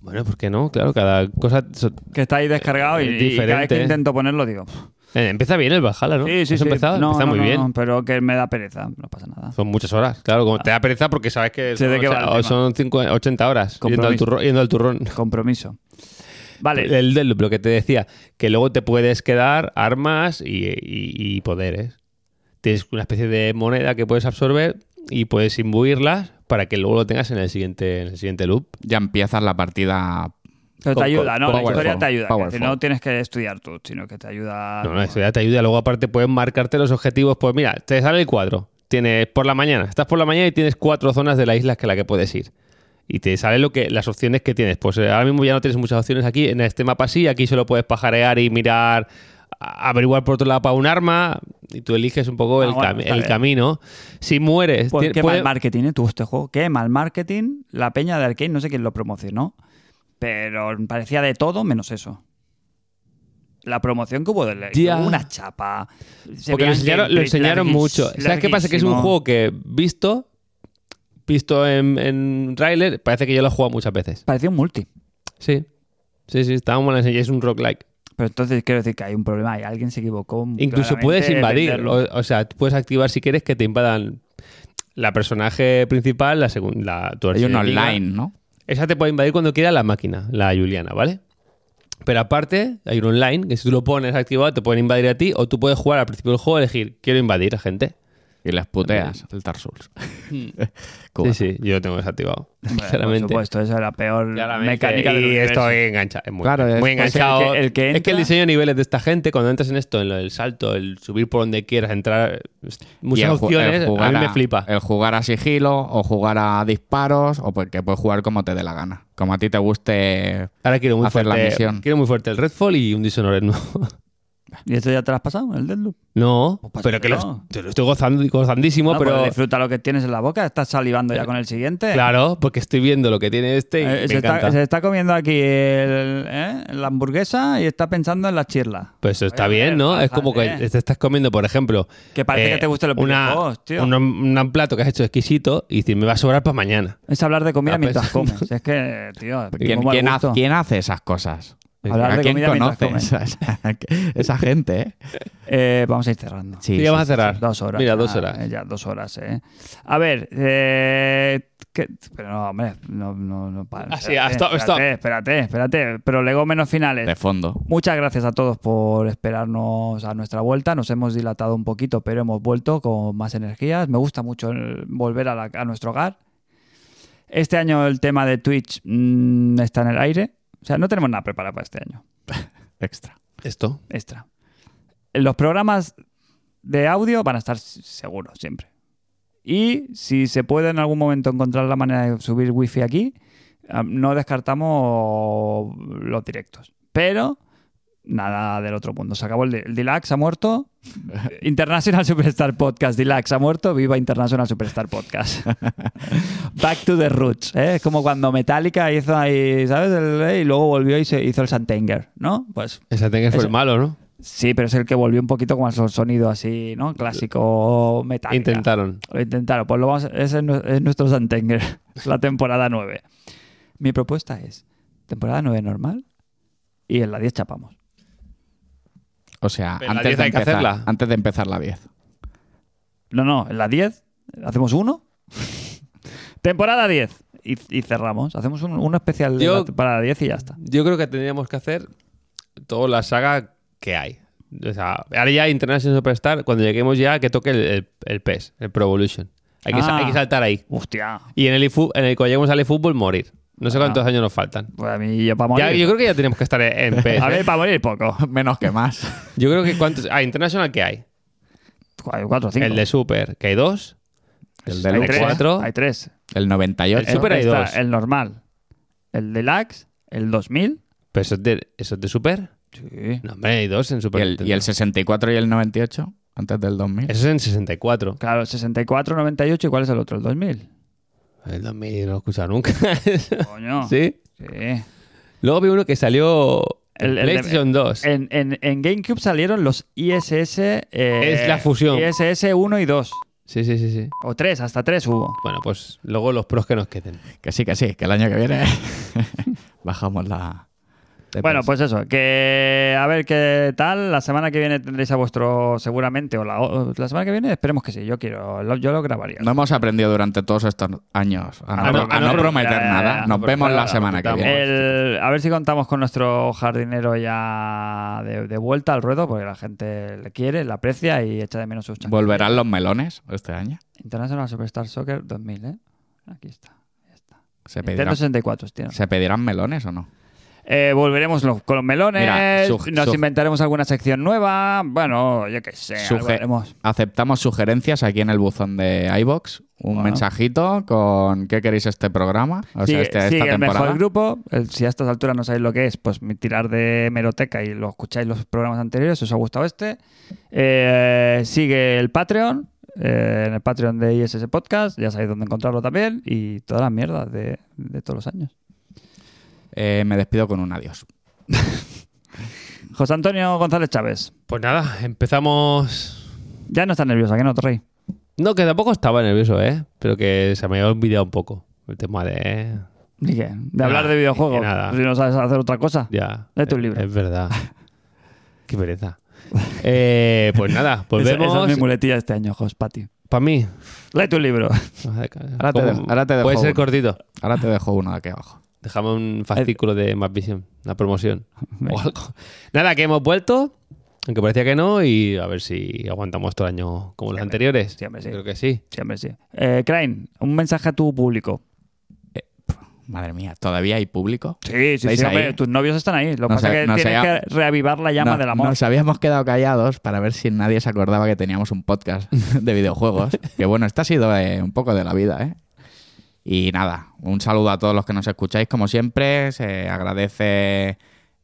Speaker 2: Bueno, ¿por qué no? Claro, cada cosa. so-
Speaker 1: que está ahí descargado y,
Speaker 2: Eh, Es
Speaker 1: y cada vez que
Speaker 2: diferente.
Speaker 1: intento ponerlo digo...
Speaker 2: eh, empieza bien el Valhalla, ¿no?
Speaker 1: Sí, sí,
Speaker 2: ¿Has
Speaker 1: sí.
Speaker 2: empezado?
Speaker 1: No,
Speaker 2: empieza
Speaker 1: no,
Speaker 2: muy
Speaker 1: no,
Speaker 2: bien.
Speaker 1: no, pero que me da pereza, no pasa nada.
Speaker 2: Son muchas horas. Claro, como te da pereza porque sabes que
Speaker 1: Sé
Speaker 2: son,
Speaker 1: de qué va
Speaker 2: ocha-
Speaker 1: el tema.
Speaker 2: son cincu- 80 horas yendo al,
Speaker 1: Compromiso.
Speaker 2: turrón, yendo al turrón.
Speaker 1: Compromiso. Vale,
Speaker 2: El, del- lo que te decía, que luego te puedes quedar armas y, y- y poderes. Tienes una especie de moneda que puedes absorber y puedes imbuirlas para que luego lo tengas en el siguiente, en el siguiente loop.
Speaker 3: ya empiezas la partida.
Speaker 1: pero te
Speaker 2: con-
Speaker 1: ayuda, ¿no? La
Speaker 3: powerful,
Speaker 1: historia te ayuda. que
Speaker 3: powerful.
Speaker 1: no tienes que estudiar tú, sino que te ayuda...
Speaker 2: Ah, No, no, eso ya te ayuda. Luego, aparte, puedes marcarte los objetivos. Pues mira, te sale el cuadro. Tienes por la mañana, estás por la mañana y tienes cuatro zonas de la isla que la que puedes ir. Y te sale lo que, las opciones que tienes. Pues eh, ahora mismo ya no tienes muchas opciones aquí. En este mapa sí, aquí solo puedes pajarear y mirar, a- averiguar por otro lado para un arma. Y tú eliges un poco
Speaker 1: Ah,
Speaker 2: el,
Speaker 1: bueno,
Speaker 2: cami-
Speaker 1: está
Speaker 2: el
Speaker 1: bien.
Speaker 2: camino. Si mueres,
Speaker 1: Pues
Speaker 2: tien-
Speaker 1: qué
Speaker 2: puede-
Speaker 1: mal marketing ¿eh? tuvo este juego. Qué mal marketing. La peña de Arkane, no sé quién lo promocionó, pero parecía de todo menos eso. La promoción que hubo de la-
Speaker 2: Ya.
Speaker 1: una chapa. se
Speaker 2: Porque lo
Speaker 1: veían
Speaker 2: enseñaron, lo
Speaker 1: gameplays
Speaker 2: enseñaron
Speaker 1: larguis-
Speaker 2: mucho. ¿Sabes qué pasa? Que es un
Speaker 1: larguísimo.
Speaker 2: juego que visto, visto en, en trailer, parece que yo lo he jugado muchas veces.
Speaker 1: Parecía un multi.
Speaker 2: Sí. Sí, sí, estábamos en la enseñanza, es un rock like.
Speaker 1: Pero entonces quiero decir que hay un problema ahí. Alguien se equivocó.
Speaker 2: Incluso
Speaker 1: claramente
Speaker 2: puedes
Speaker 1: de
Speaker 2: invadir,
Speaker 1: venderlo. Eh,
Speaker 2: o, o sea, tú puedes activar si quieres que te invadan la personaje principal, la segunda, tu
Speaker 1: Pues
Speaker 3: Hay un
Speaker 2: archienemiga.
Speaker 3: online, ¿no?
Speaker 2: Esa te puede invadir cuando quiera la máquina, la Juliana, ¿vale? Pero aparte, hay un online que si tú lo pones activado te pueden invadir a ti o tú puedes jugar al principio del juego y elegir, quiero invadir a gente.
Speaker 3: Y les puteas el Dark Souls.
Speaker 2: Sí,
Speaker 1: Mm.
Speaker 3: Cubano.
Speaker 2: sí, yo lo tengo desactivado.
Speaker 1: Hombre,
Speaker 2: claramente.
Speaker 1: Por supuesto, esa es la peor
Speaker 2: Claramente,
Speaker 1: mecánica del
Speaker 2: y
Speaker 1: universo.
Speaker 2: estoy enganchado. Muy,
Speaker 3: Claro, es-
Speaker 2: muy
Speaker 3: pues el que-
Speaker 2: enganchado.
Speaker 1: el que
Speaker 2: es que
Speaker 1: entra-
Speaker 2: el diseño de niveles de esta gente, cuando entras en esto, en lo del salto, el subir por donde quieras, entrar, es-
Speaker 3: Y
Speaker 2: muchas
Speaker 3: el ju-
Speaker 2: opciones,
Speaker 3: el
Speaker 2: a
Speaker 3: jugar eh,
Speaker 2: mí me flipa.
Speaker 3: El jugar a sigilo o jugar a disparos o porque puedes jugar como te dé la gana. Como a ti te guste.
Speaker 2: Ahora quiero muy
Speaker 3: hacer la
Speaker 2: fuerte.
Speaker 3: misión.
Speaker 2: Quiero muy fuerte el Redfall y un Dishonored nuevo.
Speaker 1: ¿Y esto ya te lo has pasado? ¿El Deadloop?
Speaker 2: no,
Speaker 1: Pues
Speaker 2: pero que
Speaker 1: pásatelo.
Speaker 2: lo, te lo estoy gozando, gozandísimo,
Speaker 1: No,
Speaker 2: pero Eh,
Speaker 1: pues disfruta lo que tienes en la boca. Estás salivando ya con el siguiente.
Speaker 2: claro, porque estoy viendo lo que tiene este y
Speaker 1: Eh,
Speaker 2: me
Speaker 1: se,
Speaker 2: encanta.
Speaker 1: está, se está comiendo aquí el- ¿eh? la hamburguesa y está pensando en la chirla.
Speaker 2: Pues eso está
Speaker 1: Oye,
Speaker 2: bien, ¿no? es como que
Speaker 1: bájate.
Speaker 2: te estás comiendo, por ejemplo. eh,
Speaker 1: Que parece que te gustan los
Speaker 2: una-
Speaker 1: videojuegos, Oh, tío.
Speaker 2: Un, un plato que has hecho exquisito y dices, me va a sobrar para mañana.
Speaker 1: Es hablar de comida
Speaker 2: Ah, pues-
Speaker 1: mientras comes. Es que, tío,
Speaker 3: ¿Quién,
Speaker 1: como al
Speaker 3: quién ha-
Speaker 1: gusto.
Speaker 3: quién hace esas cosas?
Speaker 1: Hablar
Speaker 3: ¿A
Speaker 1: de
Speaker 3: quién
Speaker 1: comida mientras
Speaker 3: conoces? Esa gente, ¿eh?
Speaker 1: Eh, vamos a ir cerrando.
Speaker 2: Sí, ya vas a cerrar.
Speaker 1: Dos horas.
Speaker 2: Mira,
Speaker 1: ya,
Speaker 2: dos horas.
Speaker 1: eh, Ya, dos horas, eh. A ver, eh, que- pero no, hombre, no, no, no para.
Speaker 2: Ah, sí, ah, stop, stop.
Speaker 1: Espérate, espérate, pero luego menos finales.
Speaker 3: De fondo.
Speaker 1: Muchas gracias a todos por esperarnos a nuestra vuelta. Nos hemos dilatado un poquito, pero hemos vuelto con más energías. Me gusta mucho el- volver a, la- a nuestro hogar. Este año el tema de Twitch mm, está en el aire. O sea, no tenemos nada preparado para este año.
Speaker 3: Extra.
Speaker 2: Esto.
Speaker 1: Extra. Los programas de audio van a estar s- seguros siempre. Y si se puede en algún momento encontrar la manera de subir wifi aquí, am, no descartamos los directos. Pero nada del otro mundo. Se acabó el, de- el Deluxe, ha muerto. International Superstar Podcast Deluxe ha muerto. Viva International Superstar Podcast. Back to the roots. ¿eh? Es como cuando Metallica hizo ahí, ¿sabes? El- y luego volvió y se hizo el Santenger, ¿no? Pues
Speaker 2: Esa tenga fue
Speaker 1: Esa-
Speaker 2: el malo, ¿no?
Speaker 1: Sí, pero es el que volvió un poquito como al sonido así, ¿no? Clásico metal.
Speaker 2: Intentaron.
Speaker 1: Lo intentaron. Pues lo vamos, ese es, nu- es nuestro Santenger, la temporada 9. Mi propuesta es temporada 9 normal y en la 10 chapamos.
Speaker 3: O sea,
Speaker 2: Pero la 10
Speaker 3: antes de,
Speaker 2: hay que
Speaker 3: empezar,
Speaker 2: hacerla.
Speaker 3: antes de empezar la 10.
Speaker 1: No, no, en la 10 hacemos uno. temporada 10 y, y cerramos. Hacemos un, un especial de
Speaker 2: Yo-
Speaker 1: la temporada 10 y ya está.
Speaker 2: Yo creo que tendríamos que hacer toda la saga que hay. O sea, ahora ya International Superstar, cuando lleguemos ya, que toque el, el, el PES, el Pro Evolution. Hay que, sa-
Speaker 1: Ah.
Speaker 2: hay que saltar ahí.
Speaker 1: Hostia.
Speaker 2: Y en el, eFu- en el cuando lleguemos al eFootball, morir. No sé cuántos años nos faltan.
Speaker 1: Pues a mí ya para morir.
Speaker 2: Ya, yo creo que ya tenemos que estar en en PES.
Speaker 1: A
Speaker 2: ¿eh?
Speaker 1: ver, para morir poco.
Speaker 3: Menos que más.
Speaker 2: Yo creo que cuántos... Ah, International, ¿qué hay?
Speaker 1: 4 o 5.
Speaker 2: El de Super, que hay dos.
Speaker 3: El
Speaker 1: hay
Speaker 2: de
Speaker 3: deluxe.
Speaker 1: tres,
Speaker 2: cuatro.
Speaker 1: Hay 3.
Speaker 3: El 98.
Speaker 2: El Super hay
Speaker 1: Está
Speaker 2: dos.
Speaker 1: El normal, el deluxe, el 2000.
Speaker 2: Pero eso es de, eso es de Super.
Speaker 1: Sí.
Speaker 2: No, hombre, hay dos en
Speaker 3: y,
Speaker 2: Super
Speaker 3: el, y
Speaker 2: Nintendo.
Speaker 3: el 64 y el 98, antes del 2000.
Speaker 2: Eso es en 64.
Speaker 1: Claro, 64, 98. ¿Y cuál es el otro? El 2000.
Speaker 2: El 2000 no lo he escuchado nunca.
Speaker 1: Coño.
Speaker 2: ¿Sí?
Speaker 1: Sí.
Speaker 2: Luego vi uno que salió en
Speaker 1: El- el de-
Speaker 2: PlayStation 2.
Speaker 1: En, en- en GameCube salieron los ISS. eh,
Speaker 2: Es la fusión.
Speaker 1: ISS 1 y 2.
Speaker 2: Sí, sí, sí, sí.
Speaker 1: O 3, hasta 3 hubo.
Speaker 2: Bueno, pues luego los pros que nos queden.
Speaker 3: Que sí, que sí, que el año que viene bajamos la. de
Speaker 1: Bueno,
Speaker 3: peso.
Speaker 1: pues eso, que a ver qué tal. La semana que viene tendréis a vuestro, seguramente, o la, o- la semana que viene, esperemos que sí. Yo quiero, lo- yo lo grabaría.
Speaker 3: No hemos aprendido durante todos estos años a no,
Speaker 1: pues- Ah, no,
Speaker 3: a
Speaker 1: ah,
Speaker 3: no
Speaker 1: no,
Speaker 3: prometer
Speaker 1: ya, ya, eh, ya,
Speaker 3: nada.
Speaker 1: no
Speaker 3: Nos
Speaker 2: prometer
Speaker 3: vemos la
Speaker 2: nada,
Speaker 3: semana que
Speaker 2: prometamos.
Speaker 3: viene.
Speaker 1: El- a ver si contamos con nuestro jardinero ya de, de vuelta al ruedo, porque la gente le quiere, le aprecia y echa de menos sus chanclas.
Speaker 3: ¿Volverán los melones este año?
Speaker 1: International Superstar Soccer 2000, ¿eh? Aquí está. ya está.
Speaker 3: ¿Se
Speaker 1: Nintendo
Speaker 3: pedirán,
Speaker 1: 64, tío.
Speaker 3: ¿se pedirán melones o no?
Speaker 1: Eh, volveremos lo- con los melones,
Speaker 3: Mira, suj-
Speaker 1: nos
Speaker 3: suj-
Speaker 1: inventaremos alguna sección nueva, bueno, yo qué sé, algo
Speaker 3: Suge-
Speaker 1: haremos.
Speaker 3: Aceptamos sugerencias aquí en el buzón de iBox. Un
Speaker 1: Bueno.
Speaker 3: mensajito con qué queréis este programa, o sea,
Speaker 1: Sigue-
Speaker 3: este-
Speaker 1: sigue
Speaker 3: esta
Speaker 1: el mejor
Speaker 3: temporada.
Speaker 1: grupo. El- si a estas alturas no sabéis lo que es, pues mi tirar de hemeroteca y lo escucháis los programas anteriores, si os ha gustado este. Eh, sigue el Patreon, eh, en el Patreon de ISS Podcast, ya sabéis dónde encontrarlo también, y todas las mierdas de, de todos los años.
Speaker 3: Eh, me despido con un adiós.
Speaker 1: José Antonio González Chávez,
Speaker 2: Pues nada, empezamos.
Speaker 1: ya no estás nerviosa, que no te reí.
Speaker 2: No, que tampoco estaba nervioso, ¿eh? Pero que se me había olvidado un poco el tema de.
Speaker 1: ¿Y qué? De hablar
Speaker 2: Nada,
Speaker 1: de videojuegos,
Speaker 2: de nada.
Speaker 1: si no sabes hacer otra cosa.
Speaker 2: Ya.
Speaker 1: De tu
Speaker 2: Es-
Speaker 1: libro.
Speaker 2: Es verdad. Qué pereza. Eh, pues nada,
Speaker 1: Esa- Esa es mi
Speaker 2: volvemos.
Speaker 1: muletilla este año, Jos, Pati.
Speaker 2: Para mí.
Speaker 1: Lee tu libro.
Speaker 2: Ahora
Speaker 3: te dejo- ahora te dejo
Speaker 2: Puede ser
Speaker 3: uno.
Speaker 2: cortito.
Speaker 3: Ahora te dejo uno aquí abajo.
Speaker 2: Dejamos un fascículo de más visión, una promoción o
Speaker 1: Venga.
Speaker 2: algo. Nada, que hemos vuelto, aunque parecía que no, y a ver si aguantamos todo el año como los
Speaker 1: Siempre,
Speaker 2: anteriores.
Speaker 1: siempre, sí.
Speaker 2: Creo que sí.
Speaker 1: Siempre sí. Eh, Crane, un mensaje a tu público.
Speaker 3: Madre mía, ¿todavía hay público?
Speaker 1: Sí, sí,
Speaker 3: ¿Estáis
Speaker 1: sí, hombre,
Speaker 3: ahí?
Speaker 1: tus novios están ahí. Lo que
Speaker 3: No
Speaker 1: pasa
Speaker 3: sé-
Speaker 1: es que
Speaker 3: no sé,
Speaker 1: tienes
Speaker 3: ya-
Speaker 1: que revivar la llama
Speaker 3: No-
Speaker 1: del amor.
Speaker 3: Nos habíamos quedado callados para ver si nadie se acordaba que teníamos un podcast de videojuegos. que bueno, esta ha sido eh, un poco de la vida, ¿eh? Y nada, un saludo a todos los que nos escucháis, como siempre. Se agradece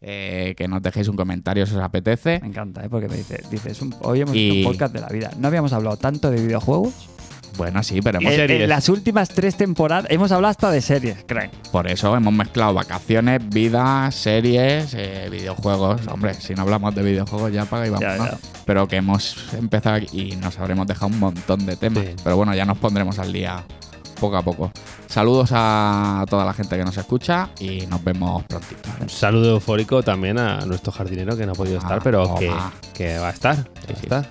Speaker 3: eh, que nos dejéis un comentario si os apetece.
Speaker 1: Me encanta, ¿eh? porque me dice, dice es un- hoy hemos
Speaker 3: Y-
Speaker 1: hecho un podcast de la vida. No habíamos hablado tanto de videojuegos.
Speaker 3: Bueno, sí, pero
Speaker 1: En,
Speaker 3: hemos-
Speaker 2: series.
Speaker 1: en las últimas tres temporadas hemos hablado hasta de series, Crane.
Speaker 3: por eso hemos mezclado vacaciones, vida, series, eh, videojuegos. Hombre, si no hablamos de videojuegos ya paga y vamos,
Speaker 1: Ya,
Speaker 3: ¿no?
Speaker 1: ya.
Speaker 3: Pero que hemos empezado y nos habremos dejado un montón de temas.
Speaker 2: Sí.
Speaker 3: Pero bueno, ya nos pondremos al día poco a poco. Saludos a toda la gente que nos escucha y nos vemos prontito.
Speaker 2: Un saludo eufórico también a nuestro jardinero que no ha podido
Speaker 3: Ah,
Speaker 2: estar, pero
Speaker 3: toma.
Speaker 2: que, que va a estar. que va a estar.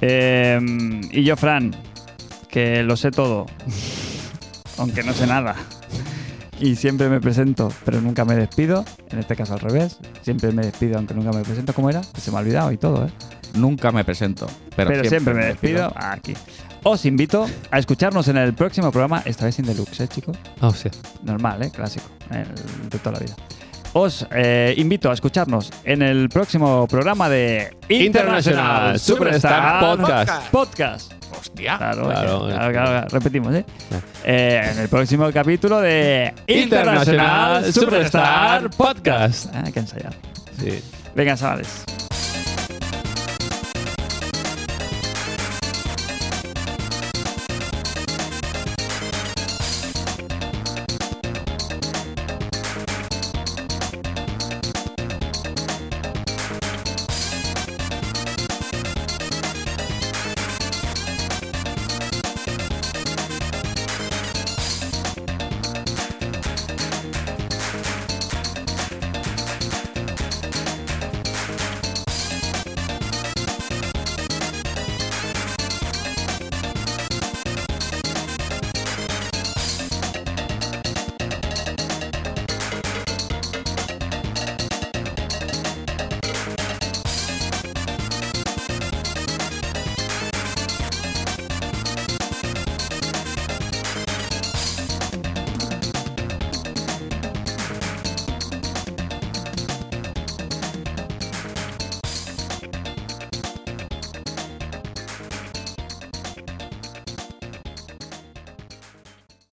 Speaker 1: Eh, y yo, Fran, que lo sé todo, aunque no sé nada. Y siempre me presento, pero nunca me despido. En este caso al revés. Siempre me despido, aunque nunca me presento. ¿Cómo era? Se me ha olvidado y todo, ¿eh?
Speaker 3: Nunca me presento, pero,
Speaker 1: Pero, siempre, me despido aquí. Os invito a escucharnos en el próximo programa, esta vez sin deluxe, ¿eh, chicos?
Speaker 2: Ah, o sea,
Speaker 1: Normal, ¿eh? Clásico, el de toda la vida. Os eh, invito a escucharnos en el próximo programa de
Speaker 2: International Superstar Podcast.
Speaker 1: Podcast.
Speaker 3: Hostia.
Speaker 1: Claro,
Speaker 2: Claro,
Speaker 1: claro, claro, claro. repetimos, ¿eh? Eh, En el próximo capítulo de
Speaker 2: International Superstar Podcast.
Speaker 1: Ah, hay que ensayar.
Speaker 2: Sí.
Speaker 1: Venga, chavales.